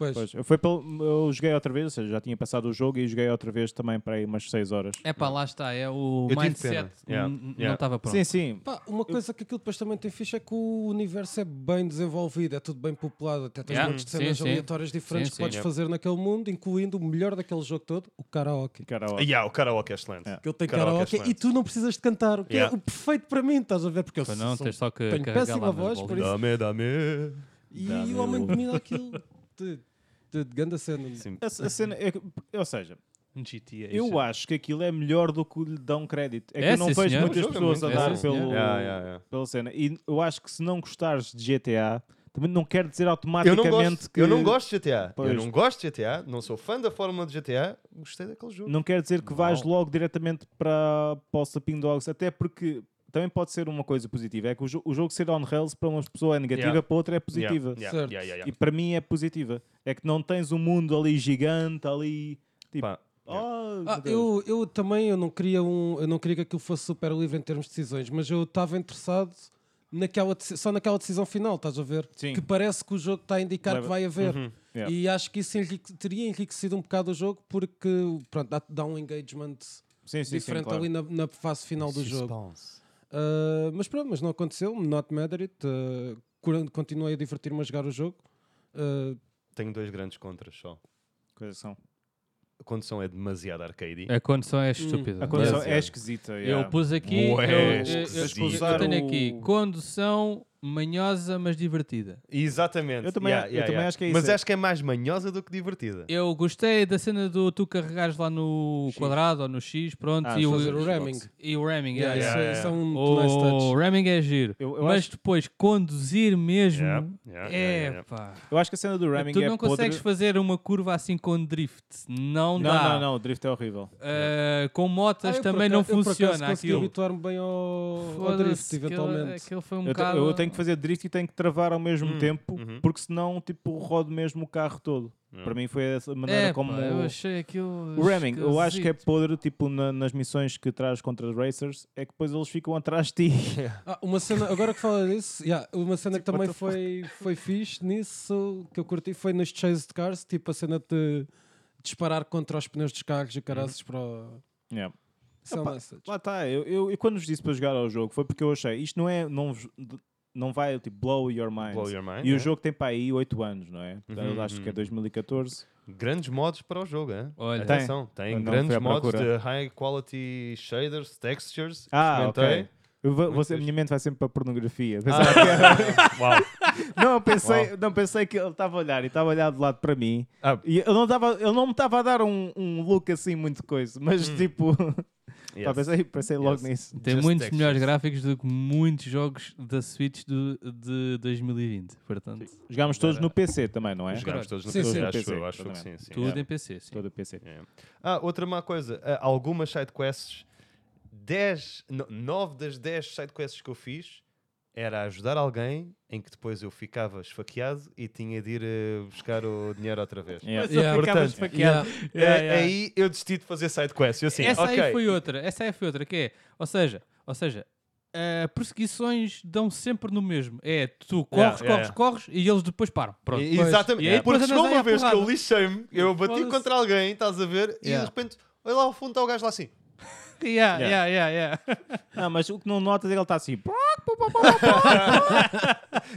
[SPEAKER 1] Pois,
[SPEAKER 2] Pois, eu, foi pelo, eu joguei outra vez, ou seja, já tinha passado o jogo e joguei outra vez também para aí umas 6 horas.
[SPEAKER 5] É pá, lá está, é o
[SPEAKER 6] Eu tive pena.
[SPEAKER 5] mindset.
[SPEAKER 6] Yeah,
[SPEAKER 5] n- n- Não
[SPEAKER 6] yeah.
[SPEAKER 5] estava pronto.
[SPEAKER 2] Sim, sim.
[SPEAKER 1] Pá, uma coisa que aquilo depois também tem fixe é que o universo é bem desenvolvido, é tudo bem populado, até tens
[SPEAKER 5] Yeah.
[SPEAKER 1] muitas
[SPEAKER 5] Sim,
[SPEAKER 1] cenas
[SPEAKER 5] sim.
[SPEAKER 1] aleatórias diferentes
[SPEAKER 5] Sim,
[SPEAKER 1] que
[SPEAKER 5] sim.
[SPEAKER 1] podes
[SPEAKER 6] Yeah.
[SPEAKER 1] fazer naquele mundo, incluindo o melhor daquele jogo todo, o karaoke.
[SPEAKER 2] Cara, ó.
[SPEAKER 6] Ah, yeah, o karaoke é excelente.
[SPEAKER 2] Yeah.
[SPEAKER 1] Que ele tem
[SPEAKER 6] Karaoke
[SPEAKER 1] karaoke,
[SPEAKER 6] excelente.
[SPEAKER 1] e tu não precisas de cantar, o que
[SPEAKER 6] Yeah.
[SPEAKER 1] é o perfeito para mim, estás a ver? Porque eu
[SPEAKER 5] Pois não,
[SPEAKER 1] sou-
[SPEAKER 5] tens só que
[SPEAKER 1] tenho
[SPEAKER 5] carregar
[SPEAKER 1] péssima
[SPEAKER 5] lá nas
[SPEAKER 1] voz, por
[SPEAKER 5] bolinhas.
[SPEAKER 1] isso-
[SPEAKER 6] Dá-me, dá-me.
[SPEAKER 1] E o homem domina aquilo de, de, de grande cena.
[SPEAKER 6] Sim.
[SPEAKER 2] A, a cena, é que- ou seja,
[SPEAKER 5] Um GTA.
[SPEAKER 2] eu
[SPEAKER 5] isso.
[SPEAKER 2] acho que aquilo é melhor do que lhe dão crédito. É que
[SPEAKER 5] É,
[SPEAKER 2] eu não
[SPEAKER 5] sim,
[SPEAKER 2] vejo
[SPEAKER 5] senhor.
[SPEAKER 2] muitas
[SPEAKER 6] O jogo é
[SPEAKER 2] pessoas
[SPEAKER 6] muito
[SPEAKER 2] a dar
[SPEAKER 5] bom. É, sim,
[SPEAKER 2] pelo,
[SPEAKER 5] senhor.
[SPEAKER 6] Yeah, yeah, yeah.
[SPEAKER 2] pela cena. E eu acho que se não gostares de GTA, também não quer dizer
[SPEAKER 6] Eu
[SPEAKER 2] automaticamente
[SPEAKER 6] não, gosto,
[SPEAKER 2] que.
[SPEAKER 6] eu não gosto de GTA.
[SPEAKER 2] Pois.
[SPEAKER 6] Eu não gosto de GTA. Não sou fã da fórmula de GTA. Gostei daquele jogo.
[SPEAKER 2] Não quer dizer que vais
[SPEAKER 6] Não.
[SPEAKER 2] logo diretamente para, para o Sapinho Dogs, até porque também pode ser uma coisa positiva. É que o, jo- o jogo ser on rails para uma pessoa é negativa,
[SPEAKER 6] Yeah.
[SPEAKER 2] para outra é
[SPEAKER 6] Yeah,
[SPEAKER 2] positiva.
[SPEAKER 6] yeah,
[SPEAKER 1] Certo.
[SPEAKER 6] yeah, yeah, yeah.
[SPEAKER 2] E para mim é positiva. É que não tens um mundo ali gigante, ali. Tipo,
[SPEAKER 6] Pá,
[SPEAKER 2] oh,
[SPEAKER 6] yeah.
[SPEAKER 1] Ah,
[SPEAKER 2] meu Deus.
[SPEAKER 1] eu, eu também eu não, queria um, eu não queria que aquilo fosse super livre em termos de decisões, mas eu estava interessado naquela, deci- só naquela decisão final, estás a ver?
[SPEAKER 2] Sim.
[SPEAKER 1] Que parece que o jogo está a indicar
[SPEAKER 2] Leva-
[SPEAKER 1] que
[SPEAKER 2] Uhum.
[SPEAKER 1] vai haver.
[SPEAKER 2] Yeah.
[SPEAKER 1] E acho que isso enrique- teria enriquecido um bocado o jogo porque pronto, dá, dá um engagement
[SPEAKER 2] Sim, sim,
[SPEAKER 1] diferente
[SPEAKER 2] sim, claro.
[SPEAKER 1] ali na, na fase final do jogo. Uh, mas pronto, mas não aconteceu, not matter it. Uh, cur- continuei a divertir-me a jogar o jogo. Uh,
[SPEAKER 6] Tenho dois grandes contras só.
[SPEAKER 2] Coisas são.
[SPEAKER 6] A condução é demasiado arcade.
[SPEAKER 5] A condição é estúpida.
[SPEAKER 2] Hum, A condição
[SPEAKER 5] Mas-
[SPEAKER 2] é esquisita. yeah.
[SPEAKER 5] Eu pus aqui. Eu,
[SPEAKER 6] Ué,
[SPEAKER 5] eu- eu-
[SPEAKER 6] esquisito.
[SPEAKER 5] eu tenho aqui
[SPEAKER 2] O-
[SPEAKER 5] condução manhosa, mas divertida.
[SPEAKER 6] Exatamente.
[SPEAKER 2] Eu também-
[SPEAKER 6] Yeah,
[SPEAKER 2] eu
[SPEAKER 6] yeah,
[SPEAKER 2] também
[SPEAKER 6] yeah.
[SPEAKER 2] acho que é
[SPEAKER 6] Mas
[SPEAKER 2] isso.
[SPEAKER 6] acho que é mais manhosa do que divertida.
[SPEAKER 5] Eu gostei da cena do tu carregares lá no quadrado ou no X, pronto,
[SPEAKER 2] Ah,
[SPEAKER 5] e, o,
[SPEAKER 1] fazer o ramming.
[SPEAKER 5] e o ramming.
[SPEAKER 1] Yeah,
[SPEAKER 5] é,
[SPEAKER 1] isso,
[SPEAKER 6] yeah,
[SPEAKER 1] isso
[SPEAKER 6] yeah.
[SPEAKER 1] é um nice
[SPEAKER 5] O
[SPEAKER 1] touch.
[SPEAKER 5] ramming é giro,
[SPEAKER 2] Eu- eu
[SPEAKER 5] mas
[SPEAKER 2] acho-
[SPEAKER 5] depois conduzir mesmo
[SPEAKER 6] Yeah, yeah, yeah,
[SPEAKER 5] é
[SPEAKER 6] yeah, yeah.
[SPEAKER 5] pá.
[SPEAKER 2] Eu acho que a cena do Ramming
[SPEAKER 5] Tu
[SPEAKER 2] é
[SPEAKER 5] não
[SPEAKER 2] podre.
[SPEAKER 5] consegues fazer uma curva assim com drift, não,
[SPEAKER 2] Não,
[SPEAKER 5] dá.
[SPEAKER 2] não, não, o drift é horrível.
[SPEAKER 5] Ah, com
[SPEAKER 1] Ah,
[SPEAKER 5] motas
[SPEAKER 1] eu por
[SPEAKER 5] também
[SPEAKER 1] acaso-
[SPEAKER 5] não
[SPEAKER 1] eu por acaso
[SPEAKER 5] funciona
[SPEAKER 1] consegui
[SPEAKER 5] aquilo.
[SPEAKER 1] habituar-me bem ao, ao
[SPEAKER 5] Foda-se,
[SPEAKER 1] drift,
[SPEAKER 5] aquilo-
[SPEAKER 1] eventualmente.
[SPEAKER 5] aquilo foi um
[SPEAKER 2] eu, te-
[SPEAKER 5] bocado.
[SPEAKER 2] eu tenho que fazer drift e tenho que travar ao mesmo
[SPEAKER 6] Hum,
[SPEAKER 2] tempo,
[SPEAKER 6] uhum.
[SPEAKER 2] porque senão tipo, rodo mesmo o carro todo.
[SPEAKER 6] Yeah.
[SPEAKER 2] Para mim foi essa maneira
[SPEAKER 5] É,
[SPEAKER 2] como.
[SPEAKER 5] pá, eu achei aquilo.
[SPEAKER 2] O Ramming, eu acho que é
[SPEAKER 5] esquisito.
[SPEAKER 2] podre, tipo, na- nas missões que traz contra os racers, é que depois eles ficam atrás de ti.
[SPEAKER 1] Ah, uma cena, agora que fala disso, yeah, uma cena que
[SPEAKER 2] Tipo,
[SPEAKER 1] também
[SPEAKER 2] what the
[SPEAKER 1] foi, foi fixe nisso, que eu curti, foi nos chase de cars, tipo a cena de disparar contra os pneus dos carros e caraças para o...
[SPEAKER 2] Yeah.
[SPEAKER 1] Isso é um
[SPEAKER 2] Epá,
[SPEAKER 1] nice touch.
[SPEAKER 2] Lá está, eu, eu, eu quando vos disse para jogar ao jogo foi porque eu achei, isto não é, não, vos- não vai tipo blow your mind.
[SPEAKER 6] Blow your mind.
[SPEAKER 2] e o
[SPEAKER 6] é.
[SPEAKER 2] jogo tem para aí 8 anos, não é? Portanto,
[SPEAKER 6] Uhum,
[SPEAKER 2] eu acho que é
[SPEAKER 6] uhum.
[SPEAKER 2] 2014.
[SPEAKER 6] Grandes modos para o jogo, é?
[SPEAKER 5] Olha.
[SPEAKER 2] Tem.
[SPEAKER 6] Atenção, tem,
[SPEAKER 2] Não, fui
[SPEAKER 6] grandes
[SPEAKER 2] à
[SPEAKER 6] modos
[SPEAKER 2] procura.
[SPEAKER 6] de high quality shaders, textures.
[SPEAKER 2] Ah,
[SPEAKER 6] experimentei.
[SPEAKER 2] ok. Eu vou-
[SPEAKER 6] Muito
[SPEAKER 2] você- a
[SPEAKER 6] fixe.
[SPEAKER 2] minha mente vai sempre para pornografia.
[SPEAKER 6] Ah, uau.
[SPEAKER 2] Não, pensei, não, pensei que ele estava a olhar e estava a olhar de lado para mim.
[SPEAKER 6] Ah,
[SPEAKER 2] E eu não, tava, eu não me estava a dar um, um look assim muito coisa, mas tipo, pá,
[SPEAKER 6] yes.
[SPEAKER 2] pensei, pensei logo
[SPEAKER 6] Yes.
[SPEAKER 2] nisso.
[SPEAKER 5] Tem
[SPEAKER 6] Just
[SPEAKER 5] muitos
[SPEAKER 6] textures.
[SPEAKER 5] melhores gráficos do que muitos jogos da Switch do, de 2020. Portanto,
[SPEAKER 2] Jogámos todos no PC também, não é?
[SPEAKER 6] Jogámos todos no
[SPEAKER 1] Sim,
[SPEAKER 6] PC,
[SPEAKER 1] sim.
[SPEAKER 6] acho
[SPEAKER 2] PC,
[SPEAKER 6] eu, acho que sim.
[SPEAKER 2] exatamente.
[SPEAKER 6] sim.
[SPEAKER 5] tudo
[SPEAKER 6] Yeah.
[SPEAKER 5] em PC. Sim.
[SPEAKER 2] Todo o PC.
[SPEAKER 6] Ah, outra má coisa. ah, algumas sidequests, 10, 9 das 10 sidequests que eu fiz era ajudar alguém em que depois eu ficava esfaqueado e tinha de ir eh, buscar o dinheiro outra vez.
[SPEAKER 2] Yeah.
[SPEAKER 1] Mas eu Yeah.
[SPEAKER 2] ficava
[SPEAKER 6] Portanto,
[SPEAKER 2] esfaqueado.
[SPEAKER 6] Eh, Aí eu decidi de fazer sidequests. Eu assim,
[SPEAKER 5] É, Essa
[SPEAKER 6] ok.
[SPEAKER 5] aí foi outra. Essa aí foi outra. Que é, ou seja, ou seja ah, perseguições dão sempre no mesmo. É, tu corres,
[SPEAKER 6] yeah,
[SPEAKER 5] corres,
[SPEAKER 6] yeah.
[SPEAKER 5] corres e eles depois param. Pronto.
[SPEAKER 6] E-
[SPEAKER 1] Pois.
[SPEAKER 6] Exatamente. é
[SPEAKER 5] E aí depois
[SPEAKER 6] Porque chegou
[SPEAKER 5] andas aí
[SPEAKER 6] uma
[SPEAKER 5] à
[SPEAKER 6] vez que eu
[SPEAKER 5] porrada.
[SPEAKER 6] lixei-me, eu bati
[SPEAKER 5] Foda-se.
[SPEAKER 6] contra alguém, estás a ver, e
[SPEAKER 5] Yeah.
[SPEAKER 6] de repente, olha lá ao fundo está o gajo lá assim.
[SPEAKER 5] Yeah, yeah, yeah, yeah.
[SPEAKER 2] Ah, mas o que não notas é que ele está assim. "Pá,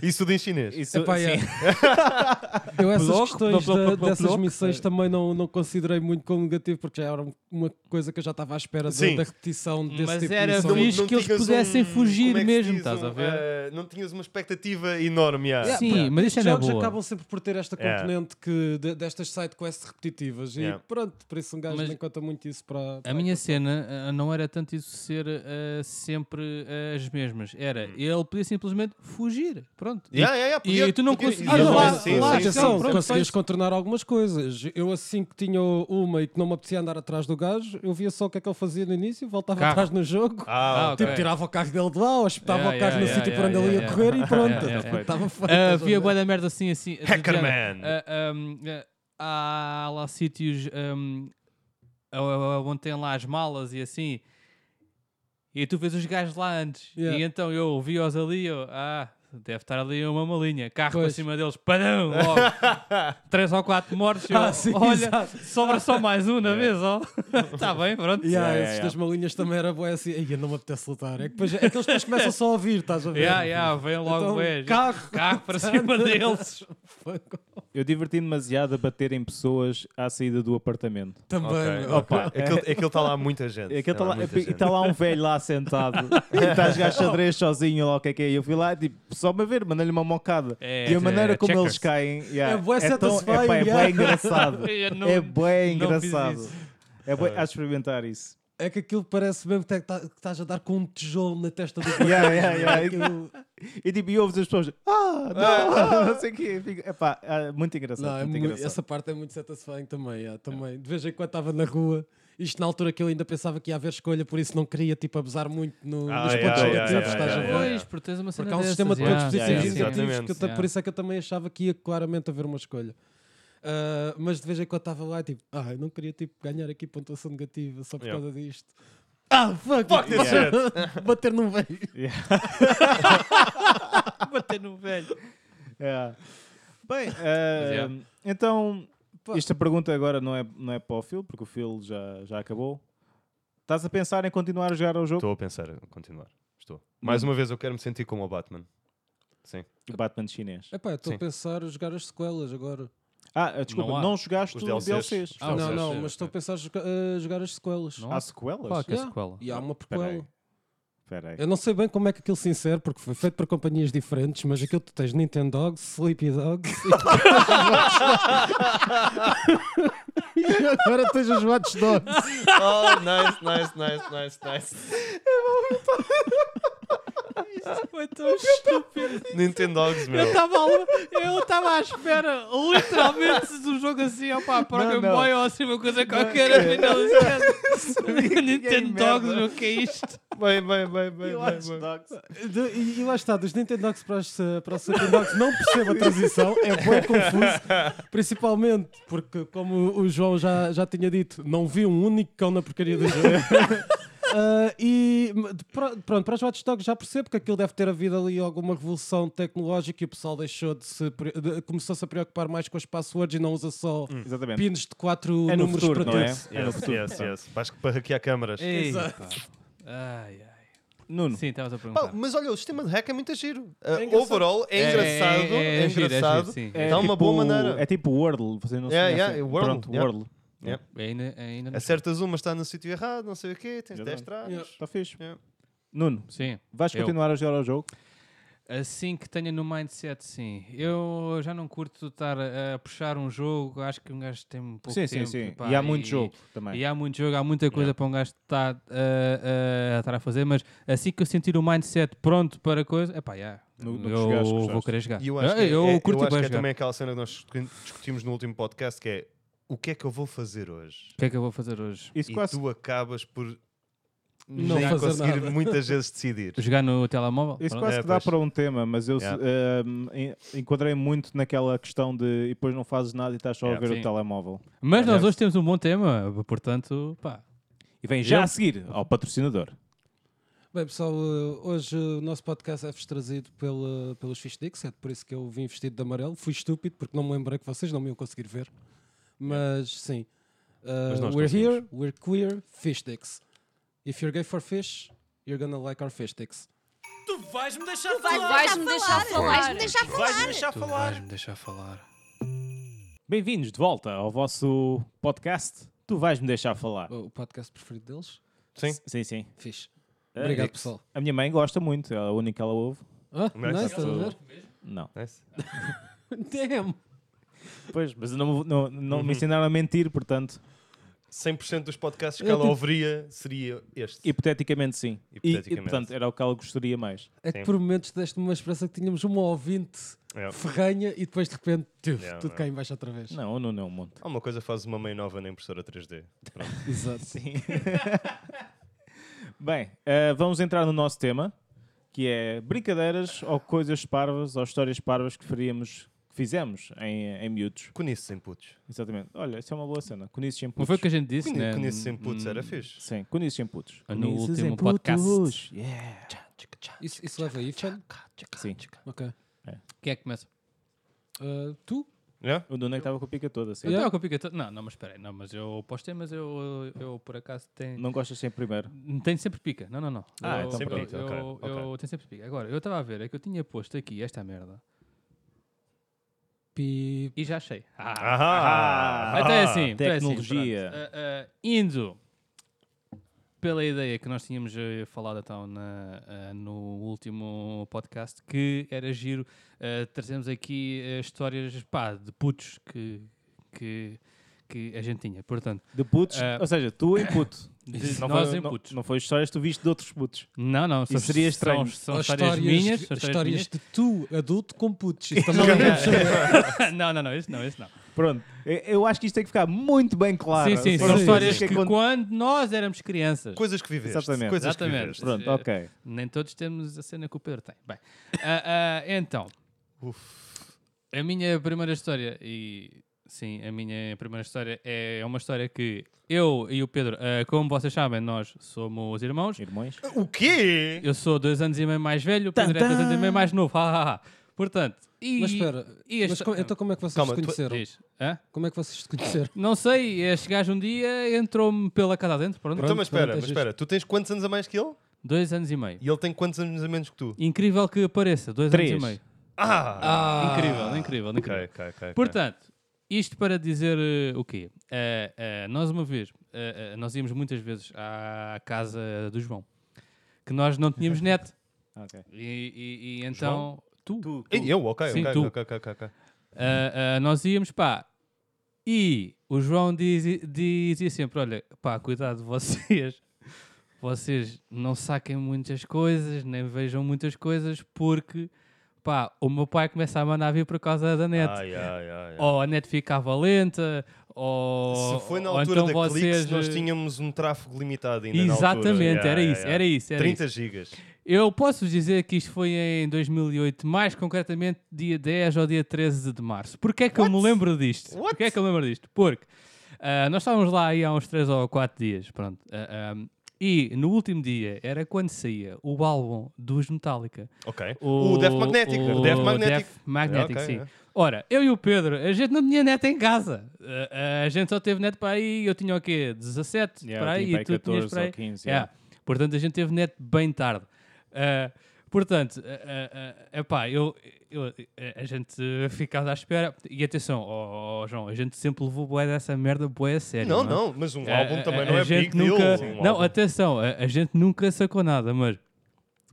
[SPEAKER 6] Isso tudo em chinês.
[SPEAKER 2] Isso, assim,
[SPEAKER 1] Epá,
[SPEAKER 2] sim.
[SPEAKER 1] é. Eu essas
[SPEAKER 2] Bloco,
[SPEAKER 1] questões
[SPEAKER 2] bloco,
[SPEAKER 1] da-
[SPEAKER 2] bloco,
[SPEAKER 1] dessas
[SPEAKER 2] bloco.
[SPEAKER 1] missões também não, não considerei muito como negativo, porque já era uma coisa que eu já estava à espera de-
[SPEAKER 6] Sim.
[SPEAKER 1] da repetição desse
[SPEAKER 5] Mas
[SPEAKER 1] tipo
[SPEAKER 5] era
[SPEAKER 1] de
[SPEAKER 5] fixe.
[SPEAKER 1] missões.
[SPEAKER 5] Diz que eles
[SPEAKER 6] tinhas
[SPEAKER 5] pudessem fugir
[SPEAKER 6] como é que se
[SPEAKER 5] mesmo,
[SPEAKER 6] diz,
[SPEAKER 5] estás a ver?
[SPEAKER 6] eh, não tinhas uma expectativa enorme. ah.
[SPEAKER 1] Yeah,
[SPEAKER 5] Sim, mas
[SPEAKER 1] pá,
[SPEAKER 5] isso é
[SPEAKER 1] estes
[SPEAKER 5] na
[SPEAKER 1] jogos
[SPEAKER 5] boa.
[SPEAKER 1] acabam sempre por ter esta
[SPEAKER 6] Yeah.
[SPEAKER 1] componente que, de- destas sidequests repetitivas.
[SPEAKER 6] Yeah.
[SPEAKER 1] E pronto, por isso um gajo
[SPEAKER 5] Mas-
[SPEAKER 1] nem conta muito isso para.
[SPEAKER 5] A
[SPEAKER 1] para-
[SPEAKER 5] minha cena ah, não era tanto isso ser ah, sempre ah, as mesmas. Era, ele podia simplesmente fugir. Pronto.
[SPEAKER 6] Hum. Yeah, yeah, yeah, podia-
[SPEAKER 5] e tu não
[SPEAKER 6] podia-
[SPEAKER 5] conseguias-
[SPEAKER 1] Ah, não,
[SPEAKER 5] Sim,
[SPEAKER 1] lá,
[SPEAKER 5] sim,
[SPEAKER 1] lá,
[SPEAKER 5] sim,
[SPEAKER 1] atenção,
[SPEAKER 5] sim, pronto,
[SPEAKER 1] conseguias
[SPEAKER 5] faz-
[SPEAKER 1] contornar algumas coisas. Eu, assim que tinha uma e que não me apetecia andar atrás do gajo, eu via só o que é que ele fazia no início, voltava
[SPEAKER 5] Carro.
[SPEAKER 1] atrás no jogo.
[SPEAKER 6] Ah,
[SPEAKER 5] Ah,
[SPEAKER 6] ok.
[SPEAKER 1] Tipo,
[SPEAKER 5] ok.
[SPEAKER 1] tirava o carro dele de lá, ou espetava
[SPEAKER 5] Yeah,
[SPEAKER 1] o carro
[SPEAKER 5] yeah,
[SPEAKER 1] no
[SPEAKER 5] yeah,
[SPEAKER 1] sítio
[SPEAKER 5] yeah,
[SPEAKER 1] para onde ele ia
[SPEAKER 5] yeah,
[SPEAKER 1] correr e
[SPEAKER 5] yeah.
[SPEAKER 1] pronto.
[SPEAKER 5] Yeah, yeah, yeah.
[SPEAKER 1] Estava feito.
[SPEAKER 5] Ah, Havia boa da merda assim, assim. do
[SPEAKER 6] Hacker
[SPEAKER 5] género.
[SPEAKER 6] Man.
[SPEAKER 5] Ah, ahm, ah, há lá sítios ahm, ah, ah, onde tem lá as malas e assim. E tu vês os gajos lá antes.
[SPEAKER 1] Yeah.
[SPEAKER 5] E então eu vi-os ali, eu, ah, deve estar ali uma malinha. Carro para
[SPEAKER 1] Pois.
[SPEAKER 5] cima deles, padão, logo. Três ou quatro mortos. eu,
[SPEAKER 1] Ah, sim,
[SPEAKER 5] olha,
[SPEAKER 1] exato.
[SPEAKER 5] sobra só mais um na vez, ó. Está bem, pronto.
[SPEAKER 1] Yeah,
[SPEAKER 2] Yeah,
[SPEAKER 1] esses
[SPEAKER 2] yeah,
[SPEAKER 1] das malinhas também era boa assim. Ai, eu não me apetece lutar. É que, depois, é que eles depois começam só a ouvir, estás a ver?
[SPEAKER 5] Yeah, yeah, vem logo é,
[SPEAKER 1] Então,
[SPEAKER 5] bué, já-
[SPEAKER 1] carro.
[SPEAKER 5] carro para cima deles.
[SPEAKER 2] Eu diverti demasiado a bater em pessoas à saída do apartamento.
[SPEAKER 1] Também.
[SPEAKER 6] Ok,
[SPEAKER 1] meu.
[SPEAKER 6] ok. Aquilo aquilo está tá lá muita gente.
[SPEAKER 2] É que
[SPEAKER 6] Tá
[SPEAKER 2] está
[SPEAKER 6] lá
[SPEAKER 2] lá,
[SPEAKER 6] muita
[SPEAKER 2] é que
[SPEAKER 6] gente.
[SPEAKER 2] tá lá um velho lá sentado. e estás gajo xadrez sozinho lá, o que é que é? E eu fui lá, tipo, só me ver, mandei-lhe uma mocada.
[SPEAKER 5] É,
[SPEAKER 2] e a maneira
[SPEAKER 5] é,
[SPEAKER 2] como
[SPEAKER 5] checkers.
[SPEAKER 2] eles caem.
[SPEAKER 1] É
[SPEAKER 2] Yeah,
[SPEAKER 1] bué
[SPEAKER 2] tão-
[SPEAKER 1] satisfying,
[SPEAKER 2] é, pá, é
[SPEAKER 1] yeah.
[SPEAKER 2] bem engraçado.
[SPEAKER 5] Eu não-
[SPEAKER 2] é bem
[SPEAKER 5] não fiz
[SPEAKER 2] engraçado.
[SPEAKER 5] isso. Ah.
[SPEAKER 2] É bem, há de experimentar isso.
[SPEAKER 1] É que aquilo parece mesmo que tá- que estás a dar com um tijolo na testa do
[SPEAKER 2] Yeah, yeah, yeah.
[SPEAKER 1] Aquilo-
[SPEAKER 2] E tipo, e ouves as pessoas, ah, não, não sei o quê. Fico- É pá, ah, muito engraçado.
[SPEAKER 1] Não, é
[SPEAKER 2] muito
[SPEAKER 1] muito-
[SPEAKER 2] engraçado.
[SPEAKER 1] essa parte é muito satisfying também, yeah, também. De vez em quando estava na rua, isto na altura que eu ainda pensava que ia haver escolha, por isso não queria tipo, abusar muito no-
[SPEAKER 6] Ah,
[SPEAKER 1] nos
[SPEAKER 6] yeah,
[SPEAKER 1] pontos
[SPEAKER 6] yeah,
[SPEAKER 1] negativos,
[SPEAKER 6] yeah,
[SPEAKER 1] estás a
[SPEAKER 6] yeah,
[SPEAKER 1] ver?
[SPEAKER 6] yeah.
[SPEAKER 5] Pois, porque tens uma cena
[SPEAKER 1] Porque há um
[SPEAKER 5] dessas,
[SPEAKER 1] sistema de
[SPEAKER 5] yeah.
[SPEAKER 1] pontos positivos
[SPEAKER 2] yeah,
[SPEAKER 1] e
[SPEAKER 2] yeah.
[SPEAKER 1] negativos, que eu ta-
[SPEAKER 5] Exatamente.
[SPEAKER 1] por isso é que eu também achava que ia claramente haver uma escolha. Ah, mas de vez em quando estava lá e tipo, ah, eu não queria tipo, ganhar aqui pontuação negativa só por
[SPEAKER 6] Yeah.
[SPEAKER 1] causa disto. Ah, fuck!
[SPEAKER 6] Fuck this
[SPEAKER 1] Bater num velho.
[SPEAKER 5] Bater no velho.
[SPEAKER 2] Yeah. Bem, ah,
[SPEAKER 5] yeah.
[SPEAKER 2] então,
[SPEAKER 1] Pá.
[SPEAKER 2] esta pergunta agora não é, não é para o Phil, porque o Phil já, já acabou. Estás a pensar em continuar a jogar ao jogo?
[SPEAKER 6] Estou a pensar a continuar. Estou. Mais uma vez, eu quero me sentir como o Batman. Sim.
[SPEAKER 2] Tipo Batman chinês.
[SPEAKER 1] Epá, eu estou a
[SPEAKER 6] Sim.
[SPEAKER 1] pensar em jogar as sequelas agora.
[SPEAKER 2] Ah, ah, desculpa,
[SPEAKER 5] Não há.
[SPEAKER 2] não, jogaste
[SPEAKER 6] Os
[SPEAKER 2] o
[SPEAKER 6] DLCs.
[SPEAKER 2] DLCs.
[SPEAKER 6] Ah,
[SPEAKER 5] Não,
[SPEAKER 1] não,
[SPEAKER 5] sei,
[SPEAKER 1] não,
[SPEAKER 5] sei,
[SPEAKER 1] mas estou a
[SPEAKER 5] sei.
[SPEAKER 1] pensar joga- a jogar as sequelas.
[SPEAKER 5] Não
[SPEAKER 2] Há sequelas?
[SPEAKER 5] Qual é que é a
[SPEAKER 6] Ah,
[SPEAKER 1] Yeah.
[SPEAKER 5] sequela?
[SPEAKER 1] E há uma
[SPEAKER 2] Espera aí.
[SPEAKER 1] prequela.
[SPEAKER 2] Espera aí.
[SPEAKER 1] Eu não sei bem como é que aquilo se insere, porque foi feito por companhias diferentes, mas aquilo tu tens Nintendo Dogs, Sleepy Dogs e... e agora tens os Watch Dogs.
[SPEAKER 6] Oh, nice, nice, nice, nice, nice.
[SPEAKER 5] Isso foi tão estúpido.
[SPEAKER 6] Nintendo Dogs, meu.
[SPEAKER 5] Eu estava eu estava à espera, literalmente, de um jogo assim, opá, para o
[SPEAKER 2] Não,
[SPEAKER 5] Game
[SPEAKER 2] não.
[SPEAKER 5] Boy ou assim, uma coisa qualquer, afinal, esquece. Nintendo
[SPEAKER 2] merda.
[SPEAKER 5] Dogs, meu, que é isto?
[SPEAKER 6] Bem, bem, bem, bem.
[SPEAKER 2] Eu
[SPEAKER 6] bem,
[SPEAKER 2] acho
[SPEAKER 6] bem.
[SPEAKER 2] dogs.
[SPEAKER 1] De- e, e lá está, dos Nintendo Dogs para os, eh, para os Sleepy Dogs, não percebo a transição, é bem confuso, principalmente porque, como o João já, já tinha dito, não vi um único cão na porcaria do jogo. Ah, e m- de- pro- pronto, para os Watch Dogs já percebo que aquilo deve ter havido ali alguma revolução tecnológica e o pessoal deixou de se pre- de- começou-se a preocupar mais com as passwords e não usa só
[SPEAKER 2] Exatamente.
[SPEAKER 1] pinos de quatro
[SPEAKER 2] É no
[SPEAKER 1] números
[SPEAKER 2] futuro, não é?
[SPEAKER 1] pertences.
[SPEAKER 2] É no
[SPEAKER 6] Yes,
[SPEAKER 2] futuro.
[SPEAKER 6] yes, yes. Vais para hackear câmaras.
[SPEAKER 5] Ei,
[SPEAKER 1] Exato.
[SPEAKER 5] pá. Ai, ai.
[SPEAKER 2] Nuno,
[SPEAKER 5] Sim, estavas a
[SPEAKER 6] Pá,
[SPEAKER 5] perguntar.
[SPEAKER 6] mas olha, o sistema de hack é muito giro. Uh,
[SPEAKER 1] engraçado.
[SPEAKER 6] overall, é engraçado. É,
[SPEAKER 5] giro,
[SPEAKER 6] engraçado.
[SPEAKER 5] giro, sim.
[SPEAKER 2] é
[SPEAKER 6] Dá uma
[SPEAKER 2] tipo-
[SPEAKER 6] boa maneira.
[SPEAKER 2] É tipo Wordle, vocês não
[SPEAKER 6] Yeah,
[SPEAKER 2] sabem. tipo,
[SPEAKER 6] yeah, é Wordle,
[SPEAKER 2] Pronto,
[SPEAKER 6] yeah.
[SPEAKER 2] Wordle.
[SPEAKER 5] É Ainda,
[SPEAKER 6] É
[SPEAKER 5] ainda não-
[SPEAKER 6] Acertas uma, está no sítio errado, não sei o quê, tens
[SPEAKER 2] Verdade.
[SPEAKER 6] 10 trás.
[SPEAKER 1] Yeah.
[SPEAKER 2] Está Tá fixe.
[SPEAKER 6] Yeah.
[SPEAKER 2] Nuno,
[SPEAKER 5] Sim.
[SPEAKER 2] vais
[SPEAKER 5] Eu.
[SPEAKER 2] continuar a jogar ao jogo?
[SPEAKER 5] Assim que tenha no mindset, sim. Eu já não curto estar a, a puxar um jogo, acho que um gajo tem um pouco
[SPEAKER 2] sim,
[SPEAKER 5] de tempo.
[SPEAKER 2] sim, sim.
[SPEAKER 5] pá,
[SPEAKER 2] e há muito jogo também.
[SPEAKER 5] E há muito jogo, há muita coisa para um gajo estar eh, a, a, estar a fazer, mas assim que eu sentir o mindset pronto para a coisa, epá, já,
[SPEAKER 2] No- no que
[SPEAKER 5] eu
[SPEAKER 2] jogaste,
[SPEAKER 5] vou
[SPEAKER 2] gostaste.
[SPEAKER 5] querer jogar.
[SPEAKER 6] E eu acho
[SPEAKER 5] Ah,
[SPEAKER 6] que, é,
[SPEAKER 5] eu
[SPEAKER 6] é-
[SPEAKER 5] curto
[SPEAKER 6] eu acho
[SPEAKER 5] bué
[SPEAKER 6] que é
[SPEAKER 5] jogar.
[SPEAKER 6] também aquela cena que nós discu- discutimos no último podcast, que é o que é que eu vou fazer hoje?
[SPEAKER 5] O que é que eu vou fazer hoje?
[SPEAKER 2] Isso
[SPEAKER 6] e
[SPEAKER 2] quase.
[SPEAKER 6] tu acabas por
[SPEAKER 1] Não
[SPEAKER 6] nem
[SPEAKER 1] fazer
[SPEAKER 6] conseguir
[SPEAKER 1] nada.
[SPEAKER 6] muitas vezes decidir.
[SPEAKER 5] Jogar no telemóvel?
[SPEAKER 2] Isso
[SPEAKER 5] Pronto.
[SPEAKER 2] quase
[SPEAKER 6] É,
[SPEAKER 2] que dá
[SPEAKER 6] pois.
[SPEAKER 2] para um tema, mas eu se-
[SPEAKER 6] Yeah.
[SPEAKER 2] ehm, en- enquadrei muito naquela questão de e depois não fazes nada e estás só
[SPEAKER 6] Yeah.
[SPEAKER 2] a ver
[SPEAKER 5] Sim.
[SPEAKER 2] o telemóvel.
[SPEAKER 5] Mas nós
[SPEAKER 6] Yeah.
[SPEAKER 5] hoje temos um bom tema, portanto, pá.
[SPEAKER 2] E é um vem
[SPEAKER 5] já a
[SPEAKER 2] seguir ao patrocinador.
[SPEAKER 1] Bem, pessoal, eh, hoje eh, o nosso podcast é-vos trazido pela, pelos Fish Dicks, é por isso que eu vim vestido de amarelo. Fui estúpido porque não me lembrei que vocês não me iam conseguir ver. Mas sim. Eh,
[SPEAKER 6] Mas nós
[SPEAKER 1] we're
[SPEAKER 6] É. conseguimos.
[SPEAKER 1] here, we're queer, Fish Dicks. If you're gay for fish, you're gonna like our fish sticks.
[SPEAKER 5] Tu vais-me deixar
[SPEAKER 3] Tu vais-me deixar falar. Vais-me deixar falar.
[SPEAKER 5] Tu vais-me deixar falar.
[SPEAKER 2] Bem-vindos de volta ao vosso podcast. Tu vais-me deixar falar.
[SPEAKER 1] O podcast preferido deles?
[SPEAKER 6] Sim.
[SPEAKER 2] Sim, sim.
[SPEAKER 1] Fixe.
[SPEAKER 2] Ah,
[SPEAKER 1] Obrigado,
[SPEAKER 2] é que-
[SPEAKER 1] pessoal.
[SPEAKER 2] A minha mãe gosta muito, é a única que ela ouve.
[SPEAKER 1] Ah,
[SPEAKER 6] Nice,
[SPEAKER 1] nice, estás a ver?
[SPEAKER 2] Não.
[SPEAKER 5] É
[SPEAKER 6] Nice.
[SPEAKER 1] Damn.
[SPEAKER 2] Pois, mas não, não, não me ensinaram a mentir, portanto,
[SPEAKER 6] 100% dos podcasts que ela ouviria seria este.
[SPEAKER 2] hipoteticamente sim. E- E,
[SPEAKER 6] Hipoteticamente.
[SPEAKER 2] portanto, é- era o que ela gostaria mais.
[SPEAKER 1] É
[SPEAKER 6] Sim.
[SPEAKER 1] que por momentos deste-me uma esperança que tínhamos uma ouvinte
[SPEAKER 6] É.
[SPEAKER 1] ferranha e depois de repente tuf,
[SPEAKER 6] Yeah,
[SPEAKER 1] tudo
[SPEAKER 6] yeah.
[SPEAKER 1] cai em baixo outra vez.
[SPEAKER 2] Não, não, não, um monte.
[SPEAKER 6] Há uma coisa faz uma mãe nova na impressora 3D.
[SPEAKER 1] Exato.
[SPEAKER 2] Ah, Sim. Bem, eh, vamos entrar no nosso tema, que é brincadeiras ou coisas parvas ou histórias parvas que faríamos, que fizemos em, em miúdos.
[SPEAKER 6] Conices em putos.
[SPEAKER 2] Exatamente. Olha, isso é uma boa cena. Conices em
[SPEAKER 5] Não
[SPEAKER 2] putos.
[SPEAKER 5] foi o que a gente disse, né?
[SPEAKER 6] Conices em putos era fixe.
[SPEAKER 2] Sim, conices em putos.
[SPEAKER 5] Ah, No
[SPEAKER 2] Conices
[SPEAKER 5] último
[SPEAKER 2] em putos.
[SPEAKER 5] podcast.
[SPEAKER 2] Yeah.
[SPEAKER 1] Isso, isso leva a Ifan?
[SPEAKER 2] Sim.
[SPEAKER 1] Ok.
[SPEAKER 5] Quem é que começa?
[SPEAKER 1] Ah, tu?
[SPEAKER 6] Yeah?
[SPEAKER 2] O Nuno é que estava com a pica toda, sim.
[SPEAKER 5] Eu estava com a pica toda. Não, não, mas espera aí. Não, mas eu postei, mas eu, eu por acaso tenho...
[SPEAKER 2] Não gostas sempre primeiro.
[SPEAKER 5] Tenho sempre pica. Não, não, não.
[SPEAKER 2] Ah,
[SPEAKER 5] eu,
[SPEAKER 2] então
[SPEAKER 5] eu,
[SPEAKER 2] pronto,
[SPEAKER 6] ok,
[SPEAKER 5] eu,
[SPEAKER 6] ok.
[SPEAKER 5] eu tenho sempre pica. Agora, eu estava a ver, é que eu tinha posto aqui esta merda
[SPEAKER 1] Pi...
[SPEAKER 5] e já achei. Ah,
[SPEAKER 6] Ahá!
[SPEAKER 5] então é assim. então é assim,
[SPEAKER 2] tecnologia.
[SPEAKER 5] pronto. Ah, ah, indo pela ideia que nós tínhamos eh, falado então na, ah, no último podcast, que era giro ah, trazermos aqui eh, histórias pá, de putos que, que, que a gente tinha. Portanto,
[SPEAKER 2] De putos,
[SPEAKER 5] Ah.
[SPEAKER 2] ou seja, tu em puto.
[SPEAKER 5] De
[SPEAKER 2] não
[SPEAKER 5] nós
[SPEAKER 2] foi,
[SPEAKER 5] em
[SPEAKER 2] não-
[SPEAKER 5] putos.
[SPEAKER 2] Não, foi histórias que tu viste de outros putos.
[SPEAKER 5] não, não, são,
[SPEAKER 2] seria
[SPEAKER 5] são,
[SPEAKER 2] estranho.
[SPEAKER 5] são
[SPEAKER 1] Ou
[SPEAKER 5] histórias minhas.
[SPEAKER 1] de-
[SPEAKER 5] são
[SPEAKER 1] histórias
[SPEAKER 5] minhas.
[SPEAKER 1] de tu, adulto, com putos. Isso também não é
[SPEAKER 5] não, não, não, isso não, isso não.
[SPEAKER 2] Pronto. Eu, eu acho que isto tem que ficar muito bem claro.
[SPEAKER 5] sim, sim,
[SPEAKER 2] Foram
[SPEAKER 5] são
[SPEAKER 1] sim,
[SPEAKER 5] histórias
[SPEAKER 2] que
[SPEAKER 5] que
[SPEAKER 2] acon-
[SPEAKER 5] quando nós éramos crianças.
[SPEAKER 6] Coisas que viveste.
[SPEAKER 2] Exatamente.
[SPEAKER 6] Coisas
[SPEAKER 5] Exatamente. Eh,
[SPEAKER 6] que viveste.
[SPEAKER 2] Pronto, ok.
[SPEAKER 5] Nem todos temos a cena que o Pedro tem. Bem, ah, ah, então, a minha primeira história, e sim, a minha primeira história é uma história que eu e o Pedro, ah, como vocês sabem, nós somos irmãos.
[SPEAKER 2] Irmãos.
[SPEAKER 6] O quê?
[SPEAKER 5] Eu sou dois anos e meio mais velho, o Pedro é dois anos e meio mais novo. Ha, ha, ha. Portanto, e.
[SPEAKER 1] Mas espera,
[SPEAKER 5] e
[SPEAKER 1] mas
[SPEAKER 5] esta-
[SPEAKER 1] como- então como é que vocês
[SPEAKER 6] Calma,
[SPEAKER 1] se
[SPEAKER 6] tu-
[SPEAKER 1] conheceram?
[SPEAKER 5] Diz, hã?
[SPEAKER 1] Como é que vocês se conheceram?
[SPEAKER 5] Não sei, é chegares um dia, entrou-me pela casa adentro, pronto.
[SPEAKER 6] Então, mas espera,
[SPEAKER 1] pronto, é
[SPEAKER 6] mas
[SPEAKER 1] justo.
[SPEAKER 6] espera. Tu tens quantos anos a mais que ele?
[SPEAKER 5] Dois anos e meio.
[SPEAKER 6] E ele tem quantos anos a menos que tu?
[SPEAKER 5] Incrível que apareça, dois
[SPEAKER 2] Três.
[SPEAKER 5] anos e meio.
[SPEAKER 6] Ah!
[SPEAKER 5] incrível, incrível, incrível.
[SPEAKER 6] Ok, ok, ok.
[SPEAKER 5] Portanto, isto para dizer eh, o quê? Eh, eh, nós uma vez, eh, eh, nós íamos muitas vezes à casa do João, que nós não tínhamos net.
[SPEAKER 2] Ah, Ok.
[SPEAKER 5] E, e- e então, tu,
[SPEAKER 6] E eu? Ok,
[SPEAKER 5] Sim,
[SPEAKER 6] ok,
[SPEAKER 5] tu.
[SPEAKER 6] ok, ok, ok, ok.
[SPEAKER 5] Eh, eh, nós íamos, pá, e o João dizi- dizia sempre, olha, pá, cuidado vocês, vocês não saquem muitas coisas, nem vejam muitas coisas, porque, pá, o meu pai começa a mandar vir por causa da net.
[SPEAKER 6] Ai, ai, ai, ai.
[SPEAKER 5] ou a net ficava lenta, ou.
[SPEAKER 6] Se foi na
[SPEAKER 5] ou
[SPEAKER 6] altura
[SPEAKER 5] então
[SPEAKER 6] da
[SPEAKER 5] vocês...
[SPEAKER 6] Clix, nós tínhamos um tráfego limitado ainda na altura.
[SPEAKER 5] Exatamente,
[SPEAKER 6] Yeah,
[SPEAKER 5] era
[SPEAKER 6] yeah,
[SPEAKER 5] isso,
[SPEAKER 6] yeah.
[SPEAKER 5] era isso, era
[SPEAKER 6] 30
[SPEAKER 5] isso.
[SPEAKER 6] gigas.
[SPEAKER 5] Eu posso dizer que isto foi em 2008, mais concretamente dia 10 ou dia 13 de março. Porquê é que eu me lembro disto?
[SPEAKER 6] What?
[SPEAKER 5] Porquê é que eu me lembro disto? Porque ah, nós estávamos lá aí há uns 3 ou 4 dias, pronto. ah, ah, e no último dia era quando saía o álbum dos Metallica.
[SPEAKER 6] Ok. O, Death Magnetic.
[SPEAKER 5] O
[SPEAKER 6] Death Magnetic.
[SPEAKER 5] Death Magnetic,
[SPEAKER 6] É, ok,
[SPEAKER 5] sim.
[SPEAKER 6] é.
[SPEAKER 5] Ora, eu e o Pedro, a gente não tinha net em casa. A, a- a gente só teve net para aí, eu tinha o quê? 17
[SPEAKER 2] Yeah, eu
[SPEAKER 5] para aí
[SPEAKER 2] tinha
[SPEAKER 5] e
[SPEAKER 2] para
[SPEAKER 5] tu
[SPEAKER 2] aí
[SPEAKER 5] tinhas
[SPEAKER 2] 14
[SPEAKER 5] para aí.
[SPEAKER 2] ou 15,
[SPEAKER 5] Yeah. Portanto, a gente teve net bem tarde. Ah, portanto, ah, ah, ah, epá, eu, eu- a- a gente ficava à espera. E atenção, ó, ó, João, a gente sempre levou boé dessa merda, boé a sério.
[SPEAKER 6] Não,
[SPEAKER 5] é?
[SPEAKER 6] não, mas um
[SPEAKER 5] A-
[SPEAKER 6] álbum
[SPEAKER 5] a-
[SPEAKER 6] também
[SPEAKER 5] a
[SPEAKER 6] não é
[SPEAKER 5] gente
[SPEAKER 6] big
[SPEAKER 5] nunca,
[SPEAKER 6] deal. Um
[SPEAKER 5] Não,
[SPEAKER 6] álbum.
[SPEAKER 5] atenção, a, a gente nunca sacou nada, mas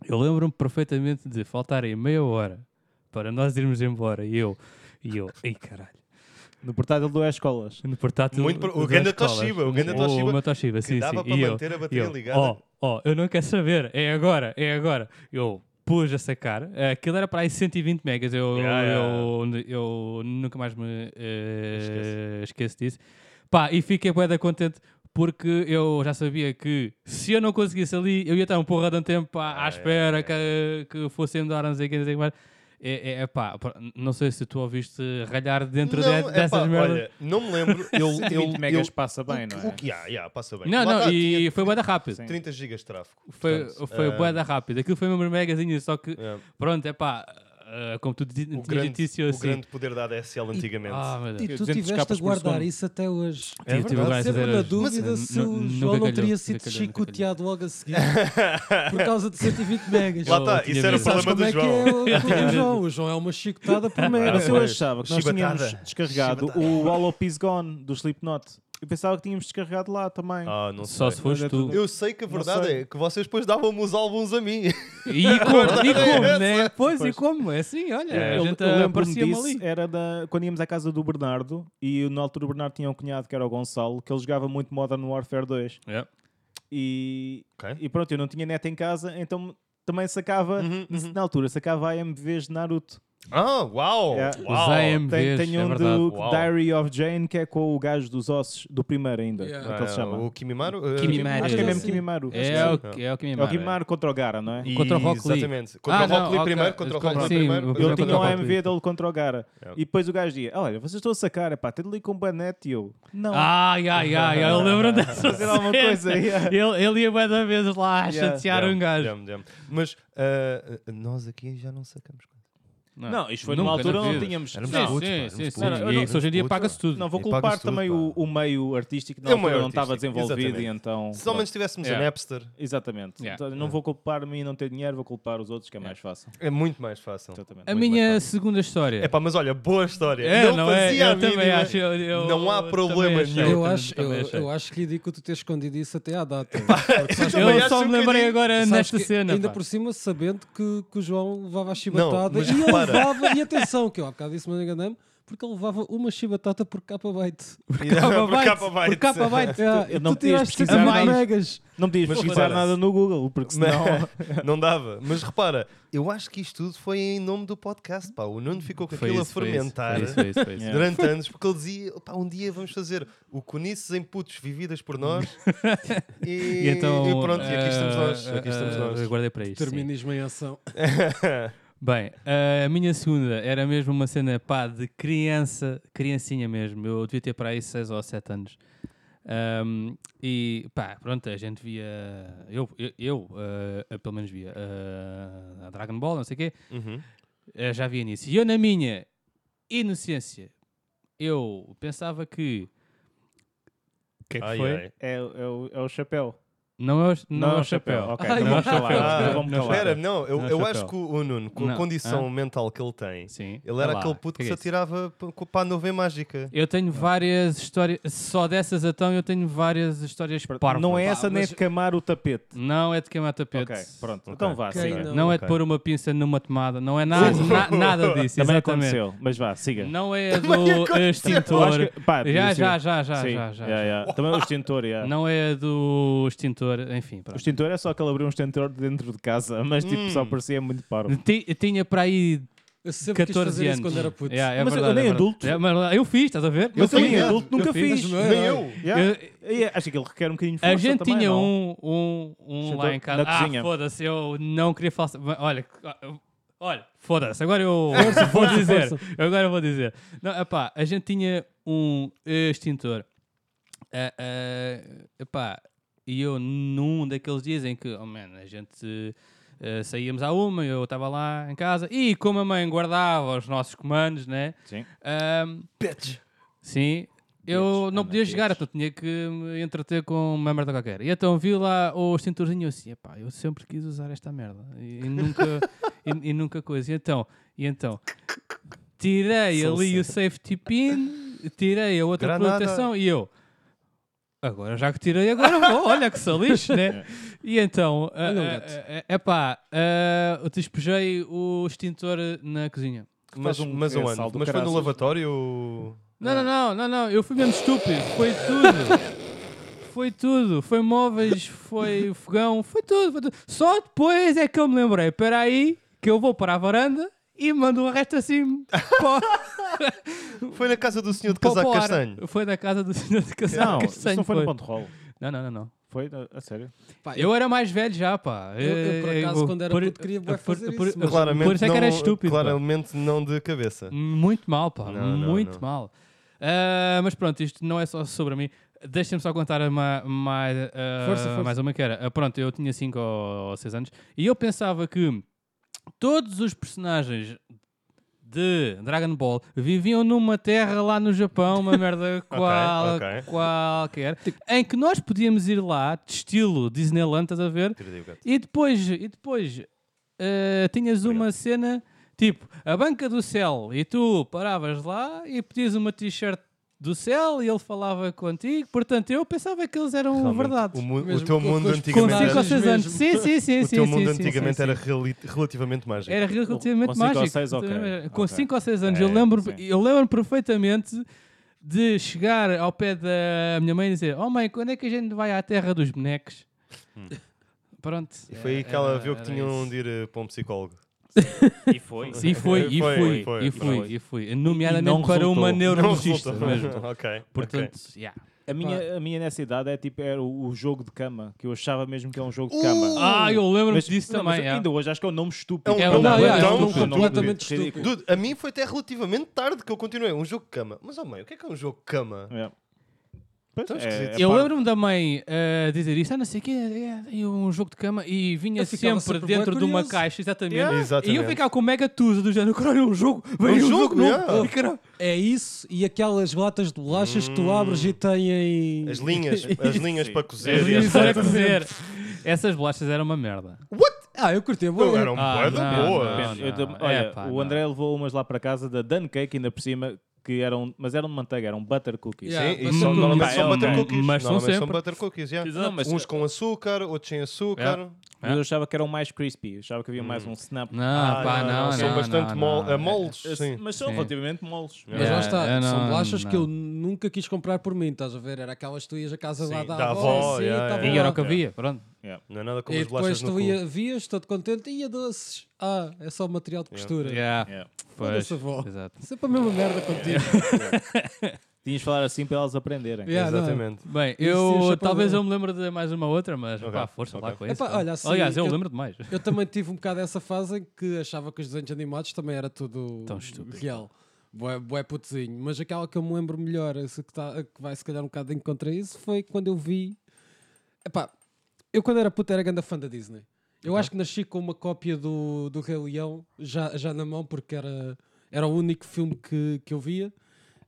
[SPEAKER 5] eu lembro-me perfeitamente de faltarem meia hora para nós irmos embora e eu, e eu, ei caralho,
[SPEAKER 2] No portátil do escolas.
[SPEAKER 5] no portátil.
[SPEAKER 6] Muito pro- o
[SPEAKER 5] das
[SPEAKER 6] ganda
[SPEAKER 5] escolas.
[SPEAKER 6] Toshiba, o ganda Toshiba
[SPEAKER 5] O meu Toshiba, sim,
[SPEAKER 6] dava
[SPEAKER 5] sim.
[SPEAKER 6] para
[SPEAKER 5] e eu,
[SPEAKER 6] manter a
[SPEAKER 5] e
[SPEAKER 6] bateria
[SPEAKER 5] eu,
[SPEAKER 6] ligada.
[SPEAKER 5] Ó, ó, eu não quero saber, é agora, é agora. Eu pus a sacar, eh, aquilo era para aí 120 megas, eu,
[SPEAKER 6] Yeah, yeah.
[SPEAKER 5] eu, eu nunca mais me eh, esqueço disso. Pá, e fiquei bué da contente porque eu já sabia que se eu não conseguisse ali, eu ia estar um porra de um tempo à,
[SPEAKER 6] Ah, é,
[SPEAKER 5] à espera que, que fosse embora, não sei o que, não sei o que mais. É, é, é pá, pá, não sei se tu ouviste ralhar dentro de-
[SPEAKER 6] epá,
[SPEAKER 5] dessas merdas.
[SPEAKER 6] é Olha, não me lembro. Eu, eu,
[SPEAKER 2] 20 megas passa bem, não
[SPEAKER 6] O
[SPEAKER 2] é?
[SPEAKER 6] que, yeah, yeah, passa bem.
[SPEAKER 5] não,
[SPEAKER 6] Lá
[SPEAKER 5] não,
[SPEAKER 6] tá,
[SPEAKER 5] e
[SPEAKER 6] tinha
[SPEAKER 5] foi bué da rápido.
[SPEAKER 6] 30 gigas de tráfego.
[SPEAKER 5] Foi,
[SPEAKER 6] Portanto,
[SPEAKER 5] foi
[SPEAKER 6] ah,
[SPEAKER 5] boeda rápida. Aquilo foi uma mermegazinha, só que
[SPEAKER 6] É.
[SPEAKER 5] pronto, é pá. ah, como tu di-
[SPEAKER 6] O
[SPEAKER 5] di-
[SPEAKER 6] grande,
[SPEAKER 5] disse eu
[SPEAKER 6] o
[SPEAKER 5] assim.
[SPEAKER 6] grande poder da ADSL antigamente.
[SPEAKER 5] Ah, meu Deus.
[SPEAKER 2] Eu
[SPEAKER 1] E tu
[SPEAKER 2] duzentos
[SPEAKER 1] tiveste a
[SPEAKER 2] capas por
[SPEAKER 1] guardar
[SPEAKER 2] segundo.
[SPEAKER 1] isso até hoje.
[SPEAKER 6] É
[SPEAKER 5] Tive- tive
[SPEAKER 6] verdade.
[SPEAKER 5] guardas a
[SPEAKER 1] Sempre
[SPEAKER 5] ver
[SPEAKER 1] na
[SPEAKER 5] hoje.
[SPEAKER 1] dúvida
[SPEAKER 5] Mas
[SPEAKER 1] se
[SPEAKER 5] nu-
[SPEAKER 1] o
[SPEAKER 5] nu- nunca
[SPEAKER 1] João não
[SPEAKER 5] calhou,
[SPEAKER 1] teria
[SPEAKER 5] nunca
[SPEAKER 1] sido
[SPEAKER 5] calhou, nunca
[SPEAKER 1] chicoteado logo a seguir por causa de 120 megas.
[SPEAKER 6] Lá
[SPEAKER 5] Eu
[SPEAKER 6] está,
[SPEAKER 5] tinha
[SPEAKER 6] isso era o
[SPEAKER 5] medo.
[SPEAKER 1] Sabes
[SPEAKER 6] problema
[SPEAKER 1] como
[SPEAKER 6] do
[SPEAKER 1] é que
[SPEAKER 6] João.
[SPEAKER 1] é o, o João? O João é uma chicotada por mega.
[SPEAKER 2] Mas eu
[SPEAKER 6] pois.
[SPEAKER 2] achava que nós tínhamos
[SPEAKER 6] Chibatada.
[SPEAKER 2] descarregado o All Hope Is Gone do Slipknot. Eu pensava que tínhamos descarregado lá também.
[SPEAKER 6] Ah, não
[SPEAKER 5] Só
[SPEAKER 6] sei.
[SPEAKER 5] se foste
[SPEAKER 2] Mas é
[SPEAKER 5] tu.
[SPEAKER 2] tudo-
[SPEAKER 6] Eu sei que a
[SPEAKER 2] Não
[SPEAKER 6] verdade
[SPEAKER 2] sei.
[SPEAKER 6] é que vocês depois davam-me os álbuns a mim.
[SPEAKER 5] E como, e como,
[SPEAKER 6] Essa.
[SPEAKER 5] né? Pois, e
[SPEAKER 2] Pois.
[SPEAKER 5] como? É assim, olha.
[SPEAKER 6] É.
[SPEAKER 5] A
[SPEAKER 2] Eu,
[SPEAKER 5] gente
[SPEAKER 2] eu lembro-me
[SPEAKER 5] aparecia-me
[SPEAKER 2] disso,
[SPEAKER 5] ali.
[SPEAKER 2] era da, quando íamos à casa do Bernardo, e na altura o Bernardo tinha um cunhado que era o Gonçalo, que ele jogava muito Modern Warfare 2.
[SPEAKER 5] É.
[SPEAKER 2] E,
[SPEAKER 6] Ok.
[SPEAKER 2] e pronto, eu não tinha net em casa, então também sacava,
[SPEAKER 6] Uhum, uhum.
[SPEAKER 2] na altura, sacava AMVs de Naruto.
[SPEAKER 6] Ah, uau!
[SPEAKER 2] É.
[SPEAKER 6] uau.
[SPEAKER 5] Os AMVs,
[SPEAKER 2] Tem, tem
[SPEAKER 5] é
[SPEAKER 2] um
[SPEAKER 5] verdade.
[SPEAKER 2] do
[SPEAKER 6] Uau.
[SPEAKER 2] Diary of Jane, que é com o gajo dos ossos, do primeiro ainda,
[SPEAKER 1] Yeah.
[SPEAKER 2] como é que ele se
[SPEAKER 6] Ah,
[SPEAKER 2] chama.
[SPEAKER 6] o Kimimaro? eh,
[SPEAKER 5] Kimimaro.
[SPEAKER 2] Acho que é mesmo
[SPEAKER 1] Sim.
[SPEAKER 2] Kimimaru.
[SPEAKER 5] É o,
[SPEAKER 2] Acho que
[SPEAKER 5] é o que me
[SPEAKER 2] sim. é o
[SPEAKER 5] marca.
[SPEAKER 2] Kimimaru contra o Gara, não é?
[SPEAKER 6] E-
[SPEAKER 5] Contra o Rock Lee.
[SPEAKER 6] Exatamente. Contra
[SPEAKER 5] Ah,
[SPEAKER 6] o Rock
[SPEAKER 5] não,
[SPEAKER 6] Lee
[SPEAKER 5] ok.
[SPEAKER 6] primeiro, contra o
[SPEAKER 5] Sim,
[SPEAKER 6] Rock Lee
[SPEAKER 5] sim,
[SPEAKER 6] primeiro.
[SPEAKER 5] eu
[SPEAKER 2] Ele
[SPEAKER 5] Contra
[SPEAKER 2] tinha
[SPEAKER 5] o É
[SPEAKER 2] um
[SPEAKER 5] Rock Lee.
[SPEAKER 2] AMV dele contra o Gara.
[SPEAKER 6] Yeah.
[SPEAKER 2] E depois o gajo dizia: Olha, vocês estão a sacar, é pá, tendo ali com o Banete. E eu: Não,
[SPEAKER 5] Ai, ai, ai, eu lembro dessa.
[SPEAKER 2] fazer alguma
[SPEAKER 5] cena.
[SPEAKER 2] coisa. yeah.
[SPEAKER 5] Ele, ele ia bué da vezes lá a
[SPEAKER 2] Yeah.
[SPEAKER 5] chatear um
[SPEAKER 6] Damn,
[SPEAKER 5] gajo.
[SPEAKER 6] damn, damn. Mas ah, ah, nós aqui já não sacamos.
[SPEAKER 2] Não, isto foi numa
[SPEAKER 5] Ah, Nunca
[SPEAKER 2] altura
[SPEAKER 5] na
[SPEAKER 2] não
[SPEAKER 5] vida.
[SPEAKER 2] tínhamos-
[SPEAKER 5] Éramos
[SPEAKER 2] Não,
[SPEAKER 5] putos,
[SPEAKER 6] sim,
[SPEAKER 5] pá, éramos
[SPEAKER 6] sim,
[SPEAKER 5] putos.
[SPEAKER 2] sim. Não, eu
[SPEAKER 5] E isso hoje em dia paga-se tudo.
[SPEAKER 2] Não, vou
[SPEAKER 6] E paga-se
[SPEAKER 2] culpar
[SPEAKER 6] tudo,
[SPEAKER 2] também
[SPEAKER 6] pá.
[SPEAKER 2] o, o meio artístico, na
[SPEAKER 6] É o meio
[SPEAKER 2] altura não estava
[SPEAKER 6] artístico,
[SPEAKER 2] desenvolvido, e
[SPEAKER 6] exatamente.
[SPEAKER 2] então.
[SPEAKER 6] Se ao menos tivéssemos a
[SPEAKER 5] Yeah.
[SPEAKER 6] Napster,
[SPEAKER 2] Exatamente.
[SPEAKER 5] Yeah.
[SPEAKER 2] Então, não vou culpar a mim não ter dinheiro, vou culpar os outros, que é mais fácil.
[SPEAKER 6] é muito mais fácil.
[SPEAKER 2] Exatamente.
[SPEAKER 5] A
[SPEAKER 2] Muito
[SPEAKER 5] minha
[SPEAKER 2] mais fácil.
[SPEAKER 5] segunda história.
[SPEAKER 6] É pá, mas olha, boa história.
[SPEAKER 5] É,
[SPEAKER 6] não, fazia
[SPEAKER 5] é?
[SPEAKER 6] a
[SPEAKER 5] Eu também
[SPEAKER 6] mínima.
[SPEAKER 5] acho. eu- eu-
[SPEAKER 6] Não há
[SPEAKER 5] É, eu
[SPEAKER 6] problema
[SPEAKER 5] também achei,
[SPEAKER 6] nenhum.
[SPEAKER 5] também-
[SPEAKER 1] Eu acho, eu,
[SPEAKER 5] também achei.
[SPEAKER 1] eu acho ridículo tu ter escondido isso até à data. Porque sabes-
[SPEAKER 6] também
[SPEAKER 5] Eu
[SPEAKER 6] acho
[SPEAKER 5] só
[SPEAKER 6] um
[SPEAKER 5] me lembrei
[SPEAKER 6] bocadinho.
[SPEAKER 5] agora
[SPEAKER 1] sabes
[SPEAKER 5] nesta
[SPEAKER 1] que
[SPEAKER 5] cena.
[SPEAKER 1] Ainda
[SPEAKER 5] pá.
[SPEAKER 1] por cima, sabendo que, que o João levava a chibatada
[SPEAKER 6] mas
[SPEAKER 1] e ele
[SPEAKER 6] repara.
[SPEAKER 1] levava, e atenção, que eu há bocado disse, mas enganei-me, porque ele levava uma chibatata por capa byte.
[SPEAKER 6] Por
[SPEAKER 5] Kbyte,
[SPEAKER 6] capa byte.
[SPEAKER 5] Por capa byte.
[SPEAKER 1] Ah,
[SPEAKER 2] Eu
[SPEAKER 1] e
[SPEAKER 2] não
[SPEAKER 1] tu
[SPEAKER 2] podias
[SPEAKER 1] tiraste
[SPEAKER 2] pesquisar
[SPEAKER 1] 120
[SPEAKER 2] mais.
[SPEAKER 1] megas.
[SPEAKER 2] Não podias
[SPEAKER 6] Mas
[SPEAKER 2] pesquisar
[SPEAKER 6] repara-se.
[SPEAKER 2] nada no Google, porque senão.
[SPEAKER 6] Não, não dava. Mas repara, eu acho que isto tudo foi em nome do podcast. Pá. O Nuno ficou com aquilo a
[SPEAKER 5] foi isso,
[SPEAKER 6] fermentar
[SPEAKER 5] Foi isso, foi isso, foi isso.
[SPEAKER 2] Yeah.
[SPEAKER 6] durante anos, porque ele dizia: "Pá, um dia vamos fazer o Conices em putos vividas por nós. e,
[SPEAKER 5] E então.
[SPEAKER 6] e pronto, e eh, aqui estamos nós.
[SPEAKER 5] ah,
[SPEAKER 6] Aqui estamos
[SPEAKER 5] ah,
[SPEAKER 6] nós.
[SPEAKER 5] eu Guardei para isto. sim.
[SPEAKER 1] Terminismo em ação.
[SPEAKER 5] Bem, a minha segunda era mesmo uma cena pá, de criança, criancinha mesmo. Eu devia ter para aí 6 ou 7 anos. Ahm, e pá, pronto, a gente via. Eu, eu, eu, ah, pelo menos via ah, a Dragon Ball, não sei o quê.
[SPEAKER 6] Uhum.
[SPEAKER 5] Eh, já via nisso. E eu, na minha inocência, eu pensava que. O que é que
[SPEAKER 6] Ai,
[SPEAKER 5] foi?
[SPEAKER 6] ai.
[SPEAKER 2] É, é o, é o chapéu.
[SPEAKER 5] Não é o, não é o chapéu.
[SPEAKER 2] Ok,
[SPEAKER 1] Ai,
[SPEAKER 2] então vamos
[SPEAKER 5] ai.
[SPEAKER 2] calar.
[SPEAKER 5] Ah,
[SPEAKER 2] então vamos
[SPEAKER 5] não,
[SPEAKER 2] calar.
[SPEAKER 6] Espera, não, é eu,
[SPEAKER 5] Não,
[SPEAKER 6] eu
[SPEAKER 5] chapéu.
[SPEAKER 6] acho que o Nuno, com a
[SPEAKER 5] Não.
[SPEAKER 6] condição mental que ele tem,
[SPEAKER 5] Sim.
[SPEAKER 6] ele era
[SPEAKER 5] Olá,
[SPEAKER 6] aquele puto que,
[SPEAKER 5] que
[SPEAKER 6] se
[SPEAKER 5] é isso?
[SPEAKER 6] atirava p- com- para a nuvem mágica.
[SPEAKER 5] Eu tenho várias histórias, só dessas então, eu tenho várias histórias parvas.
[SPEAKER 2] Não é essa nem
[SPEAKER 1] mas-
[SPEAKER 2] de camar o tapete.
[SPEAKER 5] Não é de queimar tapete.
[SPEAKER 2] Ok, pronto. Então vá,
[SPEAKER 1] Ok,
[SPEAKER 2] siga.
[SPEAKER 1] não.
[SPEAKER 5] Não é de
[SPEAKER 6] Ok.
[SPEAKER 5] pôr uma pinça numa tomada. Não é nada, na- nada disso. exatamente.
[SPEAKER 2] Também aconteceu, mas vá, siga.
[SPEAKER 5] Não é do
[SPEAKER 2] Eu acho
[SPEAKER 5] extintor.
[SPEAKER 2] que-
[SPEAKER 5] Já,
[SPEAKER 2] pá, tinha sido.
[SPEAKER 5] já, já, já,
[SPEAKER 2] Sim,
[SPEAKER 5] já, já.
[SPEAKER 2] yeah, yeah. Também o extintor, yeah.
[SPEAKER 5] Não é do extintor, enfim.
[SPEAKER 2] O
[SPEAKER 5] Pronto.
[SPEAKER 2] extintor é só que ele abriu um extintor de dentro de casa, mas tipo, só
[SPEAKER 5] Hum.
[SPEAKER 2] parecia muito parvo.
[SPEAKER 5] Ti- Tinha para aí
[SPEAKER 1] Eu sempre quis
[SPEAKER 5] 14
[SPEAKER 1] fazer
[SPEAKER 5] anos.
[SPEAKER 1] isso quando era puto.
[SPEAKER 5] Yeah, é
[SPEAKER 2] Mas eu-
[SPEAKER 5] verdade,
[SPEAKER 2] nem
[SPEAKER 5] é verdade.
[SPEAKER 2] adulto.
[SPEAKER 5] É, mas eu fiz, estás a ver?
[SPEAKER 2] Eu
[SPEAKER 5] fiz.
[SPEAKER 2] também, adulto, nunca
[SPEAKER 5] é. fiz. é.
[SPEAKER 2] fiz.
[SPEAKER 1] Mas não
[SPEAKER 6] Nem
[SPEAKER 1] era.
[SPEAKER 6] eu.
[SPEAKER 2] Yeah. Yeah, Acho que ele requer um bocadinho de
[SPEAKER 5] A
[SPEAKER 2] força
[SPEAKER 5] gente
[SPEAKER 2] também,
[SPEAKER 5] tinha
[SPEAKER 2] não?
[SPEAKER 5] um, um, um
[SPEAKER 2] Sentou
[SPEAKER 5] lá em casa.
[SPEAKER 2] na
[SPEAKER 5] Ah,
[SPEAKER 2] cozinha.
[SPEAKER 5] foda-se, eu não queria falar. Olha, olha, foda-se, agora eu vou dizer. Agora eu vou dizer. Não, epá, a gente tinha um extintor. Ah, ah, epá, e eu num daqueles dias em que, oh man, a gente ah, saíamos à uma, eu estava lá em casa e como a mãe guardava os nossos comandos, né?
[SPEAKER 2] Sim.
[SPEAKER 5] ahm,
[SPEAKER 6] Bitch.
[SPEAKER 5] Sim. Eu
[SPEAKER 2] Bitch,
[SPEAKER 5] não
[SPEAKER 1] Ah,
[SPEAKER 2] I'm a
[SPEAKER 5] podia jogar,
[SPEAKER 2] bitch.
[SPEAKER 5] então tinha que me entreter com uma merda qualquer. E então vi lá o extintorzinho e eu assim, epá, eu sempre quis usar esta merda. E, e nunca, e, e nunca coisa. E então, e então tirei ali o safety pin, tirei a outra
[SPEAKER 6] Granada.
[SPEAKER 5] proteção e eu... Agora, já que tirei, agora vou, olha que salixo, né? E então, ah,
[SPEAKER 1] É. Olha o
[SPEAKER 5] ah,
[SPEAKER 1] gato.
[SPEAKER 5] ah, ah, epá, ah, eu despejei o extintor na cozinha.
[SPEAKER 6] Mas,
[SPEAKER 2] faz um
[SPEAKER 5] é,
[SPEAKER 6] mas um
[SPEAKER 2] cansal
[SPEAKER 6] ano.
[SPEAKER 2] do
[SPEAKER 6] Mas foi no
[SPEAKER 2] caraças.
[SPEAKER 6] lavatório.
[SPEAKER 5] Não,
[SPEAKER 2] Ah.
[SPEAKER 5] não, não, não, não, eu fui mesmo estúpido, foi tudo. Foi tudo, foi móveis, foi fogão, foi tudo, foi tudo. Só depois é que eu me lembrei, espera aí, que eu vou para a varanda e mando o resto assim para,
[SPEAKER 6] Foi na casa do senhor de
[SPEAKER 5] para
[SPEAKER 6] casaco
[SPEAKER 5] o ar.
[SPEAKER 6] castanho.
[SPEAKER 5] Foi na casa do senhor de casaco
[SPEAKER 2] Não, isso
[SPEAKER 5] castanho.
[SPEAKER 2] não foi no
[SPEAKER 5] foi.
[SPEAKER 2] ponto rolo.
[SPEAKER 5] não, não, não, não.
[SPEAKER 2] Foi, a, a sério.
[SPEAKER 1] Pá,
[SPEAKER 5] Eu era mais velho já, pá.
[SPEAKER 1] Eu- eu, por
[SPEAKER 5] Eh,
[SPEAKER 1] acaso,
[SPEAKER 5] eu-
[SPEAKER 1] quando era puto, queria bué fazer isso, mas-
[SPEAKER 6] Claramente
[SPEAKER 5] por isso é que
[SPEAKER 6] não,
[SPEAKER 5] era estúpido. pá. Hum.
[SPEAKER 6] Claramente não de cabeça.
[SPEAKER 5] Muito mal, pá.
[SPEAKER 6] Não, não,
[SPEAKER 5] muito
[SPEAKER 6] não.
[SPEAKER 5] mal. Ah, mas pronto, isto não é só sobre mim. Deixem-me só contar uma, mais, ah,
[SPEAKER 1] Força, força.
[SPEAKER 5] mais uma que era. Ah, pronto, eu tinha 5 ou 6 anos e eu pensava que todos os personagens de Dragon Ball viviam numa terra lá no Japão, uma merda qual-
[SPEAKER 6] ok.
[SPEAKER 5] qualquer, em que nós podíamos ir lá, de estilo Disneyland, estás a ver?
[SPEAKER 6] Tira daí o gato.
[SPEAKER 5] E depois, e depois eh, tinhas uma cena tipo a banca do céu e tu paravas lá e pedias uma t-shirt do céu e ele falava contigo. Portanto, eu pensava que eles eram
[SPEAKER 6] Realmente,
[SPEAKER 5] verdade.
[SPEAKER 6] O, mu- o
[SPEAKER 1] Hum, Mesmo
[SPEAKER 6] teu
[SPEAKER 1] com-
[SPEAKER 6] mundo
[SPEAKER 1] com os
[SPEAKER 5] Com
[SPEAKER 6] antigamente
[SPEAKER 5] 5
[SPEAKER 1] personagens
[SPEAKER 5] ou
[SPEAKER 6] era,
[SPEAKER 5] 6 anos.
[SPEAKER 1] mesmo.
[SPEAKER 5] Sim, sim, sim.
[SPEAKER 6] o
[SPEAKER 5] sim,
[SPEAKER 6] teu
[SPEAKER 5] sim,
[SPEAKER 6] mundo
[SPEAKER 5] sim,
[SPEAKER 6] antigamente
[SPEAKER 5] sim,
[SPEAKER 6] era
[SPEAKER 5] sim.
[SPEAKER 6] reali- relativamente mágico.
[SPEAKER 1] É,
[SPEAKER 5] Era relativamente
[SPEAKER 2] Com cinco ou
[SPEAKER 5] mágico.
[SPEAKER 2] seis, ok.
[SPEAKER 5] Com
[SPEAKER 2] Ok.
[SPEAKER 5] 5 ou 6 anos.
[SPEAKER 2] É,
[SPEAKER 5] eu lembro
[SPEAKER 2] sim.
[SPEAKER 5] eu lembro perfeitamente de chegar ao pé da minha mãe e dizer: Oh mãe, quando é que a gente vai à terra dos bonecos? Pronto.
[SPEAKER 6] Hum. E foi aí que ela viu que tinham de ir eh, para um psicólogo.
[SPEAKER 2] E foi.
[SPEAKER 5] E foi, e
[SPEAKER 6] Foi,
[SPEAKER 5] fui,
[SPEAKER 6] foi,
[SPEAKER 5] e
[SPEAKER 6] foi.
[SPEAKER 5] fui, e fui. Nomeadamente
[SPEAKER 2] não
[SPEAKER 5] para
[SPEAKER 2] resultou.
[SPEAKER 5] uma
[SPEAKER 2] Não
[SPEAKER 5] neurologista
[SPEAKER 6] Não
[SPEAKER 5] mesmo.
[SPEAKER 6] resultou. ok.
[SPEAKER 5] Portanto, yeah.
[SPEAKER 2] A minha, a minha nessa idade é tipo, era o, o jogo de cama, que eu achava mesmo que é um jogo de cama.
[SPEAKER 5] Ah, eu lembro-me
[SPEAKER 2] Mas-
[SPEAKER 5] disso
[SPEAKER 2] não, mas
[SPEAKER 5] também.
[SPEAKER 2] Ainda
[SPEAKER 5] yeah.
[SPEAKER 2] hoje acho que é um nome estúpido.
[SPEAKER 6] É um-
[SPEAKER 5] É um é um nome nome tão
[SPEAKER 2] estúpido,
[SPEAKER 1] completamente
[SPEAKER 2] estúpido.
[SPEAKER 6] ok. Dude, a mim foi até relativamente tarde que eu continuei. Um jogo de cama. Mas, oh mãe, o que é que é um jogo de cama?
[SPEAKER 2] É. Pois,
[SPEAKER 6] Tão
[SPEAKER 2] é-
[SPEAKER 6] esquisito.
[SPEAKER 2] é
[SPEAKER 5] Eu
[SPEAKER 2] pá-
[SPEAKER 5] lembro-me da mãe eh, dizer isso, ah, não sei o quê, é, é, é um jogo de cama, e vinha
[SPEAKER 1] Eu
[SPEAKER 5] sempre,
[SPEAKER 1] ficava sempre bué
[SPEAKER 5] dentro de uma
[SPEAKER 1] curioso.
[SPEAKER 5] caixa, exatamente.
[SPEAKER 2] Yeah.
[SPEAKER 5] E eu
[SPEAKER 6] Exatamente.
[SPEAKER 5] ficava com mega tusa do género, caralho, é um jogo, vem um, jogo, novo.
[SPEAKER 6] yeah.
[SPEAKER 5] E caralho,
[SPEAKER 1] É isso e aquelas latas de bolachas que tu abres e têm.
[SPEAKER 6] Hum. As linhas, as linhas para cozer. e
[SPEAKER 5] é isso era
[SPEAKER 6] etc.
[SPEAKER 5] dizer. Essas bolachas eram uma merda.
[SPEAKER 1] Ah, eu curti.
[SPEAKER 6] Não,
[SPEAKER 1] Eu
[SPEAKER 6] eram
[SPEAKER 5] Ah,
[SPEAKER 6] bué da
[SPEAKER 5] não,
[SPEAKER 6] boas.
[SPEAKER 5] não.
[SPEAKER 2] Eu tam- olha,
[SPEAKER 5] Epá,
[SPEAKER 2] o
[SPEAKER 5] É, não.
[SPEAKER 2] André levou umas lá para casa da Dan Cake, ainda por cima, que eram, mas eram de manteiga, eram butter cookies.
[SPEAKER 1] Yeah.
[SPEAKER 6] Sim,
[SPEAKER 5] mas
[SPEAKER 6] e são,
[SPEAKER 5] não-
[SPEAKER 6] normalmente são
[SPEAKER 2] não-
[SPEAKER 6] butter
[SPEAKER 2] não,
[SPEAKER 6] cookies.
[SPEAKER 5] mas são
[SPEAKER 6] normalmente são
[SPEAKER 5] sempre.
[SPEAKER 6] butter cookies, yeah.
[SPEAKER 5] Não, mas-
[SPEAKER 6] Uns com açúcar, outros sem açúcar.
[SPEAKER 5] Yeah.
[SPEAKER 2] Mas eu achava que eram mais crispy, eu achava que havia mais um snap.
[SPEAKER 5] É? Hum. Não,
[SPEAKER 6] Ah,
[SPEAKER 5] pá, não, não,
[SPEAKER 6] São bastante
[SPEAKER 5] não,
[SPEAKER 6] mol-
[SPEAKER 5] não.
[SPEAKER 6] eh, moldes.
[SPEAKER 2] Eh,
[SPEAKER 6] Sim.
[SPEAKER 2] Mas são
[SPEAKER 5] Sim.
[SPEAKER 2] relativamente moles.
[SPEAKER 1] Mas lá
[SPEAKER 5] Yeah,
[SPEAKER 1] está,
[SPEAKER 5] eu
[SPEAKER 1] são
[SPEAKER 5] não-
[SPEAKER 1] bolachas que
[SPEAKER 5] não.
[SPEAKER 1] eu nunca quis comprar por mim, estás a ver? Era aquelas que tu ias a casa lá
[SPEAKER 2] Sim,
[SPEAKER 1] da,
[SPEAKER 6] da avó,
[SPEAKER 1] avó, sim,
[SPEAKER 6] yeah,
[SPEAKER 1] tava
[SPEAKER 5] E
[SPEAKER 1] lá.
[SPEAKER 5] era o que havia, pronto.
[SPEAKER 6] Não é nada como
[SPEAKER 1] E
[SPEAKER 6] as bolachas
[SPEAKER 1] depois
[SPEAKER 6] no
[SPEAKER 1] tu
[SPEAKER 6] cu.
[SPEAKER 1] ia, vias, todo contente, ia doces. Ah, é só material de
[SPEAKER 6] Yeah.
[SPEAKER 1] costura.
[SPEAKER 5] Yeah.
[SPEAKER 2] Yeah.
[SPEAKER 5] Pois,
[SPEAKER 1] Foda-se, avó.
[SPEAKER 5] exato.
[SPEAKER 1] Sempre a mesma merda contigo.
[SPEAKER 2] Tinhas de falar assim para elas aprenderem.
[SPEAKER 1] Yeah, não.
[SPEAKER 6] Exatamente.
[SPEAKER 5] Bem,
[SPEAKER 1] Isso é e
[SPEAKER 5] eu
[SPEAKER 1] o chapéu
[SPEAKER 5] talvez
[SPEAKER 1] dela.
[SPEAKER 5] eu me lembro de mais uma outra, mas
[SPEAKER 6] Ok,
[SPEAKER 5] pá, força lá
[SPEAKER 6] ok.
[SPEAKER 5] com isso.
[SPEAKER 1] Epá,
[SPEAKER 5] pá.
[SPEAKER 1] olha, assim,
[SPEAKER 5] Aliás, eu,
[SPEAKER 1] eu-
[SPEAKER 5] lembro de mais.
[SPEAKER 1] Eu também tive um bocado essa fase em que achava que os desenhos animados também era tudo
[SPEAKER 5] Tão estúpido.
[SPEAKER 1] real. Bué, bué putezinho. Mas aquela que eu me lembro melhor, essa que, tá- que vai se calhar um bocado em contra isso, foi quando eu vi. Epá, eu quando era puto era grande fã da Disney. Eu acho que nasci com uma cópia do, do Rei Leão já, já na mão, porque era, era o único filme que, que eu via.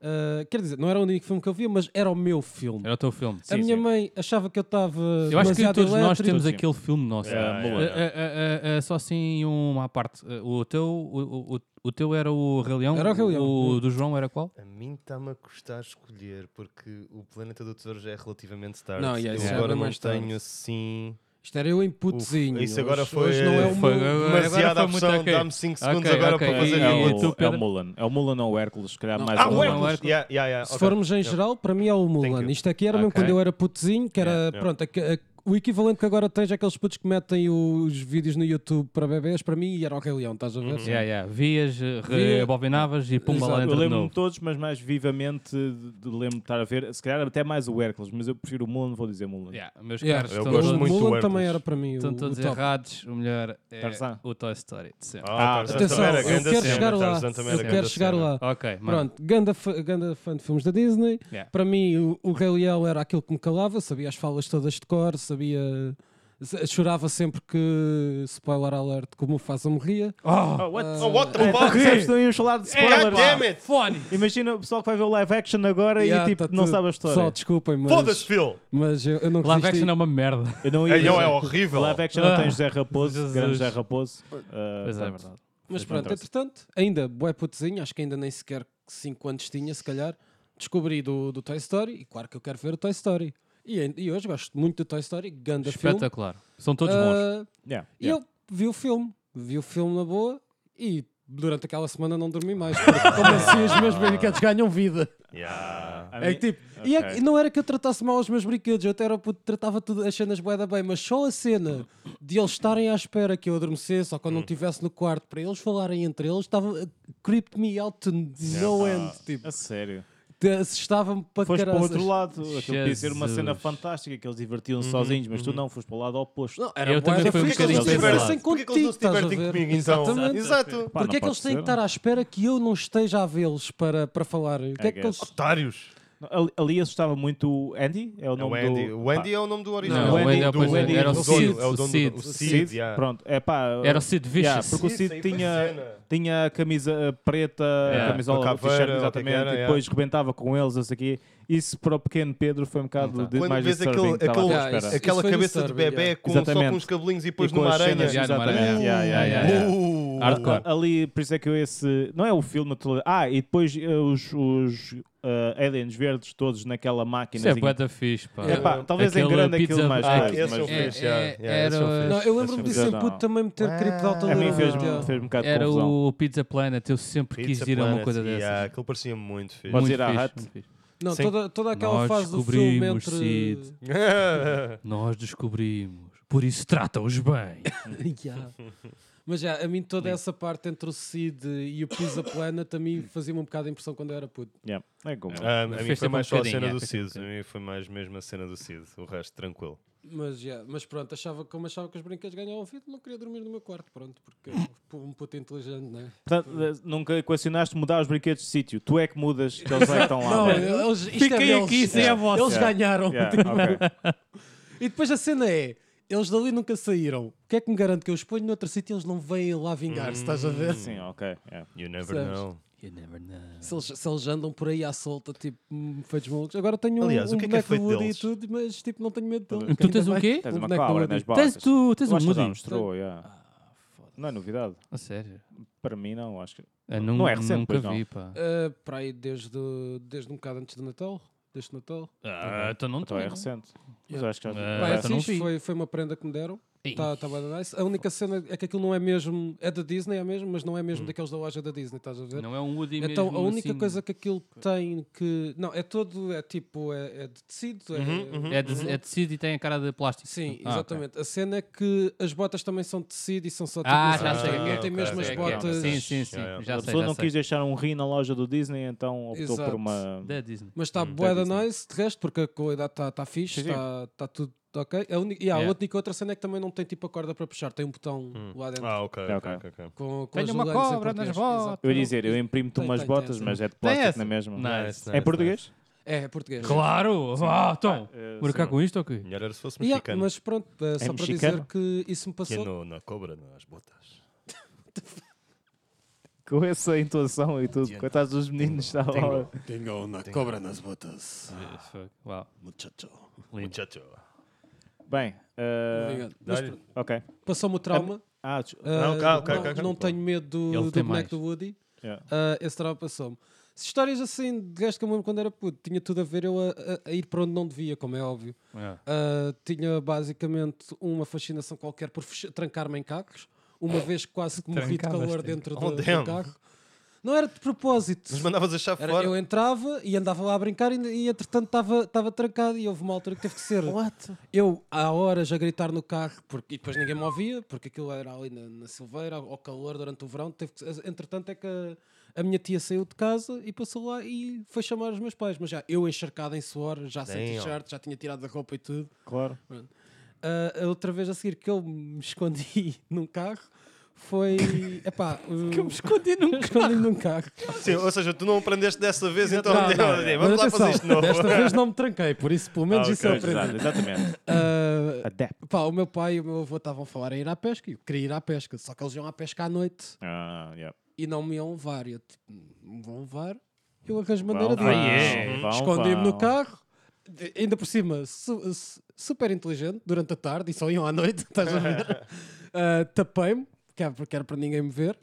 [SPEAKER 1] Ah, quer dizer, não era o único filme que eu via, mas era o meu filme.
[SPEAKER 5] Era o teu filme.
[SPEAKER 1] a minha mãe achava que eu estava.
[SPEAKER 5] É, Eu acho que
[SPEAKER 1] É demasiado
[SPEAKER 5] todos nós
[SPEAKER 1] elétrico.
[SPEAKER 5] temos
[SPEAKER 2] Sim.
[SPEAKER 5] aquele filme nosso.
[SPEAKER 6] É,
[SPEAKER 2] Yeah,
[SPEAKER 5] Ah,
[SPEAKER 2] yeah,
[SPEAKER 5] ah, ah, ah, ah, Só assim uma à parte. Ah, O teu, o, o- o- o teu era o Rei Leão?
[SPEAKER 1] Era o Rei Leão.
[SPEAKER 5] O do João era qual?
[SPEAKER 6] A mim está-me a custar escolher, porque o Planeta do Tesouro já é relativamente tarde.
[SPEAKER 1] Não, yeah, isso
[SPEAKER 6] eu
[SPEAKER 1] já
[SPEAKER 6] agora
[SPEAKER 1] é
[SPEAKER 6] não
[SPEAKER 1] mais tarde.
[SPEAKER 6] tenho assim.
[SPEAKER 1] Isto era eu em putezinho.
[SPEAKER 6] Uf, isso agora
[SPEAKER 1] Hoje-
[SPEAKER 6] foi-
[SPEAKER 1] Hoje não é o
[SPEAKER 5] foi-
[SPEAKER 1] meu.
[SPEAKER 5] Agora
[SPEAKER 6] Demasiada
[SPEAKER 5] foi muito
[SPEAKER 6] opção,
[SPEAKER 5] ok.
[SPEAKER 6] dá-me 5 segundos
[SPEAKER 5] Ok,
[SPEAKER 6] agora
[SPEAKER 5] ok.
[SPEAKER 6] para fazer
[SPEAKER 5] É,
[SPEAKER 2] É,
[SPEAKER 5] o-
[SPEAKER 6] reboot.
[SPEAKER 5] tu,
[SPEAKER 2] o, é
[SPEAKER 5] Pedro?
[SPEAKER 2] o Mulan. É o Mulan ou o Hércules, se calhar
[SPEAKER 1] Não.
[SPEAKER 2] mais
[SPEAKER 1] Ah,
[SPEAKER 6] Ah,
[SPEAKER 2] o
[SPEAKER 5] o
[SPEAKER 6] o
[SPEAKER 2] Mulan.
[SPEAKER 5] Hércules.
[SPEAKER 6] Hércules! Yeah, yeah, yeah,
[SPEAKER 1] Se
[SPEAKER 6] ok.
[SPEAKER 1] formos em
[SPEAKER 6] Yeah.
[SPEAKER 1] geral, para mim é o
[SPEAKER 6] Thank
[SPEAKER 1] Mulan.
[SPEAKER 6] you.
[SPEAKER 1] Isto aqui era mesmo
[SPEAKER 5] Ok.
[SPEAKER 1] quando eu era putezinho, que era,
[SPEAKER 6] Yeah, yeah.
[SPEAKER 1] pronto, a- a- o equivalente que agora tens é aqueles putos que metem os vídeos no YouTube para bebês, para mim era o Rei Leão, estás a
[SPEAKER 6] Uhum.
[SPEAKER 1] ver?
[SPEAKER 5] Yeah, yeah. Vias, ah, re-
[SPEAKER 1] Vi-
[SPEAKER 5] abominavas e pumba
[SPEAKER 1] Exato.
[SPEAKER 5] lá
[SPEAKER 2] Eu
[SPEAKER 5] dentro de
[SPEAKER 2] lembro-me
[SPEAKER 5] novo.
[SPEAKER 2] todos, mas mais vivamente de- de lembro-me de estar a ver. Se calhar até mais o Hércules, mas eu prefiro o Mulan, vou dizer Mulan.
[SPEAKER 5] Yeah, meus
[SPEAKER 1] Yeah.
[SPEAKER 5] caros,
[SPEAKER 6] Eu
[SPEAKER 5] estão
[SPEAKER 6] gosto
[SPEAKER 1] o
[SPEAKER 5] todos-
[SPEAKER 6] muito do
[SPEAKER 1] Mulan
[SPEAKER 6] Hércules.
[SPEAKER 1] também era para mim o,
[SPEAKER 5] estão
[SPEAKER 1] o
[SPEAKER 5] todos
[SPEAKER 1] top.
[SPEAKER 5] errados. O melhor é
[SPEAKER 2] Tarzan.
[SPEAKER 5] o Toy Story. de sempre.
[SPEAKER 6] Ah,
[SPEAKER 2] Ah,
[SPEAKER 6] Tarzan
[SPEAKER 1] Atenção,
[SPEAKER 6] também era
[SPEAKER 1] eu
[SPEAKER 6] grande
[SPEAKER 1] quero
[SPEAKER 6] cena,
[SPEAKER 1] chegar lá.
[SPEAKER 6] Tarzan tá também
[SPEAKER 1] Eu
[SPEAKER 6] era
[SPEAKER 1] quero
[SPEAKER 6] grande
[SPEAKER 1] chegar
[SPEAKER 6] cena.
[SPEAKER 1] lá.
[SPEAKER 5] Ok, mano.
[SPEAKER 1] Pronto, ganda, fa- ganda fã de filmes da Disney.
[SPEAKER 5] Yeah.
[SPEAKER 1] Para mim, o, o Rei Leão era aquilo que me calava, sabia as falas todas de cor, sabia. se- Chorava sempre que, spoiler alert, como o Mufasa morria.
[SPEAKER 2] Oh, what?
[SPEAKER 5] Ah.
[SPEAKER 6] Oh, what the
[SPEAKER 2] Pá,
[SPEAKER 6] fuck?
[SPEAKER 2] percebes? Não íamos falar de
[SPEAKER 6] É, God
[SPEAKER 2] spoilers.
[SPEAKER 6] damn it!
[SPEAKER 5] Fone!
[SPEAKER 2] Imagina o pessoal que vai ver o live action agora
[SPEAKER 1] Yeah,
[SPEAKER 2] e tipo,
[SPEAKER 1] tá
[SPEAKER 2] não
[SPEAKER 1] tudo-
[SPEAKER 2] sabe a história.
[SPEAKER 1] Pessoal, desculpem, mas,
[SPEAKER 6] Foda-se, Phil!
[SPEAKER 1] mas eu, eu não
[SPEAKER 5] Live
[SPEAKER 1] resisti.
[SPEAKER 5] action é uma merda.
[SPEAKER 2] Eu não ia.
[SPEAKER 6] Ei, não, é horrível!
[SPEAKER 2] Live action não
[SPEAKER 5] Ah,
[SPEAKER 2] tem José Raposo,
[SPEAKER 5] Jesus.
[SPEAKER 2] grande José Raposo. Uh,
[SPEAKER 5] Pois é, é
[SPEAKER 2] pronto.
[SPEAKER 5] verdade.
[SPEAKER 1] Mas
[SPEAKER 2] Mas
[SPEAKER 1] pronto,
[SPEAKER 2] pronto.
[SPEAKER 1] entretanto, ainda bué putezinho, acho que ainda nem sequer 5 anos tinha, se calhar, descobri do, do Toy Story e claro que eu quero ver o Toy Story. E, ain- e hoje gosto muito do Toy Story, ganda filme.
[SPEAKER 5] Espetacular. São todos bons.
[SPEAKER 1] Ah,
[SPEAKER 2] Yeah,
[SPEAKER 1] E
[SPEAKER 2] yeah.
[SPEAKER 1] eu vi o filme, vi o filme na boa e durante aquela semana não dormi mais. porque Como assim os meus brinquedos ganham vida?
[SPEAKER 6] Yeah.
[SPEAKER 2] A
[SPEAKER 1] É
[SPEAKER 2] mim-
[SPEAKER 1] que tipo, e é
[SPEAKER 2] ok.
[SPEAKER 1] que não era que eu tratasse mal os meus brinquedos, eu até era puto, tratava tudo, as cenas bué da bem, mas só a cena de eles estarem à espera que eu adormecesse ou quando não
[SPEAKER 2] Hum.
[SPEAKER 1] estivesse no quarto para eles falarem entre eles, estava eh, creeped me out to no end, tipo,
[SPEAKER 2] A sério.
[SPEAKER 1] te- assustava-me para
[SPEAKER 2] Ah. Foste para o
[SPEAKER 1] caraças.
[SPEAKER 2] outro lado. Aquilo podia ser uma cena
[SPEAKER 5] Jesus.
[SPEAKER 2] fantástica que eles divertiam se sozinhos, mas tu não foste para o lado oposto.
[SPEAKER 1] Não, era
[SPEAKER 5] Eu
[SPEAKER 1] bué
[SPEAKER 5] também
[SPEAKER 1] da
[SPEAKER 5] fui um
[SPEAKER 1] fixe, eles
[SPEAKER 5] bocadinho
[SPEAKER 1] estivessem
[SPEAKER 5] desse lado.
[SPEAKER 6] Porquê que eles não se
[SPEAKER 1] contigo, estás a
[SPEAKER 6] divertem
[SPEAKER 1] ver?
[SPEAKER 6] comigo então?
[SPEAKER 1] Exatamente.
[SPEAKER 6] Exato!
[SPEAKER 1] Porquê
[SPEAKER 2] Pá, não
[SPEAKER 1] é que
[SPEAKER 2] pode
[SPEAKER 1] eles têm
[SPEAKER 2] ser,
[SPEAKER 1] que estar à espera que eu não esteja a vê-los para, para falar? O que é que
[SPEAKER 2] guess.
[SPEAKER 1] eles...
[SPEAKER 6] Otários!
[SPEAKER 2] Ali, ali assustava muito o Andy, é o nome
[SPEAKER 6] o Andy.
[SPEAKER 2] do...
[SPEAKER 6] O Andy é o nome do original.
[SPEAKER 5] Não, o Andy é o
[SPEAKER 6] do-
[SPEAKER 5] pois é,
[SPEAKER 6] do
[SPEAKER 5] era o
[SPEAKER 6] dono,
[SPEAKER 5] Sid,
[SPEAKER 6] é o dono do-
[SPEAKER 5] Sid,
[SPEAKER 6] o
[SPEAKER 2] pá,
[SPEAKER 6] Sid, yeah.
[SPEAKER 2] Pronto, é pá...
[SPEAKER 5] Era o Sid Vicious.
[SPEAKER 2] yeah, porque o
[SPEAKER 6] Sid,
[SPEAKER 2] Sid
[SPEAKER 6] saiu
[SPEAKER 2] tinha,
[SPEAKER 6] para a cena.
[SPEAKER 2] tinha a camisa eh, preta,
[SPEAKER 5] Yeah.
[SPEAKER 2] a camisola
[SPEAKER 6] Com a
[SPEAKER 2] o t-shirt,
[SPEAKER 6] caveira, ou o que é que
[SPEAKER 2] exatamente,
[SPEAKER 6] era,
[SPEAKER 2] e
[SPEAKER 6] yeah.
[SPEAKER 2] depois rebentava com eles, não sei o quê. Isso para o pequeno Pedro foi um bocado
[SPEAKER 5] Não tá.
[SPEAKER 2] de
[SPEAKER 6] Quando
[SPEAKER 2] mais
[SPEAKER 6] vês aquele,
[SPEAKER 2] disturbing, estava
[SPEAKER 6] aquele-
[SPEAKER 2] à
[SPEAKER 1] Yeah,
[SPEAKER 2] espera.
[SPEAKER 1] isso-
[SPEAKER 6] aquela
[SPEAKER 1] foi
[SPEAKER 6] cabeça de
[SPEAKER 1] disturbing,
[SPEAKER 6] bebê
[SPEAKER 1] yeah.
[SPEAKER 6] com, só com
[SPEAKER 2] Exatamente.
[SPEAKER 6] uns cabelinhos e
[SPEAKER 2] E
[SPEAKER 6] depois
[SPEAKER 2] com
[SPEAKER 6] numa
[SPEAKER 2] as
[SPEAKER 6] aranha.
[SPEAKER 2] cenas,
[SPEAKER 5] Yeah, numa
[SPEAKER 2] exatamente.
[SPEAKER 5] aranha.
[SPEAKER 2] Yeah, yeah, yeah, yeah.
[SPEAKER 6] Uh,
[SPEAKER 5] Hardcore.
[SPEAKER 2] Ali, por isso é que eu esse. Não é o filme na totalidade. Ah, e depois eh, os, os eh, aliens verdes todos naquela máquina.
[SPEAKER 5] Isso é bué da fixe, pá.
[SPEAKER 2] É pá, talvez em
[SPEAKER 5] Aquele
[SPEAKER 2] grande
[SPEAKER 5] pizza
[SPEAKER 2] aquilo mais.
[SPEAKER 5] Ah,
[SPEAKER 2] coisa,
[SPEAKER 6] esse eu
[SPEAKER 2] mas-
[SPEAKER 5] é-
[SPEAKER 6] fiz, yeah,
[SPEAKER 5] é-
[SPEAKER 6] yeah, esse eu
[SPEAKER 5] era-
[SPEAKER 6] fiz.
[SPEAKER 1] Não, eu lembro-me
[SPEAKER 2] Mas
[SPEAKER 1] de
[SPEAKER 2] eu
[SPEAKER 1] ser
[SPEAKER 2] um não.
[SPEAKER 1] puto também me ter querido de alta
[SPEAKER 2] A mim
[SPEAKER 1] luz,
[SPEAKER 2] fez,
[SPEAKER 1] yeah.
[SPEAKER 2] fez um bocado de
[SPEAKER 5] Era
[SPEAKER 2] confusão.
[SPEAKER 5] o Pizza Planet, eu sempre quis
[SPEAKER 6] Pizza
[SPEAKER 5] ir a uma
[SPEAKER 6] Planet,
[SPEAKER 5] coisa
[SPEAKER 6] yeah,
[SPEAKER 5] dessas.
[SPEAKER 6] Aquilo parecia muito fixe.
[SPEAKER 2] Podes
[SPEAKER 5] Muito
[SPEAKER 2] ir à
[SPEAKER 5] fixe,
[SPEAKER 2] Hut?
[SPEAKER 5] muito fixe.
[SPEAKER 1] Não,
[SPEAKER 2] Sim.
[SPEAKER 1] toda, toda aquela
[SPEAKER 5] Nós
[SPEAKER 1] fase do filme
[SPEAKER 5] descobrimos,
[SPEAKER 1] entre...
[SPEAKER 5] Sid. Nós descobrimos. Por isso trata-os bem.
[SPEAKER 1] Yeah. Mas já, a mim toda essa parte entre o Cid e o Pisa Planet a mim fazia-me um bocado de impressão quando eu era puto.
[SPEAKER 2] Yeah, é como-
[SPEAKER 6] Ah, a mim
[SPEAKER 5] Fez
[SPEAKER 6] foi
[SPEAKER 5] sempre
[SPEAKER 6] mais
[SPEAKER 5] um
[SPEAKER 6] só a
[SPEAKER 5] bocadinho,
[SPEAKER 6] cena
[SPEAKER 5] é,
[SPEAKER 6] do
[SPEAKER 5] fez sempre um
[SPEAKER 6] Cid. A mim foi mais mesmo a cena do Cid. O resto, tranquilo.
[SPEAKER 1] Mas, já, mas pronto, achava, como achava que as brincas ganhavam vida, não queria dormir no meu quarto, pronto, porque pu- um puto inteligente, não é?
[SPEAKER 2] Portanto, eh, nunca equacionaste mudar os brinquedos de sítio. Tu é que mudas, que eles é que estão lá.
[SPEAKER 1] Não,
[SPEAKER 2] né?
[SPEAKER 1] eles, isto
[SPEAKER 5] Fiquem
[SPEAKER 1] é deles.
[SPEAKER 5] aqui, isso é a vossa.
[SPEAKER 1] Eles
[SPEAKER 2] Yeah.
[SPEAKER 1] ganharam.
[SPEAKER 2] Yeah, ok.
[SPEAKER 1] E depois a cena é, eles dali nunca saíram. O que é que me garante que eu os ponho noutro sítio e eles não vêm lá vingar-se, estás a
[SPEAKER 6] Hum.
[SPEAKER 1] ver?
[SPEAKER 2] Sim, ok. yeah.
[SPEAKER 6] You never
[SPEAKER 1] Sabes?
[SPEAKER 6] know.
[SPEAKER 5] You never know.
[SPEAKER 1] Se eles, se eles andam por aí à solta, tipo, hum, feitos malucos. Agora tenho um,
[SPEAKER 6] Aliás, o
[SPEAKER 1] um
[SPEAKER 6] que é que é
[SPEAKER 1] boneco
[SPEAKER 6] feito
[SPEAKER 1] do Woody
[SPEAKER 6] deles?
[SPEAKER 1] e tudo, mas tipo, não tenho medo
[SPEAKER 2] Tu
[SPEAKER 1] dele.
[SPEAKER 5] tens um quê?
[SPEAKER 2] Tens
[SPEAKER 1] Um
[SPEAKER 2] uma
[SPEAKER 1] boneco do
[SPEAKER 2] cobra
[SPEAKER 6] né?
[SPEAKER 1] Woody.
[SPEAKER 2] nas
[SPEAKER 5] Tens,
[SPEAKER 2] botas.
[SPEAKER 5] tu, tens
[SPEAKER 2] Eu
[SPEAKER 5] um
[SPEAKER 2] acho que já
[SPEAKER 5] Woody?
[SPEAKER 2] mostrou, yeah.
[SPEAKER 1] Ah,
[SPEAKER 2] Não é novidade.
[SPEAKER 5] A sério?
[SPEAKER 2] Para mim, não. Acho que...
[SPEAKER 5] Eu
[SPEAKER 2] Não
[SPEAKER 5] nun-
[SPEAKER 2] é recente,
[SPEAKER 5] nunca
[SPEAKER 2] pois não.
[SPEAKER 5] vi, pá.
[SPEAKER 1] Ah, para aí desde, desde um bocado antes do Natal. Deste Natal.
[SPEAKER 5] Ah, então não
[SPEAKER 2] Então é
[SPEAKER 5] tem.
[SPEAKER 2] recente. Mas
[SPEAKER 1] Yeah.
[SPEAKER 2] acho que já...
[SPEAKER 5] Ah,
[SPEAKER 1] Pá,
[SPEAKER 5] então
[SPEAKER 1] é
[SPEAKER 2] parece-
[SPEAKER 5] não
[SPEAKER 1] fixe,
[SPEAKER 5] vi.
[SPEAKER 1] foi, foi uma prenda que me deram.
[SPEAKER 5] Ei.
[SPEAKER 1] Tá, tá bem nice. A única cena é que aquilo não é mesmo. É da Disney, é mesmo, mas não é mesmo daqueles da loja da Disney, estás a ver?
[SPEAKER 5] Hum. Não é um Woody
[SPEAKER 1] Então
[SPEAKER 5] mesmo
[SPEAKER 1] a única
[SPEAKER 5] assim.
[SPEAKER 1] coisa que aquilo tem que. Não, é todo. É tipo. É, é de tecido. é-
[SPEAKER 5] É de, é de tecido e tem a cara de plástico.
[SPEAKER 1] Sim,
[SPEAKER 5] Ah, ok.
[SPEAKER 1] exatamente. A cena é que as botas também são de tecido e são só tipo.
[SPEAKER 5] Ah,
[SPEAKER 1] não sei
[SPEAKER 5] já
[SPEAKER 1] o quê,
[SPEAKER 5] sei.
[SPEAKER 6] Ah,
[SPEAKER 5] o que é,
[SPEAKER 1] Não
[SPEAKER 5] ok,
[SPEAKER 1] tem mesmo as
[SPEAKER 5] sei o que é.
[SPEAKER 1] botas.
[SPEAKER 5] Sim, sim,
[SPEAKER 6] Yeah,
[SPEAKER 5] sim.
[SPEAKER 6] yeah.
[SPEAKER 5] Já
[SPEAKER 2] a
[SPEAKER 5] sei.
[SPEAKER 2] pessoa
[SPEAKER 5] já
[SPEAKER 2] não
[SPEAKER 5] sei.
[SPEAKER 2] quis deixar um rim na loja do Disney, então optou
[SPEAKER 1] Exato.
[SPEAKER 2] por uma...
[SPEAKER 5] Da Disney.
[SPEAKER 1] Mas está
[SPEAKER 5] Hum,
[SPEAKER 1] bué da
[SPEAKER 5] Disney.
[SPEAKER 1] nice, de resto, porque a qualidade está tá fixe,
[SPEAKER 2] Sim, sim.
[SPEAKER 1] está tá tudo ok. A única, e há
[SPEAKER 5] Yeah.
[SPEAKER 1] a única outra cena é que também não tem tipo a corda para puxar, tem um botão
[SPEAKER 2] Hum.
[SPEAKER 1] lá dentro.
[SPEAKER 6] Ah, ok.
[SPEAKER 2] Ok,
[SPEAKER 6] ok, ok, ok.
[SPEAKER 1] Com, com
[SPEAKER 5] Tenho
[SPEAKER 1] as
[SPEAKER 5] uma
[SPEAKER 1] legais em
[SPEAKER 5] cobra nas
[SPEAKER 1] português.
[SPEAKER 5] botas.
[SPEAKER 1] Exato.
[SPEAKER 2] Eu ia dizer, eu imprimo-te
[SPEAKER 1] Tem,
[SPEAKER 2] umas
[SPEAKER 1] tem,
[SPEAKER 2] botas,
[SPEAKER 1] tem,
[SPEAKER 2] mas é de
[SPEAKER 5] Tem
[SPEAKER 2] plástico
[SPEAKER 5] essa.
[SPEAKER 2] na mesma.
[SPEAKER 5] Nice.
[SPEAKER 2] É em português?
[SPEAKER 1] É, é português.
[SPEAKER 5] Claro! Ah, então.
[SPEAKER 2] Eh,
[SPEAKER 5] Vou cá
[SPEAKER 2] sim.
[SPEAKER 5] com isto ou quê?
[SPEAKER 6] Melhor era se fosse
[SPEAKER 1] Yeah,
[SPEAKER 6] mexicano.
[SPEAKER 1] mas pronto, eh, só para dizer
[SPEAKER 2] É mexicano?
[SPEAKER 1] que isso me
[SPEAKER 6] Que é
[SPEAKER 1] passou.
[SPEAKER 6] no- na cobra, nas botas.
[SPEAKER 2] Com essa intuação e tudo, coitados dos meninos, tá estava lá.
[SPEAKER 1] Tenho uma cobra nas botas,
[SPEAKER 5] Fuck, Uau.
[SPEAKER 1] muchacho.
[SPEAKER 5] Lindo.
[SPEAKER 6] Muchacho.
[SPEAKER 2] Bem, eh,
[SPEAKER 1] Obrigado. Mas
[SPEAKER 6] Dá-lhe.
[SPEAKER 1] pronto,
[SPEAKER 2] ok.
[SPEAKER 1] Passou-me o trauma.
[SPEAKER 2] Ah, des-
[SPEAKER 1] eh,
[SPEAKER 6] Não, cá, ok,
[SPEAKER 1] não-
[SPEAKER 6] ok, ok.
[SPEAKER 1] não tenho medo do,
[SPEAKER 5] Ele
[SPEAKER 1] do
[SPEAKER 5] tem
[SPEAKER 1] boneco
[SPEAKER 5] mais.
[SPEAKER 1] do Woody.
[SPEAKER 2] yeah.
[SPEAKER 1] Ah, esse trauma passou-me. Se Histórias assim de gajo que eu me lembro quando era puto, tinha tudo a ver eu a, a- a ir para onde não devia, como é óbvio.
[SPEAKER 5] Ah.
[SPEAKER 1] Ah, tinha basicamente uma fascinação qualquer por fecha- trancar-me em carros. Uma vez quase que morri de calor
[SPEAKER 5] Trancavas-te.
[SPEAKER 1] dentro do,
[SPEAKER 6] Oh,
[SPEAKER 1] do
[SPEAKER 6] damn.
[SPEAKER 1] carro. Não era de propósito.
[SPEAKER 6] Mas mandavas a chave
[SPEAKER 1] Era,
[SPEAKER 6] fora.
[SPEAKER 1] eu entrava e andava lá a brincar e, e entretanto estava- estava trancado e houve uma altura que teve que ser eu há horas a gritar no carro porque, e depois ninguém me ouvia porque aquilo era ali na, na Silveira ao calor durante o verão teve que, entretanto é que a, a minha tia saiu de casa e passou lá e foi chamar os meus pais mas já eu encharcado em suor já sem
[SPEAKER 6] Damn.
[SPEAKER 1] t-shirt já tinha tirado a roupa e tudo
[SPEAKER 2] Claro.
[SPEAKER 1] Ah, a outra vez a seguir que eu me escondi num carro foi epá, que eu me escondi num escondi num carro
[SPEAKER 6] Sim, ou seja, tu não aprendeste dessa vez, então
[SPEAKER 1] Não, não,
[SPEAKER 6] vamos
[SPEAKER 1] mas
[SPEAKER 6] lá fazer
[SPEAKER 1] atenção,
[SPEAKER 6] isto de novo.
[SPEAKER 1] Desta vez não me tranquei, por isso pelo menos
[SPEAKER 6] Ah,
[SPEAKER 1] isso é eu
[SPEAKER 6] ok,
[SPEAKER 1] aprendi.
[SPEAKER 2] Exato, exatamente.
[SPEAKER 1] Ah,
[SPEAKER 2] Adapt.
[SPEAKER 1] pá, o meu pai e o meu avô estavam a falar em ir à pesca e eu queria ir à pesca, só que eles iam à pesca à noite
[SPEAKER 2] Ah, yeah.
[SPEAKER 1] e não me iam levar. E eu tipo, não me vão levar. Eu arranjo
[SPEAKER 2] Vão,
[SPEAKER 1] maneira de
[SPEAKER 2] vão,
[SPEAKER 1] ir.
[SPEAKER 6] yeah.
[SPEAKER 2] vão,
[SPEAKER 1] Escondi-me no
[SPEAKER 2] vão.
[SPEAKER 1] carro, de- ainda por cima, su- su- super inteligente durante a tarde e só iam à noite, estás a ver? Ah, Tapei-me, que era- porque era para ninguém me ver,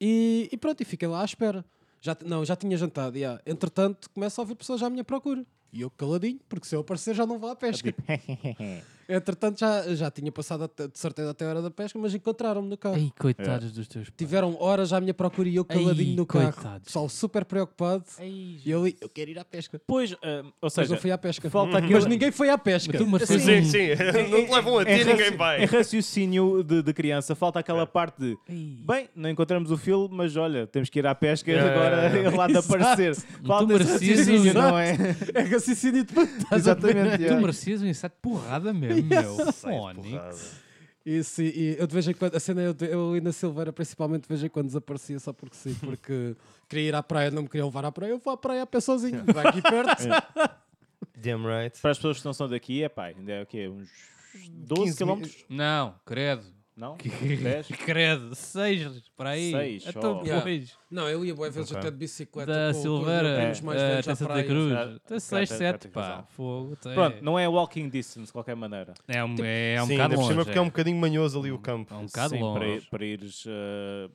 [SPEAKER 1] e, e pronto, e fiquei lá à espera. Já, t- não, já tinha jantado, já. entretanto começo a ouvir pessoas já à minha procura. E eu caladinho, porque se eu aparecer já não vou à pesca. Entretanto já, já tinha passado até- de certeza até a hora da pesca, mas encontraram-me no carro.
[SPEAKER 5] Ei, coitados dos teus pais.
[SPEAKER 1] Tiveram horas à minha procura e eu caladinho no carro.
[SPEAKER 5] coitados.
[SPEAKER 1] Pessoal super preocupado. e eu ali, eu quero ir à pesca.
[SPEAKER 2] Pois, ah, ou
[SPEAKER 1] Mas
[SPEAKER 2] seja,
[SPEAKER 1] não fui à pesca. Uhum.
[SPEAKER 2] falta aquele-
[SPEAKER 1] Mas ninguém foi à pesca.
[SPEAKER 5] Tu, mas fez
[SPEAKER 6] Sim,
[SPEAKER 5] um-
[SPEAKER 6] sim. Não te levam a ti,
[SPEAKER 2] em É raci-
[SPEAKER 6] ninguém vai. É.
[SPEAKER 2] Em raciocínio de, de criança, falta aquela parte de bem, não encontramos o filme, mas olha, temos que ir à pesca
[SPEAKER 6] É.
[SPEAKER 2] agora ele lá de
[SPEAKER 1] Exato.
[SPEAKER 2] aparecer. Falta esse
[SPEAKER 5] merecias
[SPEAKER 2] raciocínio,
[SPEAKER 5] isso.
[SPEAKER 2] não é?
[SPEAKER 1] É raciocínio de puta.
[SPEAKER 2] Exatamente. é.
[SPEAKER 5] Tu merecias um inseto de porrada mesmo, meu.
[SPEAKER 6] Sai de
[SPEAKER 5] Fónix.
[SPEAKER 6] porrada.
[SPEAKER 1] Isso, e, e eu de vez em quando, a cena é eu, de- eu ali na Silveira principalmente de vez em quando desaparecia só porque sim, porque queria ir à praia, não me queria levar à praia, eu vou à praia a pé sozinho, vai aqui perto.
[SPEAKER 6] Damn right.
[SPEAKER 2] Para as pessoas que não são daqui, é pá, ainda é o quê? Uns 12
[SPEAKER 6] 15
[SPEAKER 2] km?
[SPEAKER 5] Não, credo.
[SPEAKER 2] Não? 10?
[SPEAKER 5] Credo, seis para aí.
[SPEAKER 2] Seis,
[SPEAKER 5] Então,
[SPEAKER 2] só.
[SPEAKER 1] Yeah.
[SPEAKER 5] pois,
[SPEAKER 1] Não, eu ia boa vezes
[SPEAKER 6] Ok.
[SPEAKER 1] até de bicicleta
[SPEAKER 5] Da
[SPEAKER 1] com- com
[SPEAKER 5] Silveira,
[SPEAKER 1] primos mais
[SPEAKER 5] eh,
[SPEAKER 1] velhos
[SPEAKER 5] até
[SPEAKER 1] à
[SPEAKER 5] Santa
[SPEAKER 1] praia.
[SPEAKER 5] Cruz.
[SPEAKER 2] Ah,
[SPEAKER 5] Até
[SPEAKER 2] claro,
[SPEAKER 5] 6,
[SPEAKER 2] tens-
[SPEAKER 5] 7,
[SPEAKER 2] tens
[SPEAKER 5] pá.
[SPEAKER 2] razão.
[SPEAKER 5] Fogo. até-
[SPEAKER 2] Pronto, não é walking distance de qualquer maneira.
[SPEAKER 5] É um, é um
[SPEAKER 6] Sim,
[SPEAKER 5] bocado
[SPEAKER 6] ainda por
[SPEAKER 5] longe.
[SPEAKER 6] cima porque é um
[SPEAKER 5] é.
[SPEAKER 6] bocadinho manhoso ali o campo.
[SPEAKER 5] É um bocado
[SPEAKER 2] Sim, para,
[SPEAKER 5] longe.
[SPEAKER 2] ir- para ires. eh,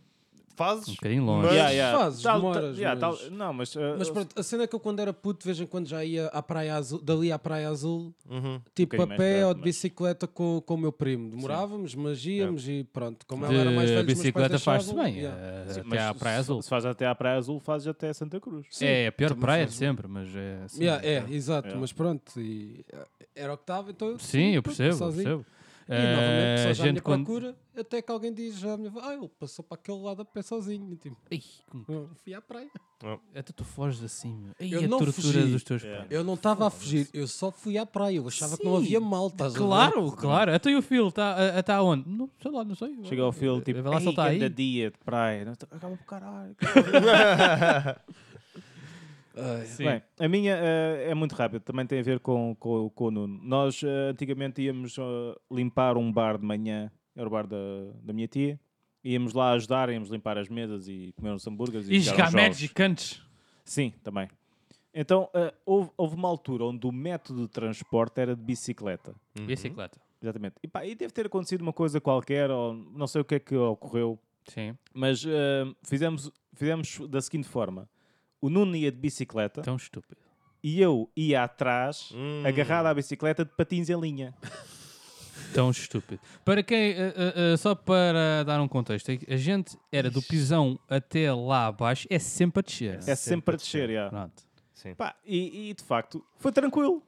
[SPEAKER 6] Fazes?
[SPEAKER 5] Um bocadinho longe.
[SPEAKER 6] Mas-
[SPEAKER 2] yeah, yeah.
[SPEAKER 1] fazes, demoras,
[SPEAKER 2] yeah,
[SPEAKER 1] mas-
[SPEAKER 2] tal- não, mas. eh,
[SPEAKER 1] Mas pronto, a cena é que eu quando era puto, de vez em quando já ia à Praia Azul, dali à Praia Azul,
[SPEAKER 6] Uhum.
[SPEAKER 1] tipo
[SPEAKER 2] Um
[SPEAKER 1] a
[SPEAKER 2] bocadinho mais
[SPEAKER 1] pé
[SPEAKER 2] perto,
[SPEAKER 1] ou de
[SPEAKER 2] mas-
[SPEAKER 1] bicicleta com, com o meu primo. Demorávamos, mas íamos e pronto. Como ela era mais
[SPEAKER 5] De
[SPEAKER 1] velha, os meus pais
[SPEAKER 5] bicicleta faz-se
[SPEAKER 1] deixavam,
[SPEAKER 5] bem.
[SPEAKER 1] yeah.
[SPEAKER 5] eh,
[SPEAKER 2] sim,
[SPEAKER 5] Até à
[SPEAKER 2] mas
[SPEAKER 5] Praia
[SPEAKER 2] se-
[SPEAKER 5] Azul.
[SPEAKER 2] Se fazes até à Praia Azul, fazes até a Santa Cruz.
[SPEAKER 5] É a pior
[SPEAKER 1] também
[SPEAKER 5] praia de
[SPEAKER 1] faz
[SPEAKER 5] sempre, mas é assim.
[SPEAKER 1] Yeah, é, exato,
[SPEAKER 2] Yeah.
[SPEAKER 1] mas pronto, e, eh, era o que estava, então eu
[SPEAKER 5] Sim, eu
[SPEAKER 1] pronto,
[SPEAKER 5] percebo, eu
[SPEAKER 1] sozinho.
[SPEAKER 5] percebo.
[SPEAKER 1] E novamente
[SPEAKER 5] Eh,
[SPEAKER 1] pessoas à minha
[SPEAKER 5] quando-
[SPEAKER 1] procura, até que alguém diz à minha avó, ah, ele passou para aquele lado a pé sozinho. E, tipo,
[SPEAKER 5] Ih, como-
[SPEAKER 1] eu fui à praia.
[SPEAKER 5] Até tu foges assim, meu. Ih,
[SPEAKER 1] Eu
[SPEAKER 5] a
[SPEAKER 1] não
[SPEAKER 5] tortura
[SPEAKER 1] fugi.
[SPEAKER 5] dos teus
[SPEAKER 2] Yeah.
[SPEAKER 5] pais.
[SPEAKER 1] Eu não estava a fugir, eu só fui à praia, eu achava que não
[SPEAKER 5] Sim,
[SPEAKER 1] havia mal, estás a ver?
[SPEAKER 5] Claro, claro. Até o Phil está tá onde? Não, sei lá, não sei.
[SPEAKER 2] Chega ao filho, tipo,
[SPEAKER 5] Vai lá soltar
[SPEAKER 2] "Ei,
[SPEAKER 5] aí.
[SPEAKER 2] ganda dia de praia. Não, Acaba por caralho.
[SPEAKER 1] Ai,
[SPEAKER 5] Sim.
[SPEAKER 2] Bem, a minha eh, é muito rápido, também tem a ver com, com, com o Nuno. Nós eh, antigamente íamos eh, limpar um bar de manhã, era o bar da, da minha tia. Íamos lá ajudar, íamos limpar as mesas e comer uns hambúrgueres e,
[SPEAKER 5] E jogar
[SPEAKER 2] jogar uns jogos.
[SPEAKER 5] Magic antes.
[SPEAKER 2] Sim, também. Então eh, houve, houve uma altura onde o método de transporte era de bicicleta.
[SPEAKER 5] Bicicleta.
[SPEAKER 2] Exatamente. E, pá, e deve ter acontecido uma coisa qualquer, ou não sei o que é que ocorreu,
[SPEAKER 5] Sim.
[SPEAKER 2] mas eh, fizemos, fizemos da seguinte forma: o Nuno ia de bicicleta
[SPEAKER 5] Tão estúpido.
[SPEAKER 2] e eu ia atrás,
[SPEAKER 6] Hum.
[SPEAKER 2] agarrado à bicicleta de patins em linha.
[SPEAKER 5] Tão estúpido. Para quem, eh, eh, eh, só para dar um contexto, a gente era do pisão até lá abaixo, é sempre a descer.
[SPEAKER 2] É sempre a descer, já.
[SPEAKER 5] Pronto.
[SPEAKER 6] Sim.
[SPEAKER 2] Pá, e, e, de facto, foi tranquilo.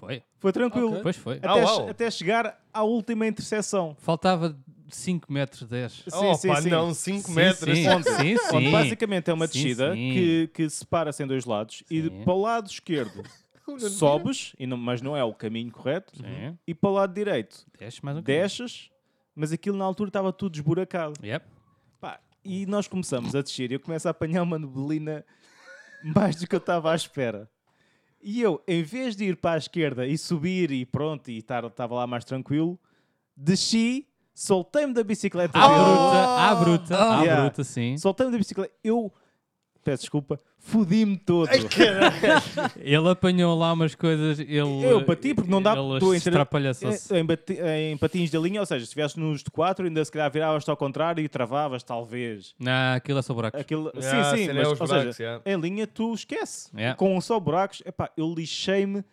[SPEAKER 5] Foi.
[SPEAKER 2] Foi tranquilo.
[SPEAKER 1] Ok.
[SPEAKER 5] Pois Ah, foi.
[SPEAKER 2] Até,
[SPEAKER 6] Au,
[SPEAKER 2] che-
[SPEAKER 6] au.
[SPEAKER 2] até chegar à última interseção.
[SPEAKER 5] Faltava 5 metros 10.
[SPEAKER 2] Sim,
[SPEAKER 6] Oh,
[SPEAKER 2] sim,
[SPEAKER 6] pá,
[SPEAKER 2] sim.
[SPEAKER 6] não, 5
[SPEAKER 5] Sim,
[SPEAKER 6] metros.
[SPEAKER 5] sim,
[SPEAKER 6] Onde?
[SPEAKER 5] sim,
[SPEAKER 2] Onde
[SPEAKER 5] sim.
[SPEAKER 2] basicamente é uma
[SPEAKER 5] Sim,
[SPEAKER 2] descida
[SPEAKER 5] sim.
[SPEAKER 2] que, que separa-se em dois lados e de-
[SPEAKER 5] Sim.
[SPEAKER 2] para o lado esquerdo sobes, e não- mas não é o caminho correto,
[SPEAKER 5] Sim.
[SPEAKER 2] e para o lado direito
[SPEAKER 5] Desce mais um bocadinho.
[SPEAKER 2] desces, mas aquilo na altura estava tudo esburacado.
[SPEAKER 5] Yep.
[SPEAKER 2] Pá, e nós começamos a descer e eu começo a apanhar uma neblina mais do que eu estava à espera. E eu, em vez de ir para a esquerda e subir e pronto, e estar- estava lá mais tranquilo, desci, soltei-me da bicicleta.
[SPEAKER 5] À
[SPEAKER 2] dele.
[SPEAKER 5] bruta, à bruta, à
[SPEAKER 2] Yeah.
[SPEAKER 5] bruta, sim.
[SPEAKER 2] Soltei-me da bicicleta. Eu, peço desculpa, fodi-me todo.
[SPEAKER 5] Ele apanhou lá umas coisas. Ele,
[SPEAKER 2] Eu bati porque não dá- É, estou a
[SPEAKER 5] Ele
[SPEAKER 2] entrar-
[SPEAKER 5] estrapalhaçou-se.
[SPEAKER 2] Em, em bati- em patins da linha, ou seja, se estivesse nos de 4, ainda se calhar viravas-te ao contrário e travavas, talvez.
[SPEAKER 5] Não, aquilo é só buracos.
[SPEAKER 2] Aquilo,
[SPEAKER 6] Yeah,
[SPEAKER 2] sim,
[SPEAKER 6] a
[SPEAKER 2] sim,
[SPEAKER 6] cena
[SPEAKER 2] mas,
[SPEAKER 6] é os
[SPEAKER 2] ou
[SPEAKER 6] buracos,
[SPEAKER 2] seja,
[SPEAKER 6] yeah.
[SPEAKER 2] em linha tu esquece.
[SPEAKER 5] Yeah.
[SPEAKER 2] Com um só buracos, epá, eu lixei-me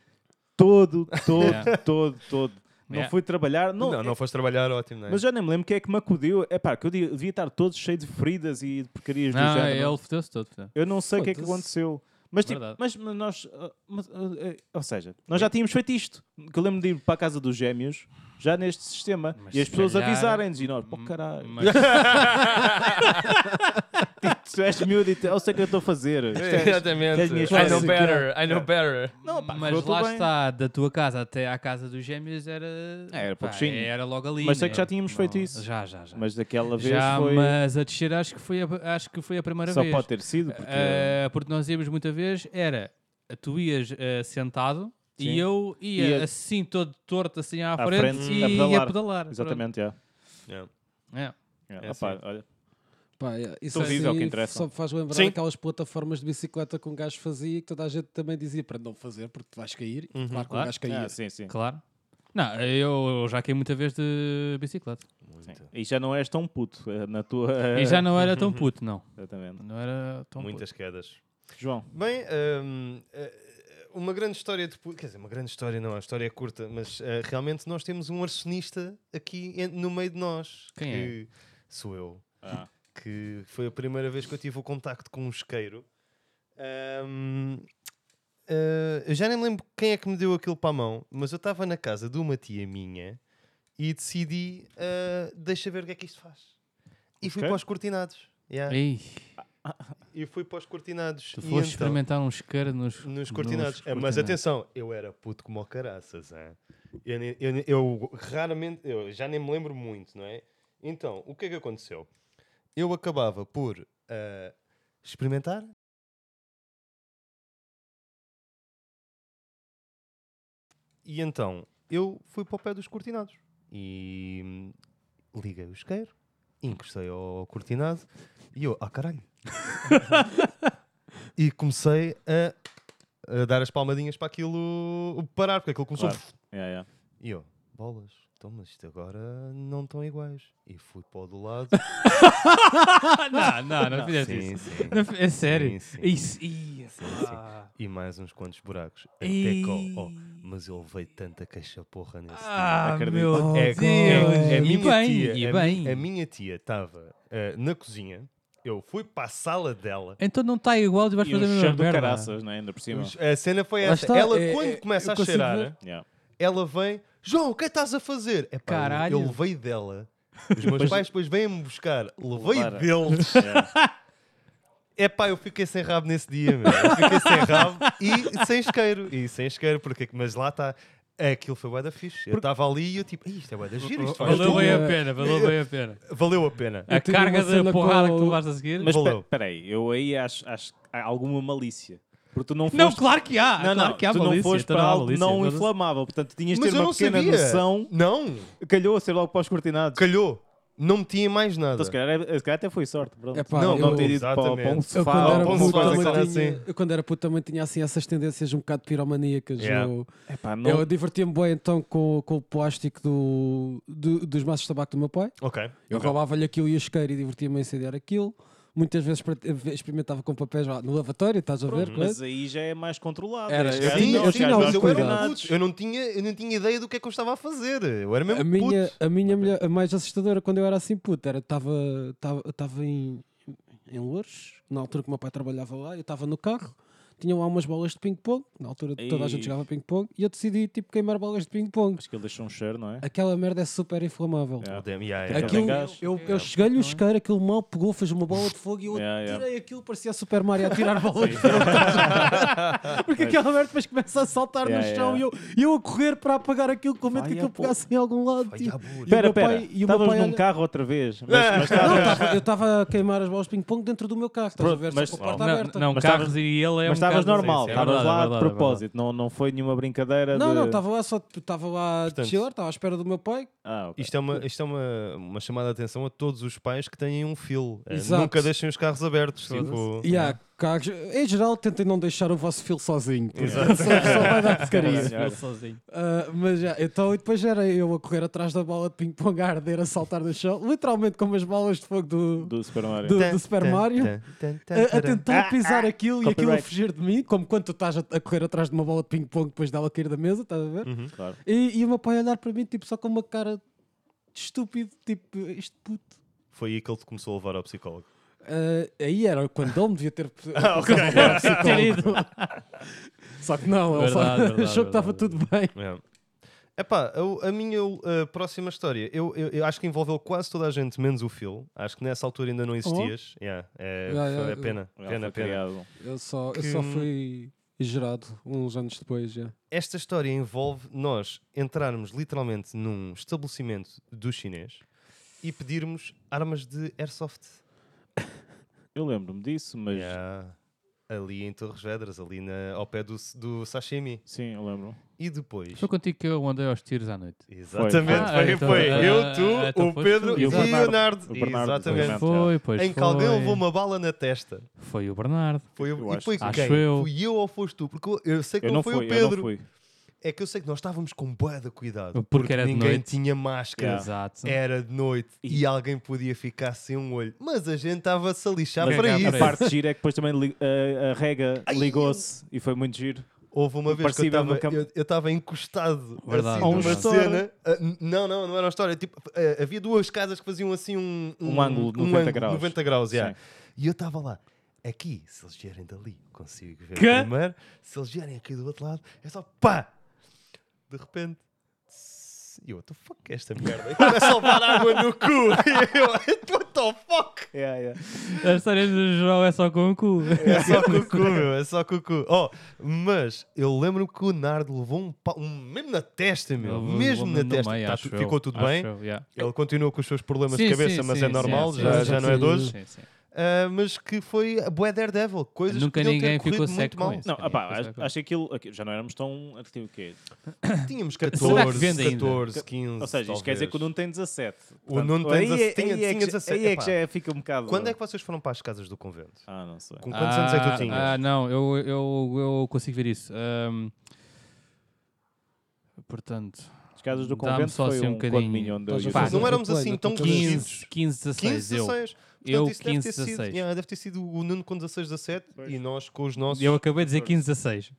[SPEAKER 2] todo, todo,
[SPEAKER 5] Yeah.
[SPEAKER 2] todo, todo. Não
[SPEAKER 5] Yeah.
[SPEAKER 2] fui trabalhar, não,
[SPEAKER 6] Não, não foste trabalhar, ótimo, não é?
[SPEAKER 2] mas já nem me lembro o que é que me acudiu. Epá, que eu devia devia estar todo cheio de feridas e de porcarias do
[SPEAKER 5] Não, é
[SPEAKER 2] género.
[SPEAKER 5] ele fodeu-se todo. fodeu.
[SPEAKER 2] Eu não sei o que é que
[SPEAKER 1] Foda-se.
[SPEAKER 2] aconteceu. Mas, tipo,
[SPEAKER 5] Verdade.
[SPEAKER 2] mas, mas nós. ah, mas, ah, ah, ou seja, nós já tínhamos feito isto. Que eu lembro de ir para a casa dos gêmeos, já neste sistema.
[SPEAKER 5] Mas
[SPEAKER 2] e as
[SPEAKER 5] se
[SPEAKER 2] pessoas
[SPEAKER 5] calhar-
[SPEAKER 2] avisarem-nos. E nós, pô, Oh, caralho.
[SPEAKER 5] Hum, Mas-
[SPEAKER 2] Tu és miúdo e tu- eu sei o que eu estou a fazer. Isto é-
[SPEAKER 6] Exatamente.
[SPEAKER 2] as minhas
[SPEAKER 1] I know
[SPEAKER 2] fases.
[SPEAKER 1] better,
[SPEAKER 6] I know better.
[SPEAKER 2] É. Não, pá,
[SPEAKER 5] Mas
[SPEAKER 2] correu
[SPEAKER 5] lá
[SPEAKER 2] tudo bem.
[SPEAKER 5] está, da tua casa até à casa dos gêmeos era.
[SPEAKER 2] É, era
[SPEAKER 5] pá,
[SPEAKER 2] pouquinho.
[SPEAKER 5] Era logo ali.
[SPEAKER 2] Mas sei
[SPEAKER 5] né?
[SPEAKER 2] que é. já tínhamos feito isso.
[SPEAKER 5] Já, já, já.
[SPEAKER 2] Mas daquela vez
[SPEAKER 5] já,
[SPEAKER 2] foi.
[SPEAKER 5] mas a descer acho que foi a, acho que foi a primeira
[SPEAKER 2] Só
[SPEAKER 5] vez.
[SPEAKER 2] pode ter sido. Porque...
[SPEAKER 5] Ah, porque nós íamos muita vez, era tu ias ah, sentado
[SPEAKER 2] Sim.
[SPEAKER 5] e eu ia
[SPEAKER 2] Ia-
[SPEAKER 5] assim todo torto assim à,
[SPEAKER 2] À
[SPEAKER 5] frente,
[SPEAKER 2] frente,
[SPEAKER 5] e
[SPEAKER 2] a pedalar.
[SPEAKER 5] ia pedalar.
[SPEAKER 2] Exatamente, já.
[SPEAKER 5] Pronto. É.
[SPEAKER 2] Já,
[SPEAKER 6] É
[SPEAKER 2] opá,
[SPEAKER 6] assim.
[SPEAKER 2] olha.
[SPEAKER 1] Pá, é, isso
[SPEAKER 2] Tu vives, é o que
[SPEAKER 1] assim
[SPEAKER 2] interessa.
[SPEAKER 1] Só me faz lembrar
[SPEAKER 6] Sim.
[SPEAKER 1] aquelas plataformas de bicicleta que um gajo fazia e que toda a gente também dizia para não fazer porque tu vais cair. E claro que um
[SPEAKER 5] Claro.
[SPEAKER 1] gajo caía.
[SPEAKER 2] Ah, sim, sim.
[SPEAKER 5] Claro. Não, eu já caí muita vez de bicicleta.
[SPEAKER 2] sim. E já não és tão puto eh, na tua.
[SPEAKER 5] E já não era
[SPEAKER 2] Uhum.
[SPEAKER 5] tão puto, não.
[SPEAKER 2] Exatamente.
[SPEAKER 5] Não era tão
[SPEAKER 6] Muitas quedas.
[SPEAKER 2] João,
[SPEAKER 6] Bem, hum, eh, uma grande história de. pu- Quer dizer, uma grande história não, a história é curta, mas eh, realmente nós temos um arsenista aqui en- no meio de nós.
[SPEAKER 5] Quem é?
[SPEAKER 6] que Sou eu.
[SPEAKER 2] Ah.
[SPEAKER 6] Que foi a primeira vez que eu tive o contacto com um isqueiro. Hum, eh, eu já nem lembro quem é que me deu aquilo para a mão, mas eu estava na casa de uma tia minha e decidi: eh, deixa ver o que é que isto faz. E fui
[SPEAKER 2] Ok.
[SPEAKER 6] para os cortinados. Yeah.
[SPEAKER 5] Ei,
[SPEAKER 6] e fui para os cortinados.
[SPEAKER 5] Tu
[SPEAKER 6] E
[SPEAKER 5] foste
[SPEAKER 6] então-
[SPEAKER 5] experimentar um isqueiro nos,
[SPEAKER 6] nos cortinados.
[SPEAKER 5] nos
[SPEAKER 6] É, mas atenção, eu era puto como o caraças. hã? Eu, nem- eu nem- eu raramente, eu já nem me lembro muito, não é? Então, o que é que aconteceu? Eu acabava por ah, experimentar. E então, eu fui para o pé dos cortinados. E hum, liguei o isqueiro, encostei ao cortinado e eu, ah caralho. e comecei a a dar as palmadinhas para aquilo parar, porque aquilo começou.
[SPEAKER 2] Claro. Yeah, yeah.
[SPEAKER 6] E eu, bolas, então, mas isto agora não estão iguais. E fui para o do lado.
[SPEAKER 5] Não, não, não fizeste
[SPEAKER 6] sim,
[SPEAKER 5] isso.
[SPEAKER 6] sim.
[SPEAKER 5] Não fi- É sério?
[SPEAKER 6] sim.
[SPEAKER 5] Isso, ia,
[SPEAKER 6] sim.
[SPEAKER 5] pá.
[SPEAKER 6] E mais uns quantos buracos. Até
[SPEAKER 5] Ei.
[SPEAKER 6] que, oh, oh, mas eu levei tanta queixa porra nesse
[SPEAKER 5] Ah,
[SPEAKER 2] Acredito.
[SPEAKER 5] meu
[SPEAKER 6] dia.
[SPEAKER 5] Deus.
[SPEAKER 6] que- é- a
[SPEAKER 5] e
[SPEAKER 6] minha
[SPEAKER 5] bem,
[SPEAKER 6] tia,
[SPEAKER 5] e
[SPEAKER 6] a
[SPEAKER 5] bem.
[SPEAKER 6] mi- a minha tia estava eh, na cozinha, eu fui para a sala dela.
[SPEAKER 5] Então não está igual e vais
[SPEAKER 2] E
[SPEAKER 5] fazer
[SPEAKER 2] um
[SPEAKER 5] a mesma
[SPEAKER 2] cheiro do
[SPEAKER 5] merda.
[SPEAKER 2] caraças, né? ainda por cima.
[SPEAKER 6] A cena foi
[SPEAKER 1] Lá
[SPEAKER 6] essa.
[SPEAKER 1] está,
[SPEAKER 6] ela,
[SPEAKER 1] é-
[SPEAKER 6] quando
[SPEAKER 1] é-
[SPEAKER 6] começa
[SPEAKER 1] eu
[SPEAKER 6] a
[SPEAKER 1] consigo
[SPEAKER 6] cheirar,
[SPEAKER 1] ver.
[SPEAKER 2] Yeah.
[SPEAKER 6] ela vem, João, o que é que estás a fazer? É pá, eu-
[SPEAKER 5] Caralho.
[SPEAKER 6] eu levei dela. Os meus pais depois vêm-me buscar. Levei
[SPEAKER 2] Levaram.
[SPEAKER 6] deles.
[SPEAKER 2] Yeah.
[SPEAKER 6] É pá, eu fiquei sem rabo nesse dia, meu. Eu fiquei sem rabo e sem isqueiro. E sem isqueiro, porque, mas lá está. Aquilo foi bué da fixe. Eu estava ali e eu tipo, "Ih, isto é bué da giro, isto faz
[SPEAKER 5] Valeu
[SPEAKER 6] tudo."
[SPEAKER 5] bem a pena, valeu bem a pena.
[SPEAKER 6] Valeu a pena.
[SPEAKER 5] A
[SPEAKER 1] tenho
[SPEAKER 5] carga
[SPEAKER 1] uma
[SPEAKER 5] da
[SPEAKER 1] cena
[SPEAKER 5] porrada
[SPEAKER 1] com-
[SPEAKER 5] que tu levaste a seguir.
[SPEAKER 2] Mas
[SPEAKER 6] Valeu.
[SPEAKER 2] pe- peraí, eu aí acho, acho que há alguma malícia. Porque tu não foste,
[SPEAKER 5] Não, claro que há.
[SPEAKER 2] não,
[SPEAKER 5] claro
[SPEAKER 2] não,
[SPEAKER 5] que há
[SPEAKER 2] tu
[SPEAKER 5] malícia,
[SPEAKER 2] não foste
[SPEAKER 5] então
[SPEAKER 2] para
[SPEAKER 5] há
[SPEAKER 2] algo
[SPEAKER 5] malícia,
[SPEAKER 2] não
[SPEAKER 5] todas-
[SPEAKER 2] inflamável. Portanto, tinhas de
[SPEAKER 6] Mas
[SPEAKER 2] ter
[SPEAKER 6] eu
[SPEAKER 2] uma
[SPEAKER 6] não
[SPEAKER 2] pequena
[SPEAKER 6] sabia.
[SPEAKER 2] noção.
[SPEAKER 6] Não,
[SPEAKER 2] Calhou a ser logo para os cortinados.
[SPEAKER 6] calhou. Não me tinha mais nada.
[SPEAKER 2] Então, se, calhar, é- se calhar até foi sorte. pronto.
[SPEAKER 1] Epá,
[SPEAKER 2] não, não
[SPEAKER 1] eu-
[SPEAKER 2] ter ido para, para um
[SPEAKER 6] Exatamente.
[SPEAKER 1] Eu
[SPEAKER 2] sofá.
[SPEAKER 1] quando,
[SPEAKER 2] ou
[SPEAKER 1] era
[SPEAKER 2] para
[SPEAKER 6] alguma
[SPEAKER 1] puto,
[SPEAKER 2] uma coisa
[SPEAKER 6] que
[SPEAKER 1] também
[SPEAKER 6] era
[SPEAKER 2] qualquer.
[SPEAKER 1] tinha,
[SPEAKER 6] assim.
[SPEAKER 1] eu quando era puto também tinha assim essas tendências um bocado piromaníacas.
[SPEAKER 6] Yeah.
[SPEAKER 1] Eu,
[SPEAKER 2] Epá, não-
[SPEAKER 1] eu divertia-me bem então com, com o plástico do, do- dos maços de tabaco do meu pai.
[SPEAKER 6] Ok.
[SPEAKER 1] Eu roubava-lhe aquilo e o isqueiro e divertia-me a incendiar aquilo. Muitas vezes pra- experimentava com papéis lá no lavatório, estás a ver? coisa?
[SPEAKER 2] Mas aí já é mais controlado.
[SPEAKER 1] Era,
[SPEAKER 2] Este
[SPEAKER 1] eu
[SPEAKER 2] gajo
[SPEAKER 1] tinha-
[SPEAKER 2] não,
[SPEAKER 1] eu
[SPEAKER 2] este
[SPEAKER 1] tinha
[SPEAKER 2] gajo
[SPEAKER 1] os
[SPEAKER 2] vai
[SPEAKER 1] eu
[SPEAKER 2] para os
[SPEAKER 1] era
[SPEAKER 2] cortinados.
[SPEAKER 1] cuidados.
[SPEAKER 6] Eu não tinha, eu não tinha ideia do que é que eu estava a fazer. Eu era é mesmo
[SPEAKER 1] a
[SPEAKER 6] puto.
[SPEAKER 1] minha, a minha, melhor- a mais assustadora quando eu era assim puto era estava estava estava em em Louros, na altura que o meu pai trabalhava lá, eu estava no carro, tinha lá umas bolas de ping-pong, na altura toda a gente
[SPEAKER 2] Ei.
[SPEAKER 1] jogava ping-pong, e eu decidi tipo queimar bolas de ping-pong.
[SPEAKER 2] Acho que ele deixou um cheiro, não é?
[SPEAKER 1] Aquela merda é super inflamável.
[SPEAKER 2] Yeah.
[SPEAKER 6] Oh, damn, yeah, yeah,
[SPEAKER 1] um
[SPEAKER 2] Aquilo-
[SPEAKER 1] tipo-
[SPEAKER 6] yeah.
[SPEAKER 2] gás.
[SPEAKER 1] eu, eu cheguei-lhe o isqueiro, aquele mal pegou, fez uma bola de fogo e eu
[SPEAKER 2] Yeah, yeah.
[SPEAKER 1] tirei aquilo, parecia Super Mario a tirar bolas de fogo. Porque aquela merda depois começa a saltar
[SPEAKER 2] Yeah,
[SPEAKER 1] no chão
[SPEAKER 2] yeah.
[SPEAKER 1] e eu, eu a correr para apagar aquilo com medo
[SPEAKER 2] Vai
[SPEAKER 1] que aquilo
[SPEAKER 2] a pô-
[SPEAKER 1] pegasse em algum lado.
[SPEAKER 6] Vai
[SPEAKER 1] tipo.
[SPEAKER 6] à burra.
[SPEAKER 1] E o
[SPEAKER 2] Espera,
[SPEAKER 1] meu
[SPEAKER 2] espera.
[SPEAKER 1] pai- e o meu
[SPEAKER 2] Estavas
[SPEAKER 1] pai é
[SPEAKER 2] num
[SPEAKER 1] olha-
[SPEAKER 2] carro outra vez. Mas, mas
[SPEAKER 1] Não,
[SPEAKER 2] estavas-
[SPEAKER 1] tava- eu estava a queimar as bolas de ping-pong dentro do meu carro, estás a
[SPEAKER 2] Pronto,
[SPEAKER 1] ver?
[SPEAKER 2] mas-
[SPEAKER 1] Só com a porta
[SPEAKER 5] Não,
[SPEAKER 1] aberta.
[SPEAKER 5] Não,
[SPEAKER 2] Mas
[SPEAKER 5] carros
[SPEAKER 2] estavas-
[SPEAKER 5] e ele é um
[SPEAKER 2] mas
[SPEAKER 5] bocado-
[SPEAKER 2] estavas normal.
[SPEAKER 5] Sim, sim, é verdade, é
[SPEAKER 2] Estavas lá de
[SPEAKER 5] verdade, é verdade.
[SPEAKER 2] propósito. Não, não foi nenhuma brincadeira
[SPEAKER 1] Não,
[SPEAKER 2] é de...
[SPEAKER 1] não, estava lá só, estava lá de
[SPEAKER 6] Portanto-
[SPEAKER 1] chilar, estava à espera do meu pai.
[SPEAKER 2] Ah, ok.
[SPEAKER 6] Isto é, uma, isto é uma, uma chamada de atenção a todos os pais que têm um filo. É,
[SPEAKER 1] Exato.
[SPEAKER 6] Nunca deixem os carros abertos. Tipo,
[SPEAKER 1] E há carros, em geral, tentem não deixar o vosso filho sozinho. porque Só, só vai dar
[SPEAKER 2] Sim,
[SPEAKER 1] pescaria.
[SPEAKER 2] senhora.
[SPEAKER 5] Ele sozinho.
[SPEAKER 1] mas já, então, e depois era eu a correr atrás da bola de ping-pong a arder, a saltar no chão, literalmente como as bolas de fogo do,
[SPEAKER 2] Do Super Mario.
[SPEAKER 1] do, do Super Mario. a, a tentar pisar aquilo e aquilo a
[SPEAKER 2] Copyright.
[SPEAKER 1] fugir de mim, como quando tu estás a, a correr atrás de uma bola de ping-pong depois dela cair da mesa, estás a ver?
[SPEAKER 2] Claro.
[SPEAKER 1] E, e o meu pai olhar para mim, tipo, só com uma cara de estúpido, tipo, este puto.
[SPEAKER 6] Foi aí que ele te começou a levar ao psicólogo.
[SPEAKER 1] Ah, aí era quando ele me devia ter. ter ido. Só que não, ele só
[SPEAKER 5] Verdade, verdade,
[SPEAKER 1] achou que estava
[SPEAKER 5] verdade,
[SPEAKER 1] tudo bem.
[SPEAKER 6] É. Epá, eu- a minha uh, próxima história, eu, eu, eu acho que envolveu quase toda a gente, menos o Phil. Acho que nessa altura ainda não existias. Yeah, é,
[SPEAKER 1] Yeah,
[SPEAKER 6] foi-
[SPEAKER 1] yeah,
[SPEAKER 6] é pena,
[SPEAKER 2] Ele
[SPEAKER 6] pena, pena.
[SPEAKER 2] foi criado.
[SPEAKER 1] Eu só,
[SPEAKER 6] eu só Que-
[SPEAKER 1] fui gerado uns anos depois. Já.
[SPEAKER 6] Esta história envolve nós entrarmos literalmente num estabelecimento do chinês e pedirmos armas de airsoft.
[SPEAKER 2] Eu lembro-me disso, mas...
[SPEAKER 6] Yeah. Ali em Torres Vedras, ali na, ao pé do, do sashimi.
[SPEAKER 2] Sim, eu lembro.
[SPEAKER 6] E depois.
[SPEAKER 5] Foi contigo que eu andei aos tiros à noite.
[SPEAKER 6] Exatamente,
[SPEAKER 5] Ah,
[SPEAKER 6] foi,
[SPEAKER 5] então,
[SPEAKER 6] foi
[SPEAKER 5] ah,
[SPEAKER 6] eu,
[SPEAKER 5] ah,
[SPEAKER 6] tu,
[SPEAKER 5] ah, então
[SPEAKER 6] o
[SPEAKER 5] foste
[SPEAKER 6] Pedro
[SPEAKER 5] tu.
[SPEAKER 6] e
[SPEAKER 5] E
[SPEAKER 6] o
[SPEAKER 5] o
[SPEAKER 6] Leonardo.
[SPEAKER 2] O Bernardo,
[SPEAKER 6] Exatamente.
[SPEAKER 2] exatamente.
[SPEAKER 5] Foi, pois
[SPEAKER 6] Em que
[SPEAKER 5] foi.
[SPEAKER 6] alguém levou uma bala na testa.
[SPEAKER 5] Foi o Bernardo.
[SPEAKER 6] Foi,
[SPEAKER 2] Eu
[SPEAKER 6] o e
[SPEAKER 2] acho
[SPEAKER 6] foi
[SPEAKER 2] que
[SPEAKER 6] quem?
[SPEAKER 5] sim. Acho eu.
[SPEAKER 6] Fui eu ou foste tu? Porque eu- eu sei que
[SPEAKER 2] Eu
[SPEAKER 6] não,
[SPEAKER 2] não
[SPEAKER 6] foi
[SPEAKER 2] fui,
[SPEAKER 6] o
[SPEAKER 2] eu não
[SPEAKER 6] Pedro.
[SPEAKER 2] fui.
[SPEAKER 6] É que eu sei que nós estávamos com bué de cuidado.
[SPEAKER 5] Porque era de
[SPEAKER 6] ninguém
[SPEAKER 5] noite.
[SPEAKER 6] tinha máscara.
[SPEAKER 5] Exato.
[SPEAKER 6] Era de noite e... alguém podia ficar sem um olho. Mas a gente estava-se a lixar
[SPEAKER 5] Mas
[SPEAKER 6] para
[SPEAKER 5] é que há
[SPEAKER 6] isso.
[SPEAKER 2] A parte gira é que depois também li- a, a rega ligou-se e foi muito giro.
[SPEAKER 6] Houve uma vez que eu
[SPEAKER 2] Parecia
[SPEAKER 6] estava
[SPEAKER 2] mesmo que-
[SPEAKER 6] eu- eu estava encostado
[SPEAKER 5] Verdade,
[SPEAKER 6] assim, numa
[SPEAKER 2] é verdade.
[SPEAKER 6] cena. Ah, n- não, não, não era uma história. Tipo, ah, havia duas casas que faziam assim um,
[SPEAKER 2] Um ângulo de 90 graus.
[SPEAKER 6] 90 graus, yeah.
[SPEAKER 2] Sim.
[SPEAKER 6] E eu estava lá. Aqui, se eles vierem dali, consigo ver
[SPEAKER 5] Quê?
[SPEAKER 6] primeiro. Se eles vierem aqui do outro lado, é só pá! De repente, tss, disse: e Eu, what the fuck é esta merda? E começa a levar água no cu. E eu, what the fuck?
[SPEAKER 7] Yeah, yeah.
[SPEAKER 5] A história do João é só com o cu.
[SPEAKER 6] É só cucu, meu, é só cucu. Oh, mas eu lembro-me que o Nardo levou um, pau, um mesmo na testa, meu. mesmo na testa. Tá tu- ficou tudo bem. Ele continua com os seus problemas de
[SPEAKER 5] Sim,
[SPEAKER 6] cabeça,
[SPEAKER 5] sim,
[SPEAKER 6] mas
[SPEAKER 5] sim,
[SPEAKER 6] é normal,
[SPEAKER 5] sim,
[SPEAKER 6] já,
[SPEAKER 5] sim,
[SPEAKER 6] já
[SPEAKER 5] sim,
[SPEAKER 6] não é
[SPEAKER 1] sim.
[SPEAKER 6] de hoje. Ah, mas que foi a bué Daredevil, coisas
[SPEAKER 5] Nunca
[SPEAKER 6] que podiam ter
[SPEAKER 5] ninguém
[SPEAKER 6] corrido
[SPEAKER 5] ficou
[SPEAKER 6] muito
[SPEAKER 5] seco com
[SPEAKER 6] mal.
[SPEAKER 5] isso.
[SPEAKER 2] Não,
[SPEAKER 5] Sim,
[SPEAKER 2] opá,
[SPEAKER 5] essa é a
[SPEAKER 2] acho,
[SPEAKER 5] coisa.
[SPEAKER 2] acho que aquilo. aqui- já não éramos tão. Aquilo, o quê?
[SPEAKER 6] Tínhamos
[SPEAKER 5] Será que
[SPEAKER 6] 14,
[SPEAKER 5] vende ainda?
[SPEAKER 6] 14, 15.
[SPEAKER 2] Ou seja, isto quer dizer
[SPEAKER 6] talvez.
[SPEAKER 2] que o Nuno tem 17.
[SPEAKER 6] O Nuno tem
[SPEAKER 7] Aí é-
[SPEAKER 6] 17, tinha,
[SPEAKER 7] aí é que
[SPEAKER 6] tinha
[SPEAKER 7] já-
[SPEAKER 6] 17.
[SPEAKER 7] Aí é que
[SPEAKER 6] Epá,
[SPEAKER 7] já fica um bocado.
[SPEAKER 6] Quando é que vocês foram para as casas do convento?
[SPEAKER 2] Ah, não sei.
[SPEAKER 6] Com quantos anos é que tu tinhas?
[SPEAKER 5] Ah, não, eu, eu, eu consigo ver isso. Ahm, portanto,
[SPEAKER 2] As casas do
[SPEAKER 5] Dá-me
[SPEAKER 2] convento
[SPEAKER 5] só
[SPEAKER 2] foi
[SPEAKER 5] assim um
[SPEAKER 2] um
[SPEAKER 5] bocadinho.
[SPEAKER 2] condomínio onde eu
[SPEAKER 1] Nós
[SPEAKER 2] e o
[SPEAKER 5] Pá,
[SPEAKER 2] Nuno-
[SPEAKER 6] não éramos
[SPEAKER 1] plano,
[SPEAKER 6] assim
[SPEAKER 1] não
[SPEAKER 6] tão
[SPEAKER 1] tô crescido.
[SPEAKER 5] 15,
[SPEAKER 6] conhecidos.
[SPEAKER 5] 15, 16.
[SPEAKER 6] 15,
[SPEAKER 5] Eu,
[SPEAKER 6] 16.
[SPEAKER 5] eu
[SPEAKER 6] Portanto, isso deve
[SPEAKER 5] 15,
[SPEAKER 6] ter sido-
[SPEAKER 5] 16.
[SPEAKER 6] yeah, deve ter sido o Nuno com 16, 17 e nós com os nossos.
[SPEAKER 5] eu acabei de dizer 15, 16.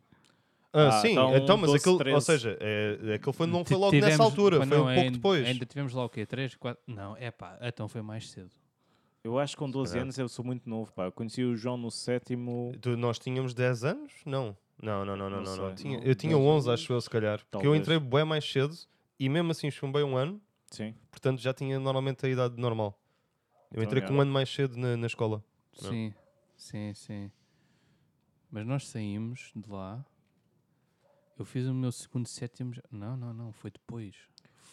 [SPEAKER 6] Ah,
[SPEAKER 2] Ah,
[SPEAKER 6] sim,
[SPEAKER 2] então
[SPEAKER 6] então, mas
[SPEAKER 2] 12,
[SPEAKER 6] aquilo, ou
[SPEAKER 2] 13.
[SPEAKER 6] seja, é, aquilo foi, não foi
[SPEAKER 5] Ti-
[SPEAKER 6] logo
[SPEAKER 5] tivemos-
[SPEAKER 6] nessa altura,
[SPEAKER 5] mas
[SPEAKER 6] foi
[SPEAKER 5] não, é
[SPEAKER 6] um pouco
[SPEAKER 5] ainda-
[SPEAKER 6] depois.
[SPEAKER 5] Ainda tivemos lá o quê? 3, 4? Não, é pá, então foi mais cedo.
[SPEAKER 2] Eu acho que com 12
[SPEAKER 6] calhar.
[SPEAKER 2] anos eu sou muito novo, pá. Eu conheci o João no sétimo.
[SPEAKER 6] Tu- nós tínhamos 10 anos? Não. Não, não, não, não,
[SPEAKER 2] Não
[SPEAKER 6] não.
[SPEAKER 2] sei.
[SPEAKER 6] não. Tinha-
[SPEAKER 2] Não,
[SPEAKER 6] eu tinha
[SPEAKER 2] dez
[SPEAKER 6] 11, acho eu, se calhar. Porque eu
[SPEAKER 2] Talvez.
[SPEAKER 6] entrei bem mais cedo e mesmo assim chumbei um ano,
[SPEAKER 2] Sim.
[SPEAKER 6] portanto já tinha normalmente a idade normal. Eu
[SPEAKER 2] Então,
[SPEAKER 6] entrei com um
[SPEAKER 2] era.
[SPEAKER 6] ano mais cedo na, na escola. Não.
[SPEAKER 5] Sim, sim, sim. Mas nós saímos de lá. Eu fiz o meu segundo sétimo. já- Não, não, não, foi depois.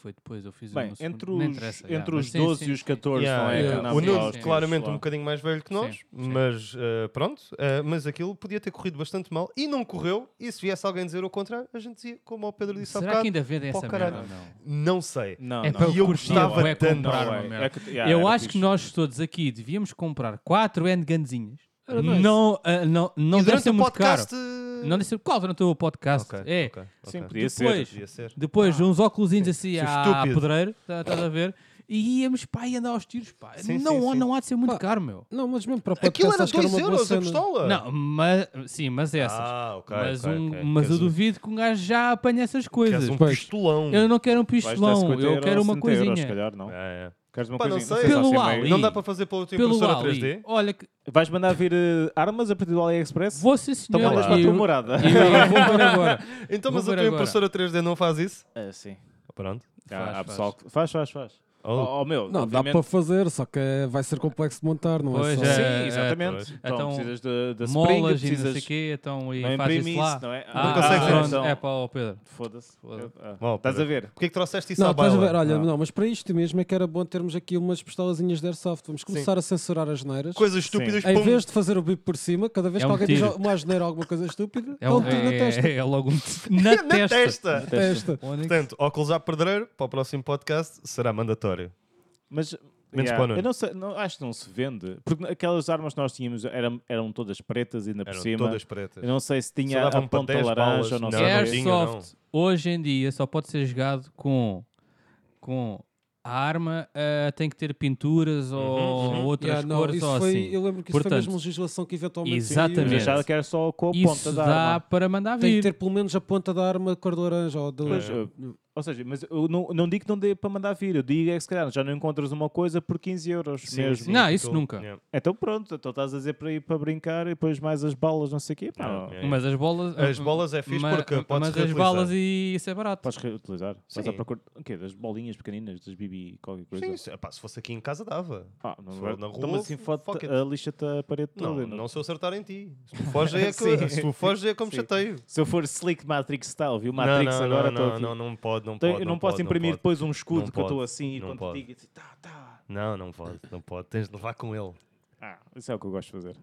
[SPEAKER 5] Foi depois, eu fiz o
[SPEAKER 2] Bem,
[SPEAKER 5] meu segundo.
[SPEAKER 2] entre
[SPEAKER 5] não
[SPEAKER 2] os,
[SPEAKER 5] interessa, já,
[SPEAKER 2] entre
[SPEAKER 5] mas
[SPEAKER 2] os
[SPEAKER 5] sim,
[SPEAKER 2] 12
[SPEAKER 5] sim,
[SPEAKER 2] e os
[SPEAKER 5] sim.
[SPEAKER 2] 14, não é?
[SPEAKER 5] yeah.
[SPEAKER 2] Que andamos
[SPEAKER 6] O
[SPEAKER 5] sim,
[SPEAKER 6] Nuno,
[SPEAKER 2] lá aos
[SPEAKER 5] sim.
[SPEAKER 6] claramente
[SPEAKER 2] tiros
[SPEAKER 6] um
[SPEAKER 2] lá.
[SPEAKER 6] bocadinho mais velho que nós,
[SPEAKER 5] Sim, sim.
[SPEAKER 6] mas eh, pronto. eh, mas aquilo podia ter corrido bastante mal e não correu. E se viesse alguém dizer o contrário, a gente dizia, como o Pedro disse há
[SPEAKER 5] Será
[SPEAKER 6] é um bocado,
[SPEAKER 5] que ainda vendem
[SPEAKER 6] Pô,
[SPEAKER 5] essa
[SPEAKER 6] caralho.
[SPEAKER 5] merda ou não?
[SPEAKER 6] Ah, não sei.
[SPEAKER 2] Não,
[SPEAKER 5] É
[SPEAKER 2] não.
[SPEAKER 5] para eu
[SPEAKER 6] E eu
[SPEAKER 5] curtir,
[SPEAKER 6] gostava
[SPEAKER 5] é
[SPEAKER 6] tanto.
[SPEAKER 5] comprar
[SPEAKER 2] Não,
[SPEAKER 5] uma
[SPEAKER 2] é-
[SPEAKER 5] merda.
[SPEAKER 2] é que- yeah,
[SPEAKER 5] eu
[SPEAKER 2] era
[SPEAKER 5] acho que
[SPEAKER 2] fixe.
[SPEAKER 5] nós todos aqui devíamos comprar 4 endgunzinhas. Não, ah, não, não
[SPEAKER 6] e
[SPEAKER 5] deve
[SPEAKER 6] durante
[SPEAKER 5] ser
[SPEAKER 6] o
[SPEAKER 5] muito caro.
[SPEAKER 6] podcast. eh,
[SPEAKER 5] Não deve ser qual durante o podcast.
[SPEAKER 6] Ok,
[SPEAKER 5] é,
[SPEAKER 6] ok,
[SPEAKER 2] Sim,
[SPEAKER 6] ok.
[SPEAKER 2] podia ser.
[SPEAKER 5] Depois,
[SPEAKER 6] Podia ser.
[SPEAKER 5] depois de uns óculos assim
[SPEAKER 6] Sou
[SPEAKER 5] à
[SPEAKER 6] estúpido.
[SPEAKER 5] pedreiro, tá- estás a ver? E íamos pá, e andar aos tiros, pá.
[SPEAKER 6] Sim,
[SPEAKER 5] não,
[SPEAKER 6] sim, sim.
[SPEAKER 5] não há de ser muito
[SPEAKER 1] Pá,
[SPEAKER 5] caro, meu.
[SPEAKER 1] Não, mas mesmo para o
[SPEAKER 6] Aquilo
[SPEAKER 1] podcast
[SPEAKER 6] era
[SPEAKER 1] acho que era
[SPEAKER 6] 2
[SPEAKER 1] uma boa
[SPEAKER 6] euros a
[SPEAKER 1] cena.
[SPEAKER 6] pistola.
[SPEAKER 5] Não, mas sim, mas é essas.
[SPEAKER 6] Ah, ok.
[SPEAKER 5] mas
[SPEAKER 6] ok,
[SPEAKER 5] um,
[SPEAKER 6] ok.
[SPEAKER 5] mas eu
[SPEAKER 6] Queres um-
[SPEAKER 5] duvido que um gajo já apanhe essas coisas.
[SPEAKER 6] Queres um
[SPEAKER 1] Pois.
[SPEAKER 6] pistolão.
[SPEAKER 5] Eu não quero um
[SPEAKER 2] Vais dar
[SPEAKER 5] pistolão,
[SPEAKER 2] 50
[SPEAKER 5] eu
[SPEAKER 2] euros,
[SPEAKER 5] quero uma
[SPEAKER 2] 70 euros, se
[SPEAKER 5] coisinha.
[SPEAKER 2] calhar, não.
[SPEAKER 6] É, é.
[SPEAKER 2] Queres uma
[SPEAKER 6] Pá, não
[SPEAKER 2] coisinha?
[SPEAKER 6] sei.
[SPEAKER 2] se há
[SPEAKER 5] Pelo
[SPEAKER 2] cem
[SPEAKER 5] Ali.
[SPEAKER 2] meio.
[SPEAKER 6] assim Não dá para fazer pela tua
[SPEAKER 5] Pelo
[SPEAKER 6] impressora
[SPEAKER 5] Ali.
[SPEAKER 6] 3D?
[SPEAKER 5] Olha, que,
[SPEAKER 2] Vais mandar vir eh, armas a partir do AliExpress?
[SPEAKER 5] vou ser
[SPEAKER 2] Então
[SPEAKER 5] senhor.
[SPEAKER 2] mandas para a tua
[SPEAKER 5] eu-
[SPEAKER 2] morada.
[SPEAKER 5] eu- eu vou ver agora.
[SPEAKER 6] Então,
[SPEAKER 5] Vou
[SPEAKER 6] mas a
[SPEAKER 5] ver
[SPEAKER 6] tua
[SPEAKER 5] agora.
[SPEAKER 6] impressora 3D não faz isso?
[SPEAKER 2] Ah, sim.
[SPEAKER 6] Pronto.
[SPEAKER 5] Faz,
[SPEAKER 2] Há, há
[SPEAKER 5] faz.
[SPEAKER 2] pessoal que... Faz, faz, faz.
[SPEAKER 6] Oh,
[SPEAKER 2] Oh, oh, meu,
[SPEAKER 1] Não, dá
[SPEAKER 2] obviamente-
[SPEAKER 1] para fazer, só que vai ser complexo de montar, não é
[SPEAKER 5] Pois
[SPEAKER 1] só...
[SPEAKER 5] é.
[SPEAKER 2] Sim, exatamente.
[SPEAKER 6] pois.
[SPEAKER 2] Então,
[SPEAKER 5] Então,
[SPEAKER 2] precisas da da spring,
[SPEAKER 5] Molas e não sei
[SPEAKER 2] precisas...
[SPEAKER 5] o quê, então e
[SPEAKER 2] Não
[SPEAKER 5] faz
[SPEAKER 2] imprime
[SPEAKER 5] isso
[SPEAKER 2] isso,
[SPEAKER 5] lá.
[SPEAKER 2] não é?
[SPEAKER 5] Ah,
[SPEAKER 6] Não consegues
[SPEAKER 5] pronto,
[SPEAKER 2] então-
[SPEAKER 5] é para o Pedro.
[SPEAKER 2] Foda-se.
[SPEAKER 5] Foda-se.
[SPEAKER 2] Ah,
[SPEAKER 6] Oh,
[SPEAKER 2] Estás a ver?
[SPEAKER 6] Porquê que trouxeste isso
[SPEAKER 1] Não,
[SPEAKER 6] à
[SPEAKER 1] estás a ver,
[SPEAKER 6] baila?
[SPEAKER 1] olha,
[SPEAKER 5] Ah.
[SPEAKER 2] Não.
[SPEAKER 1] não. mas para isto mesmo é que era bom termos aqui umas pistolazinhas de airsoft. Vamos começar a censurar as neiras.
[SPEAKER 6] Coisas estúpidas, um-
[SPEAKER 1] Em
[SPEAKER 6] pum.
[SPEAKER 1] vez de fazer o bip por cima, cada vez
[SPEAKER 5] É
[SPEAKER 1] que
[SPEAKER 5] um
[SPEAKER 1] alguém
[SPEAKER 5] tiro.
[SPEAKER 1] diz uma asneira ou alguma coisa estúpida,
[SPEAKER 5] É,
[SPEAKER 1] é um
[SPEAKER 5] um-
[SPEAKER 1] tiro na
[SPEAKER 5] é-
[SPEAKER 1] testa.
[SPEAKER 5] é- é logo um tiro na,
[SPEAKER 6] Na testa.
[SPEAKER 1] Testa.
[SPEAKER 5] Onde é que-
[SPEAKER 6] Portanto, óculos à pedreiro, para o próximo podcast, será mandatório.
[SPEAKER 2] Mas...
[SPEAKER 6] Menos
[SPEAKER 2] yeah,
[SPEAKER 6] para o Nuno.
[SPEAKER 2] eu não sei, não, acho que não se vende. Porque aquelas armas que nós tínhamos eram, eram todas pretas, ainda por
[SPEAKER 6] Eram
[SPEAKER 2] cima.
[SPEAKER 6] todas pretas.
[SPEAKER 2] Eu não sei se tinha
[SPEAKER 6] Só
[SPEAKER 2] a
[SPEAKER 6] davam para
[SPEAKER 2] ponta
[SPEAKER 6] 10 balas,
[SPEAKER 2] laranja ou não,
[SPEAKER 6] não.
[SPEAKER 2] sei.
[SPEAKER 6] Era
[SPEAKER 2] o quê.
[SPEAKER 6] verdinho,
[SPEAKER 5] Airsoft hoje em dia só pode ser jogado com, com a arma, eh, tem que ter pinturas
[SPEAKER 6] Uhum,
[SPEAKER 5] ou outras
[SPEAKER 1] Yeah, não,
[SPEAKER 5] cores
[SPEAKER 1] isso
[SPEAKER 5] ou
[SPEAKER 1] foi,
[SPEAKER 5] assim.
[SPEAKER 1] Eu lembro que isso foi
[SPEAKER 5] Portanto,
[SPEAKER 1] mesmo legislação que eventualmente
[SPEAKER 5] exatamente.
[SPEAKER 2] Mas
[SPEAKER 1] saiu.
[SPEAKER 2] achava que era só com a
[SPEAKER 5] Isso
[SPEAKER 2] ponta da
[SPEAKER 5] dá
[SPEAKER 2] arma.
[SPEAKER 5] para mandar
[SPEAKER 1] Tem
[SPEAKER 5] vir.
[SPEAKER 1] que ter pelo menos a ponta da arma cor de laranja ou de
[SPEAKER 2] Mas,
[SPEAKER 6] é.
[SPEAKER 1] laranja.
[SPEAKER 2] uh, ou seja, mas eu não, não digo que não dê para mandar vir, eu digo é que se calhar já não encontras uma coisa por 15 euros mesmo.
[SPEAKER 5] sim. Não, isso nunca.
[SPEAKER 6] Yeah.
[SPEAKER 2] Então pronto, então estás a dizer para ir para brincar e depois mais as balas, não sei o quê. Pá,
[SPEAKER 6] Não,
[SPEAKER 2] não.
[SPEAKER 6] é.
[SPEAKER 5] Mas as bolas...
[SPEAKER 6] As bolas é fixe
[SPEAKER 5] ma-
[SPEAKER 6] porque podes
[SPEAKER 5] Mas as
[SPEAKER 6] reutilizar.
[SPEAKER 5] balas e isso é barato.
[SPEAKER 2] Podes reutilizar. Estás
[SPEAKER 6] Sim.
[SPEAKER 2] à procura o quê? das bolinhas pequeninas, das BB, qualquer coisa.
[SPEAKER 6] Sim, se, epá, se fosse aqui em casa dava.
[SPEAKER 2] Ah, não
[SPEAKER 6] Se
[SPEAKER 2] vai-
[SPEAKER 6] for na
[SPEAKER 2] então,
[SPEAKER 6] rua,
[SPEAKER 2] mas assim, foda-
[SPEAKER 6] fuck it.
[SPEAKER 2] a lixa-te a parede
[SPEAKER 6] Não,
[SPEAKER 2] toda.
[SPEAKER 6] não se eu acertar em ti. Se tu foges é,
[SPEAKER 2] Sim.
[SPEAKER 6] que, se tu foges é como
[SPEAKER 2] Sim.
[SPEAKER 6] chateio.
[SPEAKER 2] Se eu for Slick Matrix style, viu?
[SPEAKER 6] Não,
[SPEAKER 2] Matrix
[SPEAKER 6] não,
[SPEAKER 2] agora
[SPEAKER 6] não,
[SPEAKER 2] estou
[SPEAKER 6] não,
[SPEAKER 2] aqui.
[SPEAKER 6] não, não pode, não
[SPEAKER 2] Então,
[SPEAKER 6] pode.
[SPEAKER 2] eu não,
[SPEAKER 6] não
[SPEAKER 2] posso
[SPEAKER 6] pode,
[SPEAKER 2] imprimir
[SPEAKER 6] não pode.
[SPEAKER 2] depois um escudo
[SPEAKER 6] Não
[SPEAKER 2] que eu estou
[SPEAKER 6] pode.
[SPEAKER 2] assim e
[SPEAKER 6] Não
[SPEAKER 2] quando
[SPEAKER 6] pode.
[SPEAKER 2] te digo, assim, tá, tá.
[SPEAKER 6] Não, não pode, não pode. Tens de levar com ele.
[SPEAKER 2] Ah, isso é o que eu gosto de fazer.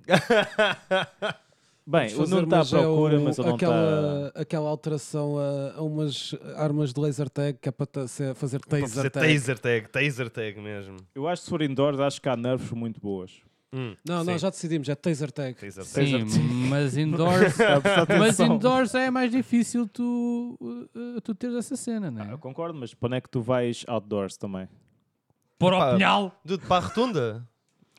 [SPEAKER 2] Bem,
[SPEAKER 1] Vamos
[SPEAKER 2] o
[SPEAKER 1] fazer,
[SPEAKER 2] Nuno está à
[SPEAKER 1] mas tá. é
[SPEAKER 2] procura,
[SPEAKER 1] o-
[SPEAKER 2] mas ele não está.
[SPEAKER 1] aquela, aquela alteração a, a umas armas de laser tag que é para ta- se- fazer
[SPEAKER 6] Para fazer
[SPEAKER 1] taser tag.
[SPEAKER 6] taser tag, taser tag mesmo.
[SPEAKER 2] Eu acho que se for indoors, acho que há nerfs muito boas.
[SPEAKER 6] Hum,
[SPEAKER 1] Não, não,
[SPEAKER 6] sim,
[SPEAKER 1] já decidimos, é taser tag.
[SPEAKER 6] Taser tag.
[SPEAKER 5] Sim, mas indoors... mas indoors é mais difícil tu, eh, tu teres essa cena, né?
[SPEAKER 6] Ah,
[SPEAKER 2] Eu concordo, mas para onde é que tu vais outdoors também?
[SPEAKER 5] Por
[SPEAKER 6] Pá,
[SPEAKER 5] ao pinhal.
[SPEAKER 6] Dude, para a rotunda?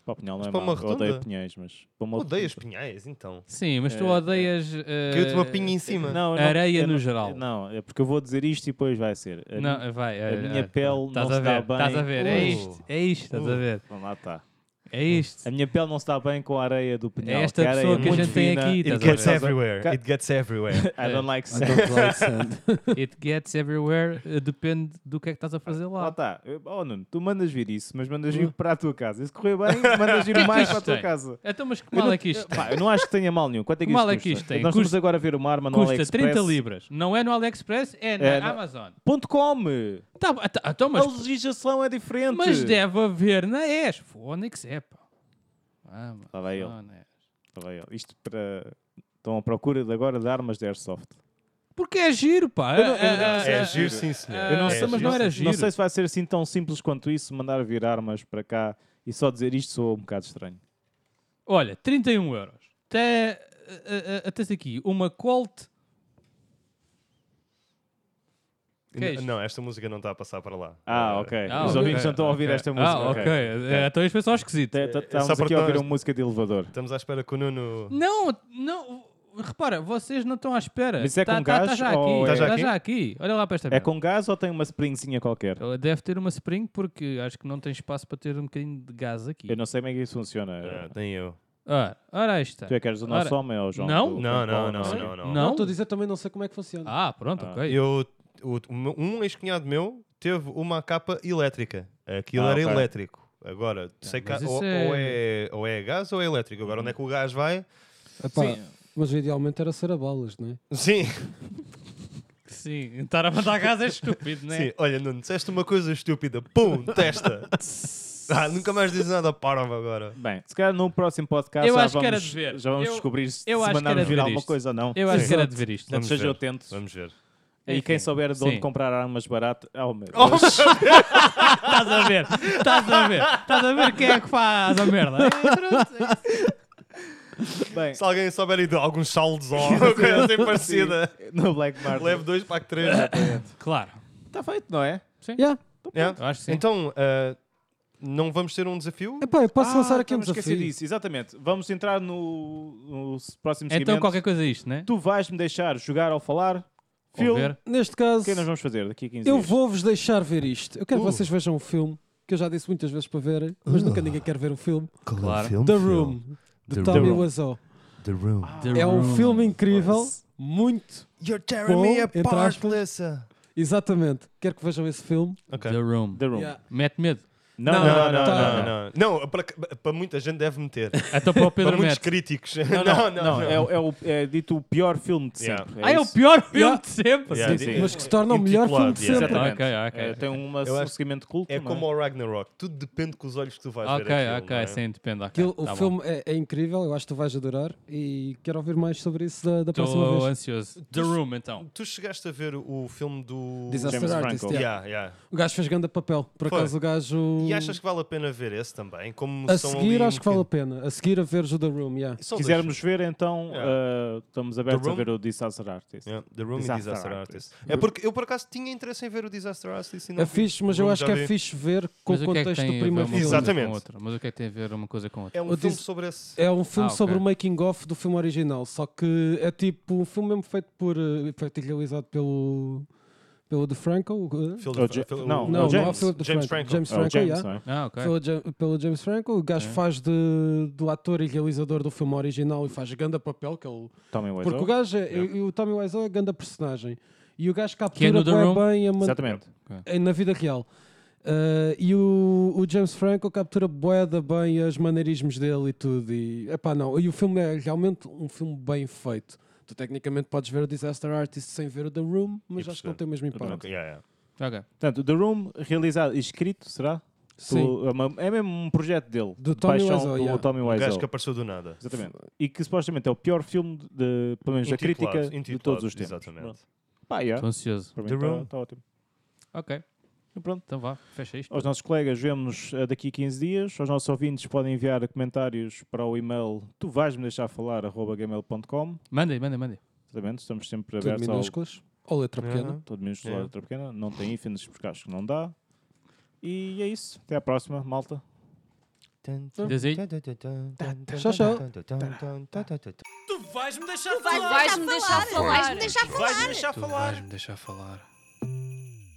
[SPEAKER 2] Para o Pinhal não
[SPEAKER 6] Mas
[SPEAKER 2] é
[SPEAKER 6] para uma
[SPEAKER 2] mau. Eu odeio
[SPEAKER 6] rotunda?
[SPEAKER 2] pinhais, mas. Para uma
[SPEAKER 6] Odeias
[SPEAKER 2] rotunda-
[SPEAKER 6] pinhais, então.
[SPEAKER 5] Sim, mas tu
[SPEAKER 2] É, é.
[SPEAKER 5] odeias...
[SPEAKER 6] Caiu-te uma
[SPEAKER 5] eh,
[SPEAKER 6] pinha em cima.
[SPEAKER 2] Não, eu
[SPEAKER 5] Areia
[SPEAKER 2] eu
[SPEAKER 5] no geral.
[SPEAKER 2] Não, é porque eu vou dizer isto e depois vai ser. A
[SPEAKER 5] Não, vai. eh,
[SPEAKER 2] minha pele
[SPEAKER 5] estás
[SPEAKER 2] não
[SPEAKER 5] a
[SPEAKER 2] se dá
[SPEAKER 5] ver, Estás a
[SPEAKER 2] bem.
[SPEAKER 5] ver, é
[SPEAKER 6] Ui.
[SPEAKER 5] isto, é isto, estás a ver.
[SPEAKER 2] Bom, lá está.
[SPEAKER 5] É isto.
[SPEAKER 2] A minha pele não se dá bem com a areia do pinhal.
[SPEAKER 5] É esta
[SPEAKER 2] a areia
[SPEAKER 5] pessoa
[SPEAKER 2] é
[SPEAKER 5] que a
[SPEAKER 2] muito
[SPEAKER 5] gente tem
[SPEAKER 2] fina.
[SPEAKER 5] aqui.
[SPEAKER 6] It
[SPEAKER 5] Ah, estás a
[SPEAKER 6] gets
[SPEAKER 5] ver?
[SPEAKER 6] everywhere. It gets everywhere.
[SPEAKER 2] I don't like
[SPEAKER 1] I
[SPEAKER 2] sand.
[SPEAKER 1] don't
[SPEAKER 5] então,
[SPEAKER 1] like sand.
[SPEAKER 5] It gets everywhere. eh, Depende do que é que estás a fazer
[SPEAKER 2] Lá
[SPEAKER 5] lá.
[SPEAKER 2] está. Oh, Nuno, tu mandas vir isso, mas mandas vir para a tua casa. Se correr bem, mandas vir mais para a tua
[SPEAKER 5] é tem?
[SPEAKER 2] casa.
[SPEAKER 5] Então, mas que
[SPEAKER 2] Eu
[SPEAKER 5] mal
[SPEAKER 2] não-
[SPEAKER 5] é que isto
[SPEAKER 2] Pá, eu não acho que tenha mal nenhum. Quanto é que
[SPEAKER 5] Que
[SPEAKER 2] isto
[SPEAKER 5] mal é
[SPEAKER 2] custa?
[SPEAKER 5] que isto tem?
[SPEAKER 2] Nós
[SPEAKER 5] Custa-
[SPEAKER 2] estamos agora a ver uma arma no
[SPEAKER 5] custa
[SPEAKER 2] AliExpress.
[SPEAKER 5] 30 libras? Não é no AliExpress, é na
[SPEAKER 2] É, não-
[SPEAKER 5] Amazon.
[SPEAKER 2] Ponto .com.
[SPEAKER 5] Tá, bo- tá- então,
[SPEAKER 2] a
[SPEAKER 5] mas,
[SPEAKER 2] legislação é diferente.
[SPEAKER 5] mas deve haver na ES. Phonics é, pá. Ah,
[SPEAKER 2] Lá vai ele.
[SPEAKER 5] Amazon, é.
[SPEAKER 2] Tá bem, Isto para... Estão à procura de agora de armas de Airsoft.
[SPEAKER 5] Porque é giro, pá.
[SPEAKER 2] não- eu não-
[SPEAKER 5] Ah, ah,
[SPEAKER 6] É
[SPEAKER 5] ah,
[SPEAKER 6] giro, sim, senhor.
[SPEAKER 5] Eu não sei,
[SPEAKER 6] É
[SPEAKER 5] mas
[SPEAKER 6] giro.
[SPEAKER 5] não era giro.
[SPEAKER 2] Não sei se vai ser assim tão simples quanto isso, mandar vir armas para cá e só dizer isto soa um bocado estranho.
[SPEAKER 5] Olha, 31 euros. Até, a- a- a- até aqui, uma Colt. Que é isto?
[SPEAKER 6] Não, esta música não está a passar para lá.
[SPEAKER 2] Ah,
[SPEAKER 6] Eh,
[SPEAKER 2] ok.
[SPEAKER 5] Ah,
[SPEAKER 2] Os
[SPEAKER 5] ok.
[SPEAKER 2] ouvintes não estão a ouvir
[SPEAKER 6] Ok. É,
[SPEAKER 2] esta música.
[SPEAKER 5] Ah, ok. Eh, Então isto foi só esquisito.
[SPEAKER 2] Tá- tá-
[SPEAKER 6] Só
[SPEAKER 2] Estávamos
[SPEAKER 6] porque
[SPEAKER 2] aqui a ouvir
[SPEAKER 6] nós-
[SPEAKER 2] uma música de elevador.
[SPEAKER 6] Estamos à espera que o Nuno.
[SPEAKER 5] Não, não. Repara, vocês não estão à espera.
[SPEAKER 2] Mas isso é
[SPEAKER 5] Tá-
[SPEAKER 2] com
[SPEAKER 5] tá- tá
[SPEAKER 2] gás
[SPEAKER 5] já
[SPEAKER 2] ou
[SPEAKER 5] aqui.
[SPEAKER 6] é-
[SPEAKER 5] Está
[SPEAKER 6] Tá já
[SPEAKER 5] já aqui. Olha lá para esta
[SPEAKER 2] É
[SPEAKER 5] merda.
[SPEAKER 2] com gás ou tem uma springzinha qualquer?
[SPEAKER 5] Ela Deve ter uma spring porque acho que não tem espaço para ter um bocadinho de gás aqui.
[SPEAKER 2] Eu não sei como é que isso funciona.
[SPEAKER 6] Ah, nem eu.
[SPEAKER 5] Ora, ora aí está.
[SPEAKER 2] Tu é que eres o nosso
[SPEAKER 5] Ora,
[SPEAKER 2] homem ou o João?
[SPEAKER 5] não?
[SPEAKER 2] do-
[SPEAKER 6] Não,
[SPEAKER 2] do-
[SPEAKER 6] não,
[SPEAKER 2] do-
[SPEAKER 6] não,
[SPEAKER 2] sei.
[SPEAKER 6] não, não.
[SPEAKER 5] Não?
[SPEAKER 1] Estou a dizer também não sei como é que funciona.
[SPEAKER 5] Ah, pronto,
[SPEAKER 2] Ah.
[SPEAKER 5] ok.
[SPEAKER 6] Eu, o- o- um ex-cunhado meu teve uma capa elétrica. Aquilo
[SPEAKER 2] Ah,
[SPEAKER 6] era
[SPEAKER 2] ok.
[SPEAKER 6] elétrico. Agora, sei que,
[SPEAKER 5] mas
[SPEAKER 6] ou,
[SPEAKER 5] isso é-
[SPEAKER 6] Ou, é, ou é gás ou é elétrico. Agora, onde é que o gás vai?
[SPEAKER 1] Epá, Mas idealmente era ser a balas, não é?
[SPEAKER 6] Sim,
[SPEAKER 5] Sim, estar a mandar gás é estúpido, não é?
[SPEAKER 6] sim. Olha, Nuno, disseste uma coisa estúpida. Pum, testa. Ah, nunca mais dizes nada parvo agora.
[SPEAKER 2] Bem, se calhar num próximo podcast
[SPEAKER 5] Eu
[SPEAKER 2] já
[SPEAKER 5] acho que
[SPEAKER 2] vamos,
[SPEAKER 5] era de ver.
[SPEAKER 2] Já vamos
[SPEAKER 5] Eu-
[SPEAKER 2] descobrir se,
[SPEAKER 5] eu acho
[SPEAKER 2] se
[SPEAKER 5] que
[SPEAKER 2] mandaram
[SPEAKER 5] era de
[SPEAKER 2] vir
[SPEAKER 5] ver
[SPEAKER 2] alguma
[SPEAKER 5] isto.
[SPEAKER 2] coisa ou não.
[SPEAKER 5] Eu acho que era
[SPEAKER 1] Exato.
[SPEAKER 5] de ver isto.
[SPEAKER 2] Portanto,
[SPEAKER 6] Vamos
[SPEAKER 2] sejam
[SPEAKER 6] ver.
[SPEAKER 2] atentos.
[SPEAKER 6] Vamos ver.
[SPEAKER 2] E quem souber de onde
[SPEAKER 5] Sim.
[SPEAKER 2] comprar armas baratas... Oh, meu Deus.
[SPEAKER 5] Estás a ver, estás a ver, estás a ver quem é que faz a merda.
[SPEAKER 2] Bem,
[SPEAKER 6] Se alguém souber aí de alguns saldos ou alguma coisa assim parecida,
[SPEAKER 2] no Black Market.
[SPEAKER 6] leve dois para que três.
[SPEAKER 5] Claro.
[SPEAKER 2] Está feito, não é?
[SPEAKER 1] Yeah.
[SPEAKER 6] Yeah.
[SPEAKER 5] Eu acho que sim.
[SPEAKER 6] Então, ah, não vamos ter um desafio?
[SPEAKER 1] Epá, eu posso lançar aqui um
[SPEAKER 2] Ah, estava a esquecer
[SPEAKER 1] desafio.
[SPEAKER 2] disso, exatamente. Vamos entrar no, no próximo segmento.
[SPEAKER 5] então qualquer coisa é isto, né?
[SPEAKER 2] Tu vais-me deixar jogar ou falar?
[SPEAKER 5] Ou
[SPEAKER 2] Filme.
[SPEAKER 5] ver.
[SPEAKER 1] Neste
[SPEAKER 2] O
[SPEAKER 1] caso,
[SPEAKER 2] que é que nós vamos fazer daqui a 15
[SPEAKER 1] eu
[SPEAKER 2] dias?
[SPEAKER 1] vou-vos deixar ver isto. Eu quero
[SPEAKER 6] Uh.
[SPEAKER 1] que vocês vejam um filme que eu já disse muitas vezes para verem, mas nunca ninguém quer ver um filme.
[SPEAKER 5] Claro.
[SPEAKER 1] The Room, de
[SPEAKER 6] Um The
[SPEAKER 1] Tommy
[SPEAKER 6] Room.
[SPEAKER 1] Wiseau.
[SPEAKER 6] The Room.
[SPEAKER 5] The
[SPEAKER 1] É um
[SPEAKER 6] Hum.
[SPEAKER 5] Room.
[SPEAKER 1] filme incrível, muito.
[SPEAKER 6] You're tearing
[SPEAKER 1] Bom,
[SPEAKER 6] me
[SPEAKER 1] entre
[SPEAKER 6] apart,
[SPEAKER 1] aspas.
[SPEAKER 6] Lisa.
[SPEAKER 1] Exatamente. Quero que vejam esse filme.
[SPEAKER 6] Ok.
[SPEAKER 5] The Room.
[SPEAKER 2] The Room.
[SPEAKER 1] Yeah.
[SPEAKER 5] Mete medo.
[SPEAKER 2] Não,
[SPEAKER 1] Não,
[SPEAKER 2] não,
[SPEAKER 6] Não,
[SPEAKER 2] não.
[SPEAKER 6] não,
[SPEAKER 1] tá.
[SPEAKER 6] não, não. Não, para, para muita gente deve meter.
[SPEAKER 5] Então para o
[SPEAKER 6] para
[SPEAKER 5] Pedro
[SPEAKER 6] muitos
[SPEAKER 5] mete.
[SPEAKER 6] críticos. Não, não, não.
[SPEAKER 2] Não, É, o- é o, é dito o pior filme de
[SPEAKER 6] Yeah.
[SPEAKER 2] sempre.
[SPEAKER 5] Ah, é o
[SPEAKER 2] isso?
[SPEAKER 5] pior filme
[SPEAKER 1] Yeah.
[SPEAKER 5] de sempre.
[SPEAKER 6] Yeah,
[SPEAKER 2] Sim,
[SPEAKER 6] di-
[SPEAKER 2] sim.
[SPEAKER 1] Mas que se torna o melhor filme
[SPEAKER 6] Intitulado,
[SPEAKER 1] de
[SPEAKER 6] yeah.
[SPEAKER 1] sempre.
[SPEAKER 2] Exatamente.
[SPEAKER 5] Ok, ok.
[SPEAKER 2] É, tem uma,
[SPEAKER 6] Eu
[SPEAKER 2] um
[SPEAKER 6] acho-
[SPEAKER 2] seguimento de culto.
[SPEAKER 6] É
[SPEAKER 2] não
[SPEAKER 6] como o Ragnarok. Tudo depende com os olhos que tu vais
[SPEAKER 5] Ok,
[SPEAKER 6] ver. aquilo,
[SPEAKER 5] ok,
[SPEAKER 6] não é?
[SPEAKER 5] sim, depende. ok,
[SPEAKER 1] Aquilo- o
[SPEAKER 5] tá bom.
[SPEAKER 1] filme é, é incrível, eu acho que tu vais adorar e quero ouvir mais sobre isso da, da próxima
[SPEAKER 5] Estou
[SPEAKER 1] vez.
[SPEAKER 6] é
[SPEAKER 5] ansioso. The Room, então.
[SPEAKER 6] Tu chegaste a ver o filme do.
[SPEAKER 1] Disaster
[SPEAKER 2] James
[SPEAKER 1] Artist,
[SPEAKER 2] Franco.
[SPEAKER 1] yeah.
[SPEAKER 6] Yeah, yeah.
[SPEAKER 1] O gajo fez grande papel. Por
[SPEAKER 6] Foi.
[SPEAKER 1] acaso o gajo.
[SPEAKER 6] E achas que vale a pena ver esse também? Como
[SPEAKER 1] A
[SPEAKER 6] são
[SPEAKER 1] seguir
[SPEAKER 6] ali um
[SPEAKER 1] acho que vale a
[SPEAKER 6] bocadinho-
[SPEAKER 1] pena. A seguir a ver o The Room, yeah.
[SPEAKER 6] São
[SPEAKER 2] Se
[SPEAKER 6] dois
[SPEAKER 2] quisermos ver, então uh, estamos abertos a
[SPEAKER 6] Room?
[SPEAKER 2] ver o Disaster Artist. É
[SPEAKER 6] Yeah, The Room
[SPEAKER 2] Disaster
[SPEAKER 6] e Disaster
[SPEAKER 2] Artist.
[SPEAKER 6] Artist. É porque eu por acaso tinha interesse em ver o Disaster Artist e não
[SPEAKER 1] É
[SPEAKER 6] vi.
[SPEAKER 1] fixe, mas
[SPEAKER 6] O
[SPEAKER 1] eu
[SPEAKER 6] Room
[SPEAKER 1] acho
[SPEAKER 6] já
[SPEAKER 1] que é
[SPEAKER 6] vi.
[SPEAKER 1] fixe ver com
[SPEAKER 5] Mas
[SPEAKER 1] o
[SPEAKER 5] o que é que
[SPEAKER 1] contexto
[SPEAKER 5] tem
[SPEAKER 1] do
[SPEAKER 5] a ver uma
[SPEAKER 1] primeiro
[SPEAKER 5] coisa
[SPEAKER 1] filme.
[SPEAKER 6] Exatamente.
[SPEAKER 5] com outra? Mas o que é que tem a ver uma coisa com outra?
[SPEAKER 6] É um
[SPEAKER 1] O
[SPEAKER 6] filme
[SPEAKER 1] Dis-
[SPEAKER 6] sobre esse.
[SPEAKER 1] É um filme
[SPEAKER 5] Ah, ok.
[SPEAKER 1] sobre o making of do filme original, só que é tipo um filme mesmo feito por eh, feito e realizado pelo pelo De Franco. eh?
[SPEAKER 6] Phil-
[SPEAKER 2] É o Ja-
[SPEAKER 6] Phil-
[SPEAKER 2] não,
[SPEAKER 6] o-
[SPEAKER 1] Não,
[SPEAKER 2] é o
[SPEAKER 1] não é o
[SPEAKER 2] James.
[SPEAKER 1] Philip
[SPEAKER 6] James
[SPEAKER 1] James Franco.
[SPEAKER 6] Franco.
[SPEAKER 1] James
[SPEAKER 2] É o
[SPEAKER 1] Franco,
[SPEAKER 2] James,
[SPEAKER 1] yeah.
[SPEAKER 2] não é?
[SPEAKER 5] Ah, ok.
[SPEAKER 1] Pelo, Ja- pelo James Franco, o gajo
[SPEAKER 5] É.
[SPEAKER 1] faz de, do ator e realizador do filme original e faz grande papel, que é o-
[SPEAKER 2] Tommy Wiseau.
[SPEAKER 1] porque o gajo, é,
[SPEAKER 2] Yeah.
[SPEAKER 1] e o Tommy Wiseau é grande personagem e o gajo
[SPEAKER 5] é
[SPEAKER 1] captura
[SPEAKER 5] no The
[SPEAKER 1] bué
[SPEAKER 5] Room.
[SPEAKER 1] bem a man-
[SPEAKER 2] Exatamente.
[SPEAKER 1] em- na vida real. Eh, e o, o James Franco captura boeda bem os maneirismos dele e tudo. E, epá, não, e o filme é realmente um filme bem feito. Tu tecnicamente podes ver o Disaster Artist sem ver o The Room, mas
[SPEAKER 6] E
[SPEAKER 1] acho que não tem o mesmo
[SPEAKER 6] Não,
[SPEAKER 1] impacto.
[SPEAKER 6] yeah, yeah.
[SPEAKER 5] Ok.
[SPEAKER 2] Portanto, The Room, realizado e escrito, será?
[SPEAKER 1] Sim,
[SPEAKER 2] Pelo- é, uma- é mesmo um projeto dele.
[SPEAKER 1] Do
[SPEAKER 2] de
[SPEAKER 1] Tommy
[SPEAKER 2] paixão
[SPEAKER 1] Wiseau,
[SPEAKER 2] pelo
[SPEAKER 1] yeah.
[SPEAKER 2] Tommy
[SPEAKER 6] O
[SPEAKER 2] Wiseau.
[SPEAKER 6] gajo que é apareceu do nada.
[SPEAKER 2] Exatamente. E que supostamente é o pior filme, de, pelo menos da
[SPEAKER 6] Intitulado,
[SPEAKER 2] crítica, de
[SPEAKER 6] intitulado,
[SPEAKER 2] todos os tempos.
[SPEAKER 6] Exatamente.
[SPEAKER 2] Pronto. Pá, yeah.
[SPEAKER 5] Estou ansioso.
[SPEAKER 2] Para mim
[SPEAKER 6] The
[SPEAKER 2] está
[SPEAKER 6] Room.
[SPEAKER 2] está ótimo.
[SPEAKER 5] Ok.
[SPEAKER 2] E pronto.
[SPEAKER 5] Então vá, fecha isto.
[SPEAKER 2] Aos nossos colegas, vemos eh, daqui a 15 dias. Aos nossos ouvintes, podem enviar comentários para o e-mail tu vais-me deixar falar, arroba gmail.com.
[SPEAKER 5] Mandem, mandem, mandem.
[SPEAKER 2] Exatamente, estamos sempre
[SPEAKER 1] tudo
[SPEAKER 2] abertos ao...
[SPEAKER 1] minúsculas. Ou letra pequena.
[SPEAKER 2] Todo minúsculo,
[SPEAKER 6] Yeah.
[SPEAKER 2] letra pequena. Não tem hífenes, porque acho que não dá. E é isso. Até à próxima, malta.
[SPEAKER 1] Hum.
[SPEAKER 5] Desenho.
[SPEAKER 1] Tchau, tchau.
[SPEAKER 4] Tu vais-me deixar falar.
[SPEAKER 5] Vais-me deixar falar.